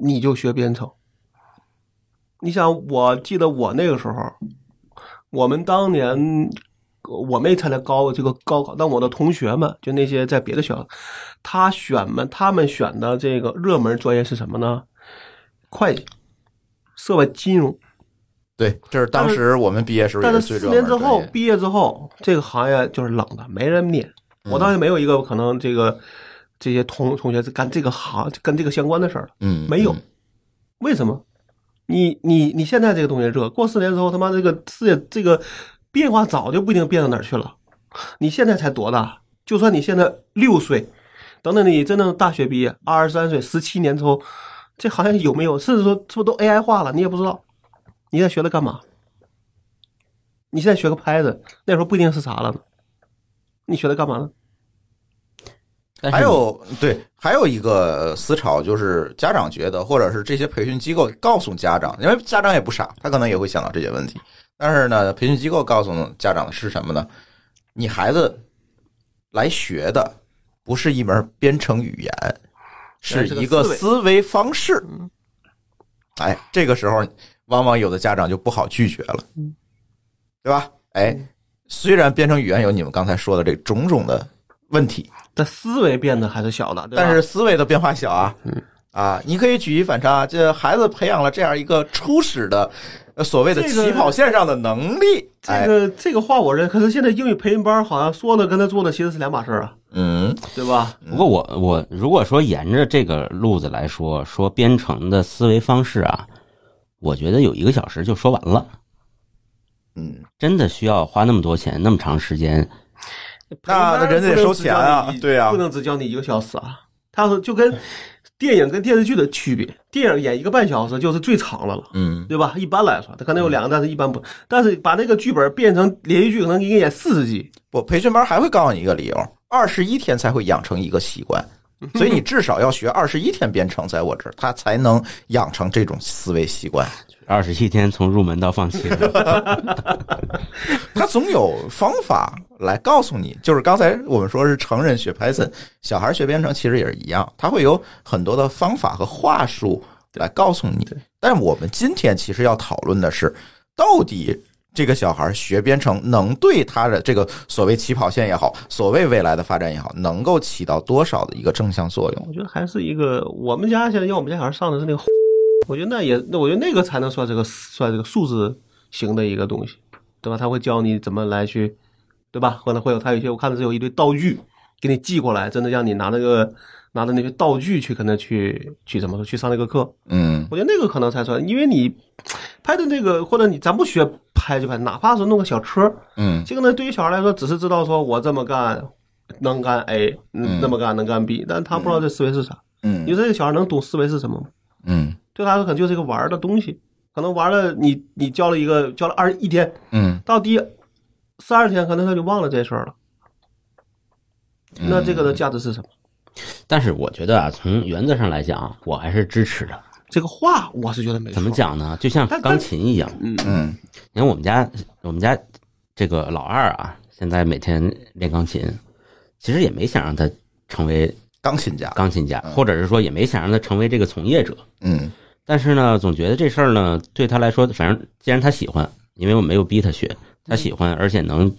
Speaker 2: 你就学编程。你想，我记得我那个时候，我们当年我没参加高这个高考，但我的同学们，就那些在别的学校，他选们他们选的这个热门专业是什么呢？会计、涉外金融。
Speaker 1: 对，这是当时我们毕业时候
Speaker 2: 但
Speaker 1: 也
Speaker 2: 是
Speaker 1: 最
Speaker 2: 四
Speaker 1: 热门
Speaker 2: 年
Speaker 1: 的
Speaker 2: 之
Speaker 1: 专业。
Speaker 2: 后毕业之后，这个行业就是冷的，没人念。我
Speaker 1: 嗯
Speaker 2: 当时没有一个可能这个这些同同学是干这个行跟这个相关的事儿了，
Speaker 1: 嗯，
Speaker 2: 没有
Speaker 1: 嗯。
Speaker 2: 为什么？你你你现在这个东西热，过四年之后，他妈这个世界这个变化早就不一定变到哪儿去了。你现在才多大？就算你现在六岁，等等你真正大学毕业，二十三岁，十七年之后，这行业有没有？甚至说是不是都 AI 化了，你也不知道。你在学它干嘛？你现在学个拍子，那时候不一定是啥了呢。你学它干嘛呢？
Speaker 3: 但是
Speaker 1: 还有对，还有一个思潮就是家长觉得，或者是这些培训机构告诉家长，因为家长也不傻，他可能也会想到这些问题。但是呢，培训机构告诉家长的是什么呢？你孩子来学的不是一门编程语言，是一个思维方式。哎，这个时候往往有的家长就不好拒绝了，对吧？哎，虽然编程语言有你们刚才说的这种种的问题，
Speaker 2: 但思维变得还是小的，对吧嗯
Speaker 1: 但是思维的变化小啊，啊，你可以举一反三，这孩子培养了这样一个初始的呃所谓的
Speaker 2: 这个
Speaker 1: 起跑线上的能力，
Speaker 2: 这
Speaker 1: 哎
Speaker 2: 个这个话我认，可是现在英语培训班好像说的跟他做的其实是两码事儿啊，
Speaker 1: 哎，嗯，
Speaker 2: 对吧？
Speaker 3: 不过我我如果说沿着这个路子来说，说编程的思维方式啊，我觉得有一个小时就说完了。
Speaker 1: 嗯，
Speaker 3: 真的需要花那么多钱，那么长时间？
Speaker 1: 那那人家得收钱啊
Speaker 2: 不能只教你
Speaker 1: 对啊
Speaker 2: 不能只教你一个小时啊。他说就跟电影跟电视剧的区别，电影演一个半小时就是最长了了。
Speaker 1: 嗯，
Speaker 2: 对吧？一般来说，他可能有两个，但是一般不。但是把那个剧本变成连续剧，可能应该演四十集。
Speaker 1: 我培训班还会告诉你一个理由，二十一天才会养成一个习 惯，所以你至少要学二十一天编程，在我这儿，他才能养成这种思维习惯，
Speaker 3: 二十七天从入门到放弃了，
Speaker 1: 他总有方法来告诉你。就是刚才我们说是成人学 Python，小孩学编程其实也是一样，他会有很多的方法和话术来告诉你。但我们今天其实要讨论的是，到底这个小孩学编程能对他的这个所谓起跑线也好，所谓未来的发展也好，能够起到多少的一个正向作用？
Speaker 2: 我觉得还是一个，我们家现在要我们家小孩上的是那个，我觉得那也，那我觉得那个才能算这个算这个素质型的一个东西，对吧？他会教你怎么来去，对吧？可能会有他有一些，我看的是有一堆道具给你寄过来，真的让你拿那个拿着那些道具去跟他去去怎么说去上那个课。
Speaker 1: 嗯
Speaker 2: 我觉得那个可能才算，因为你拍的这个，或者你咱不学拍就拍，哪怕是弄个小车，
Speaker 1: 嗯
Speaker 2: 这个呢对于小孩来说，只是知道说我这么干能干 A，
Speaker 1: 嗯
Speaker 2: 嗯，那么干能干 B，但他不知道这思维是啥。你
Speaker 1: 嗯
Speaker 2: 说这个小孩能懂思维是什么吗？
Speaker 1: 嗯
Speaker 2: 对他来说可能就是一个玩儿的东西，可能玩了你你教了一个教了二十一天，
Speaker 1: 嗯，
Speaker 2: 到第三十天可能他就忘了这事儿了。那这个的价值是什么？
Speaker 3: 但是我觉得啊，从原则上来讲，我还是支持的。
Speaker 2: 这个话我是觉得没错
Speaker 3: 怎么，讲呢？就像
Speaker 2: 但但
Speaker 3: 钢琴一样，
Speaker 2: 嗯，
Speaker 1: 嗯
Speaker 3: 你看我们家我们家这个老二啊，现在每天练钢琴，其实也没想让他成为
Speaker 1: 钢琴家，
Speaker 3: 钢琴
Speaker 2: 嗯
Speaker 3: 家，或者是说也没想让他成为这个从业者。
Speaker 1: 嗯
Speaker 3: 但是呢，总觉得这事儿呢对他来说，反正既然他喜欢，因为我没有逼他学，他喜欢，而且能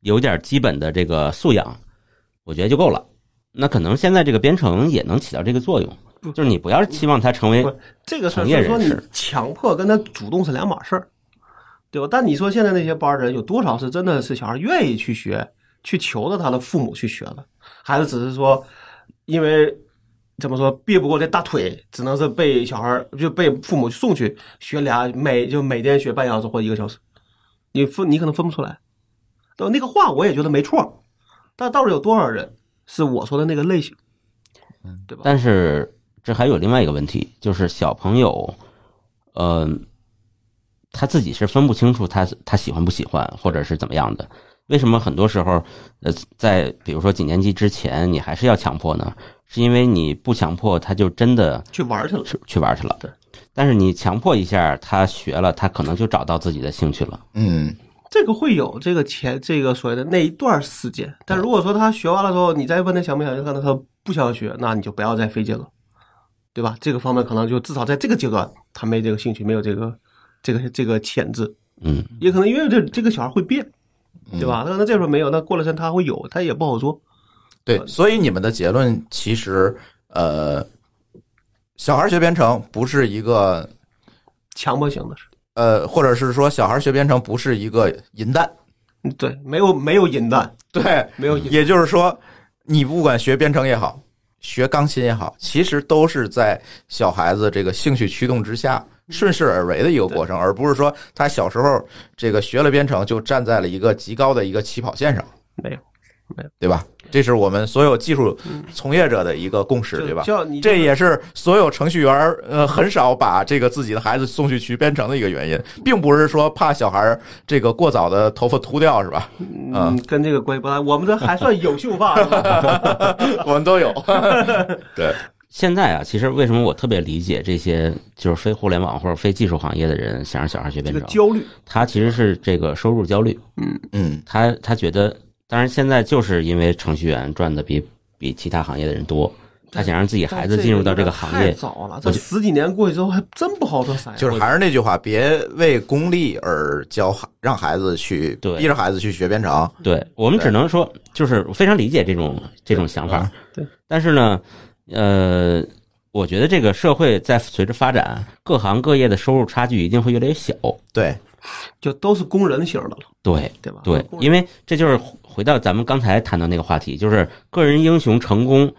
Speaker 3: 有点基本的这个素养，我觉得就够了。那可能现在这个编程也能起到这个作用，就是你不要期望他成为
Speaker 2: 不，这个事儿
Speaker 3: 从业
Speaker 2: 就是说
Speaker 3: 人
Speaker 2: 你
Speaker 3: 士
Speaker 2: 强迫跟他主动是两码事儿，对吧？但你说现在那些班儿人有多少是真的是小孩愿意去学，去求着他的父母去学的，还是只是说因为怎么说憋不过这大腿，只能是被小孩儿就被父母送去学俩每就每天学半小时或一个小时，你分你可能分不出来。但那个话我也觉得没错，但到底有多少人是我说的那个类型，
Speaker 3: 嗯
Speaker 2: 对吧？
Speaker 3: 但是这还有另外一个问题，就是小朋友，嗯、他自己是分不清楚他他喜欢不喜欢，或者是怎么样的。为什么很多时候，呃，在比如说几年级之前，你还是要强迫呢？是因为你不强迫，他就真的
Speaker 2: 去玩儿去了，
Speaker 3: 是去玩去了
Speaker 2: 对。
Speaker 3: 但是你强迫一下，他学了，他可能就找到自己的兴趣了。
Speaker 1: 嗯，
Speaker 2: 这个会有这个前这个所谓的那一段时间，但如果说他学完了之后，你再问他想不想学，可能他不想学，那你就不要再费劲了，对吧？这个方面可能就至少在这个阶段，他没这个兴趣，没有这个这个这个潜质，
Speaker 3: 嗯，
Speaker 2: 也可能因为这这个小孩会变，
Speaker 1: 嗯
Speaker 2: 对吧？那那这会儿没有，那过了阵他会有，他也不好说。
Speaker 1: 对，
Speaker 2: 嗯
Speaker 1: 所以你们的结论其实，呃，小孩学编程不是一个，
Speaker 2: 强迫型的是，
Speaker 1: 呃，或者是说小孩学编程不是一个银弹，
Speaker 2: 嗯对，没有没有引弹，
Speaker 1: 对，
Speaker 2: 没有引，
Speaker 1: 也就是说，你不管学编程也好，学钢琴也
Speaker 2: 嗯
Speaker 1: 好，其实都是在小孩子这个兴趣驱动之下。
Speaker 2: 嗯
Speaker 1: 顺势而为的一个过程，而不是说他小时候这个学了编程就站在了一个极高的一个起跑线上，
Speaker 2: 没有，嗯
Speaker 1: 对吧？这是我们所有技术从业者的一个共识，对吧？
Speaker 2: 叫你
Speaker 1: 这也是所有程序员儿呃很少把这个自己的孩子送去学编程的一个原因，并不是说怕小孩儿这个过早的头发秃掉是吧？
Speaker 2: 嗯跟这个关系不大，我们这还算有秀发，是 吧
Speaker 1: 我们都有， 对，
Speaker 3: 现在啊，其实为什么我特别理解这些就是非互联网或者非技术行业的人想让小孩学
Speaker 2: 这
Speaker 3: 编
Speaker 2: 个
Speaker 3: 程，
Speaker 2: 焦虑，
Speaker 3: 他其实是这个收入焦虑。
Speaker 1: 嗯
Speaker 3: 他他觉得，当然现在就是因为程序员赚的比比其他行业的人多，他想让自己孩子进入到这个行
Speaker 2: 太
Speaker 3: 业。
Speaker 2: 早了，
Speaker 3: 我
Speaker 2: 这
Speaker 3: 就
Speaker 2: 十几年过去之后还真不好做啥呀。
Speaker 1: 就是还是那句话，别为功利而教孩让孩子去
Speaker 3: 对
Speaker 1: 逼着孩子去学编程，
Speaker 3: 对啊我们只能说，就是非常理解这种这种想法。
Speaker 2: 对，
Speaker 3: 但是呢，呃，我觉得这个社会在随着发展，各行各业的收入差距一定会越来越小。
Speaker 1: 对，
Speaker 2: 就都是工人型的了，
Speaker 3: 对
Speaker 2: 对吧？
Speaker 3: 对，因
Speaker 2: 为
Speaker 3: 为这就是回到咱们刚才谈到那个话题，就是个人英雄成功，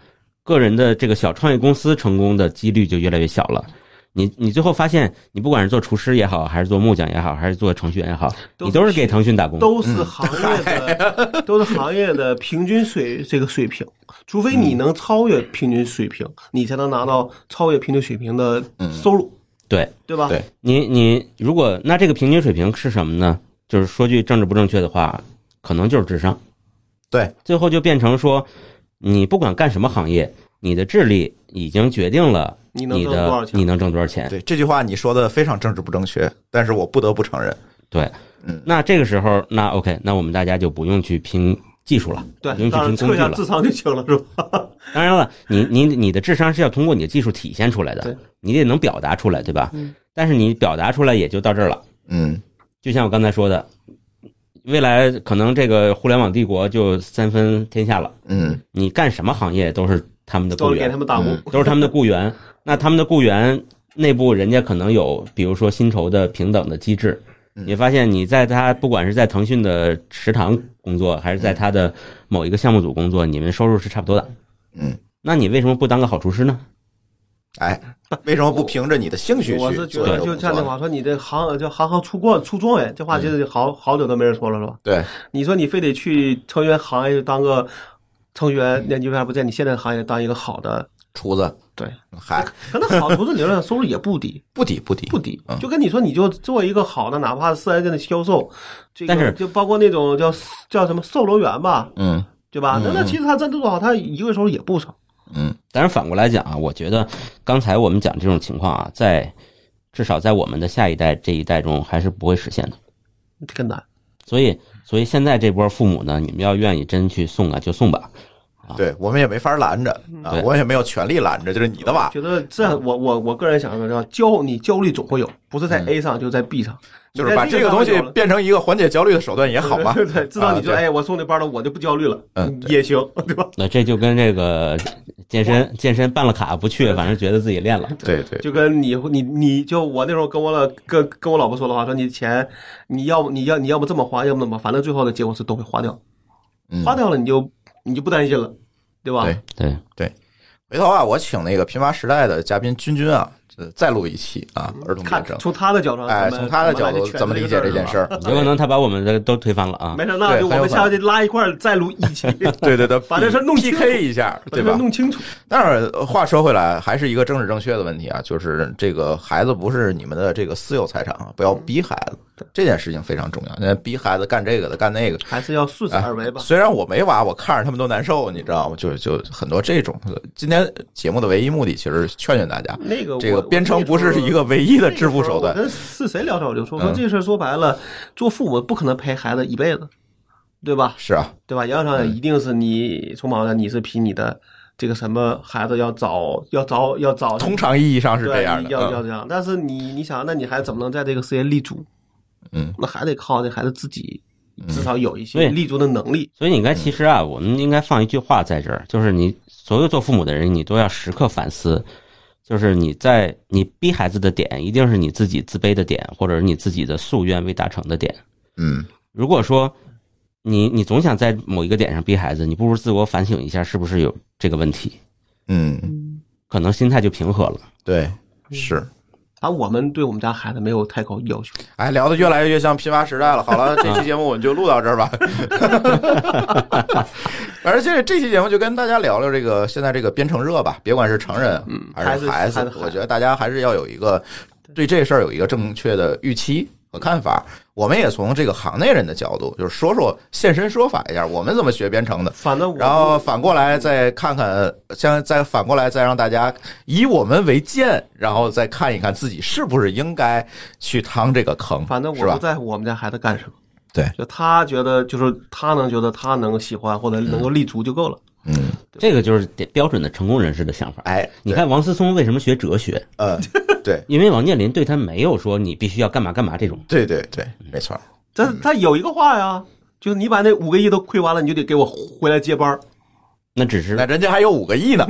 Speaker 3: 个人的这个小创业公司成功的几率就越来越小了。你你最后发现，你不管是做厨师也好，还是做木匠也好，还是做程序员也好，
Speaker 2: 都
Speaker 3: 你都是给腾讯打工。
Speaker 2: 都是行 业
Speaker 3: 哎
Speaker 2: 的，都是行业的平均水这个水平，除非
Speaker 3: 嗯
Speaker 2: 你能超越平均水平，你才能拿到超越平均水平的收入，
Speaker 3: 嗯对
Speaker 2: 对吧？
Speaker 1: 对
Speaker 3: 你你如果那这个平均水平是什么呢？就是说句政治不正确的话，可能就是智商。
Speaker 1: 对，
Speaker 3: 最后就变成说，你不管干什么行业，你的智力已经决定了
Speaker 2: 你能
Speaker 3: 你
Speaker 2: 挣多少
Speaker 3: 的
Speaker 2: 钱
Speaker 3: 你能挣多少钱。
Speaker 1: 对，这句话你说的非常政治不正确，但是我不得不承认，
Speaker 3: 对，
Speaker 1: 嗯
Speaker 3: 那这个时候，那 OK，那我们大家就不用去拼技术了，不
Speaker 2: 对，
Speaker 3: 用去
Speaker 2: 当然
Speaker 3: 拼
Speaker 2: 测
Speaker 3: 工
Speaker 2: 一
Speaker 3: 具
Speaker 2: 下
Speaker 3: 了
Speaker 2: 智。商就行了，是 吧？
Speaker 3: 当然了，你你你的智商是要通过你的技术体现出来
Speaker 2: 对嗯
Speaker 3: 的，你得能表达出来，对吧？但是你表达出来也就到这儿了。
Speaker 1: 嗯
Speaker 3: 就像我刚才说的，未来可能这个互联网帝国就三分天下了，
Speaker 1: 嗯
Speaker 3: 你干什么行业都是他们的
Speaker 2: 都
Speaker 3: 雇
Speaker 2: 是给
Speaker 3: 员
Speaker 2: 他，们打工，
Speaker 3: 嗯都是他 们的雇员。那他们的雇员内部人家可能有，比如说薪酬的平等的机制。你发现你在他不管是在腾讯的食堂工作，还是在他的某一个项目组工作，你们收入是差不多的。
Speaker 1: 嗯，
Speaker 3: 那你为什么不当个好厨师呢？
Speaker 1: 哎，为什么不凭着你的兴趣
Speaker 2: 我
Speaker 1: 去
Speaker 2: 是觉
Speaker 1: 做这
Speaker 2: 得
Speaker 1: 个
Speaker 2: 就
Speaker 1: 工
Speaker 2: 像那
Speaker 1: 作？
Speaker 2: 话说，你这行叫行行出状出状元，这话
Speaker 3: 嗯
Speaker 2: 其实好好久都没人说了，是吧？
Speaker 1: 对，
Speaker 2: 你说你非得去成员行业当个成员，那你为啥不在你现在的行业当一个好的？
Speaker 1: 厨子，
Speaker 2: 对，
Speaker 1: 嗨，
Speaker 2: 可能好厨师理论上收入也 不低，
Speaker 1: 不低不低
Speaker 2: 不低
Speaker 1: 嗯。
Speaker 2: 就跟你说，你就做一个好的，哪怕是四 S 店的销售，这个
Speaker 3: 但是
Speaker 2: 就包括那种叫叫什么售楼员吧，
Speaker 1: 嗯
Speaker 2: 对吧？那那其实他真做得好，他一个月收入也不少。
Speaker 1: 嗯
Speaker 3: 当然，反过来讲啊，我觉得刚才我们讲这种情况啊，在至少在我们的下一代这一代中还是不会实现的。
Speaker 2: 这个难，
Speaker 3: 所以，所以现在这波父母呢，你们要愿意真去送啊，就送吧。
Speaker 1: 对我们也没法拦着
Speaker 2: 嗯
Speaker 1: 啊
Speaker 3: 对，
Speaker 1: 我也没有权利拦着，就是你的吧？
Speaker 2: 觉得这我我我个人想说叫焦，你焦虑总会有，不是在 A 上就是在 B 上，
Speaker 1: 嗯就是把
Speaker 2: 你在
Speaker 1: 这个东
Speaker 2: 上
Speaker 1: 西
Speaker 2: 有了
Speaker 1: 变成一个缓解焦虑的手段也好嘛。
Speaker 2: 对，对至少你就
Speaker 1: 啊对
Speaker 2: 哎，我送这班了，我就不焦虑了，
Speaker 1: 嗯
Speaker 2: 也行， 对吧？
Speaker 3: 那这就跟这个健身健身办了卡不去，反正觉得自己练了。
Speaker 1: 对对，
Speaker 2: 就跟你你你就我那时候跟我老跟跟我老婆说的话，说你钱你要不你要你要不这么花，要不那么，反正最后的结果是都会花掉，
Speaker 1: 嗯
Speaker 2: 花掉了你就你就不担心了，对吧？
Speaker 1: 对
Speaker 3: 对，
Speaker 1: 回头啊，我请那个贫乏时代的嘉宾君君啊，呃再录一期啊，儿童
Speaker 2: 嗯看
Speaker 1: 辩证。
Speaker 2: 从他的角度上，
Speaker 1: 哎，
Speaker 2: 咱们
Speaker 1: 从他的角度
Speaker 2: 咱们来
Speaker 1: 怎么理解这件事
Speaker 2: 儿？
Speaker 1: 儿？
Speaker 3: 有可能他把我们的都推翻了啊。
Speaker 2: 没事，那
Speaker 1: 对
Speaker 2: 就我
Speaker 1: 很有
Speaker 2: 们
Speaker 1: 可
Speaker 2: 下
Speaker 1: 能
Speaker 2: 去拉一块儿再录一期，
Speaker 1: 对对对，
Speaker 2: 把这事儿弄清楚
Speaker 1: PK 一下，
Speaker 2: 把这
Speaker 1: 对
Speaker 2: 事儿
Speaker 1: 吧？
Speaker 2: 弄清楚。
Speaker 1: 但是话说回来，还是一个政治正确的问题啊，就是这个孩子不是你们的这个私有财产啊，不
Speaker 2: 嗯
Speaker 1: 要逼孩子，这件事情非常重要。那逼孩子干这个的，干那个。
Speaker 2: 还是要顺势
Speaker 1: 哎
Speaker 2: 而为吧。
Speaker 1: 虽然我没娃，我看着他们都难受，你知道吗？就就很多这种。今天节目的唯一目的，其实是劝劝大家，
Speaker 2: 那个我
Speaker 1: 这个编程不是一个唯一的致富手段
Speaker 2: 那。个时候我跟是谁聊天我就说说
Speaker 1: 嗯
Speaker 2: 这事儿，说白了，做父母不可能陪孩子一辈子，对吧？
Speaker 1: 是啊，
Speaker 2: 对吧？杨厂一定是你从网上你是比你的这个什么孩子要早要早要早，
Speaker 1: 通常意义上是
Speaker 2: 对
Speaker 1: 这样的。
Speaker 2: 要要
Speaker 1: 嗯
Speaker 2: 这样。但是你你想，那你孩子怎么能在这个事业立足？
Speaker 1: 嗯，
Speaker 2: 那还得靠这孩子自己至少有一些
Speaker 3: 对
Speaker 2: 立足的能力。
Speaker 3: 所以你应该其实啊，我们应该放一句话在这儿，就是你所有做父母的人，你都要时刻反思，就是你在你逼孩子的点，一定是你自己自卑的点，或者是你自己的夙愿未达成的点。
Speaker 1: 嗯，
Speaker 3: 如果说你你总想在某一个点上逼孩子，你不如自我反省一下，是不是有这个问题，
Speaker 1: 嗯，
Speaker 3: 可能心态就平和了。
Speaker 1: 对，是。
Speaker 2: 啊，我们对我们家孩子没有太高要求。
Speaker 1: 哎，聊的越来越像批发时代了。好了，这期节目我们就录到这儿吧。 反正这这期节目就跟大家聊聊这个现在这个编程热吧，别管是成人还是
Speaker 2: 嗯孩
Speaker 1: 孩
Speaker 2: 子孩
Speaker 1: 子
Speaker 2: 子，
Speaker 1: 我觉得大家还是要有一个对这事儿有一个正确的预期和看法。我们也从这个行内人的角度，就是说说现身说法一下，我们怎么学编程的。
Speaker 2: 反正我
Speaker 1: 然后反过来再看看，像再反过来再让大家以我们为鉴，然后再看一看自己是不是应该去趟这个坑，
Speaker 2: 反正
Speaker 1: 是
Speaker 2: 我
Speaker 1: 吧
Speaker 2: 不？在乎我们家孩子干什么。
Speaker 1: 对
Speaker 2: 就他觉得，就是他能觉得他能喜欢或者能够立足就够了。
Speaker 1: 嗯，
Speaker 3: 这个就是点标准的成功人士的想法。
Speaker 1: 哎，
Speaker 3: 你看王思聪为什么学哲学？
Speaker 1: 呃，对
Speaker 3: 因为王健林对他没有说你必须要干嘛干嘛这种。
Speaker 1: 对对对，没错儿，嗯
Speaker 2: 但是他有一个话呀，就是你把那五个亿都亏完了，你就得给我回来接班儿。
Speaker 3: 那只是
Speaker 1: 那人家还有五个亿呢，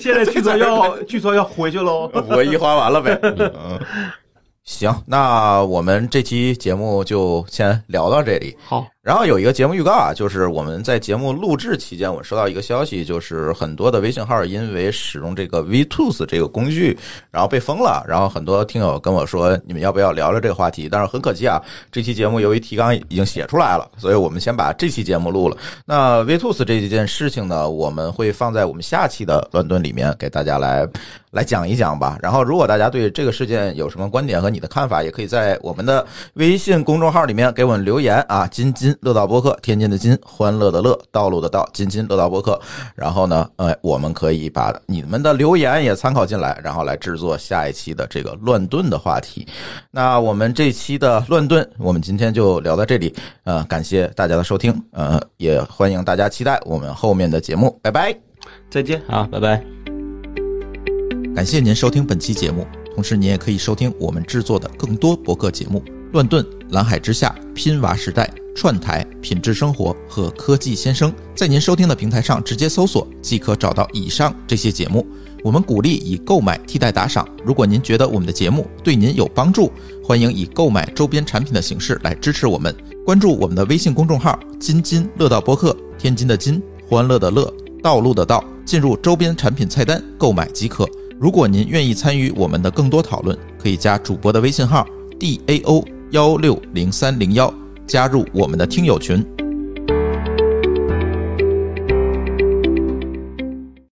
Speaker 2: 现 在据说要据说要回去喽。
Speaker 1: 五个亿花完了呗。嗯， 行，那我们这期节目就先聊到这里。
Speaker 2: 好，
Speaker 1: 然后有一个节目预告啊，就是我们在节目录制期间，我收到一个消息，就是很多的微信号因为使用这个 VTools 这个工具，然后被封了。然后很多听友跟我说，你们要不要聊聊这个话题？但是很可惜啊，这期节目由于提纲已经写出来了，所以我们先把这期节目录了。那 VTools 这件事情呢，我们会放在我们下期的乱炖里面给大家来来讲一讲吧。然后，如果大家对这个事件有什么观点和你的看法，也可以在我们的微信公众号里面给我们留言啊。津津乐道播客，天津的津，欢乐的乐，道路的道，津津乐道播客。然后呢，呃，我们可以把你们的留言也参考进来，然后来制作下一期的这个乱炖的话题。那我们这期的乱炖，我们今天就聊到这里。呃，感谢大家的收听，呃，也欢迎大家期待我们后面的节目。拜拜。
Speaker 2: 再见。
Speaker 3: 好，啊拜拜。
Speaker 1: 感谢您收听本期节目，同时您也可以收听我们制作的更多博客节目《乱炖》《蓝海之下》《拼娃时代》《串台》《品质生活》和《科技先生》。在您收听的平台上直接搜索，即可找到以上这些节目。我们鼓励以购买替代打赏。如果您觉得我们的节目对您有帮助，欢迎以购买周边产品的形式来支持我们。关注我们的微信公众号“津津乐道播客”，天津的津，欢乐的乐，道路的道，进入周边产品菜单购买即可。如果您愿意参与我们的更多讨论，可以加主播的微信号 d a o 幺六零三零幺，加入我们的听友群。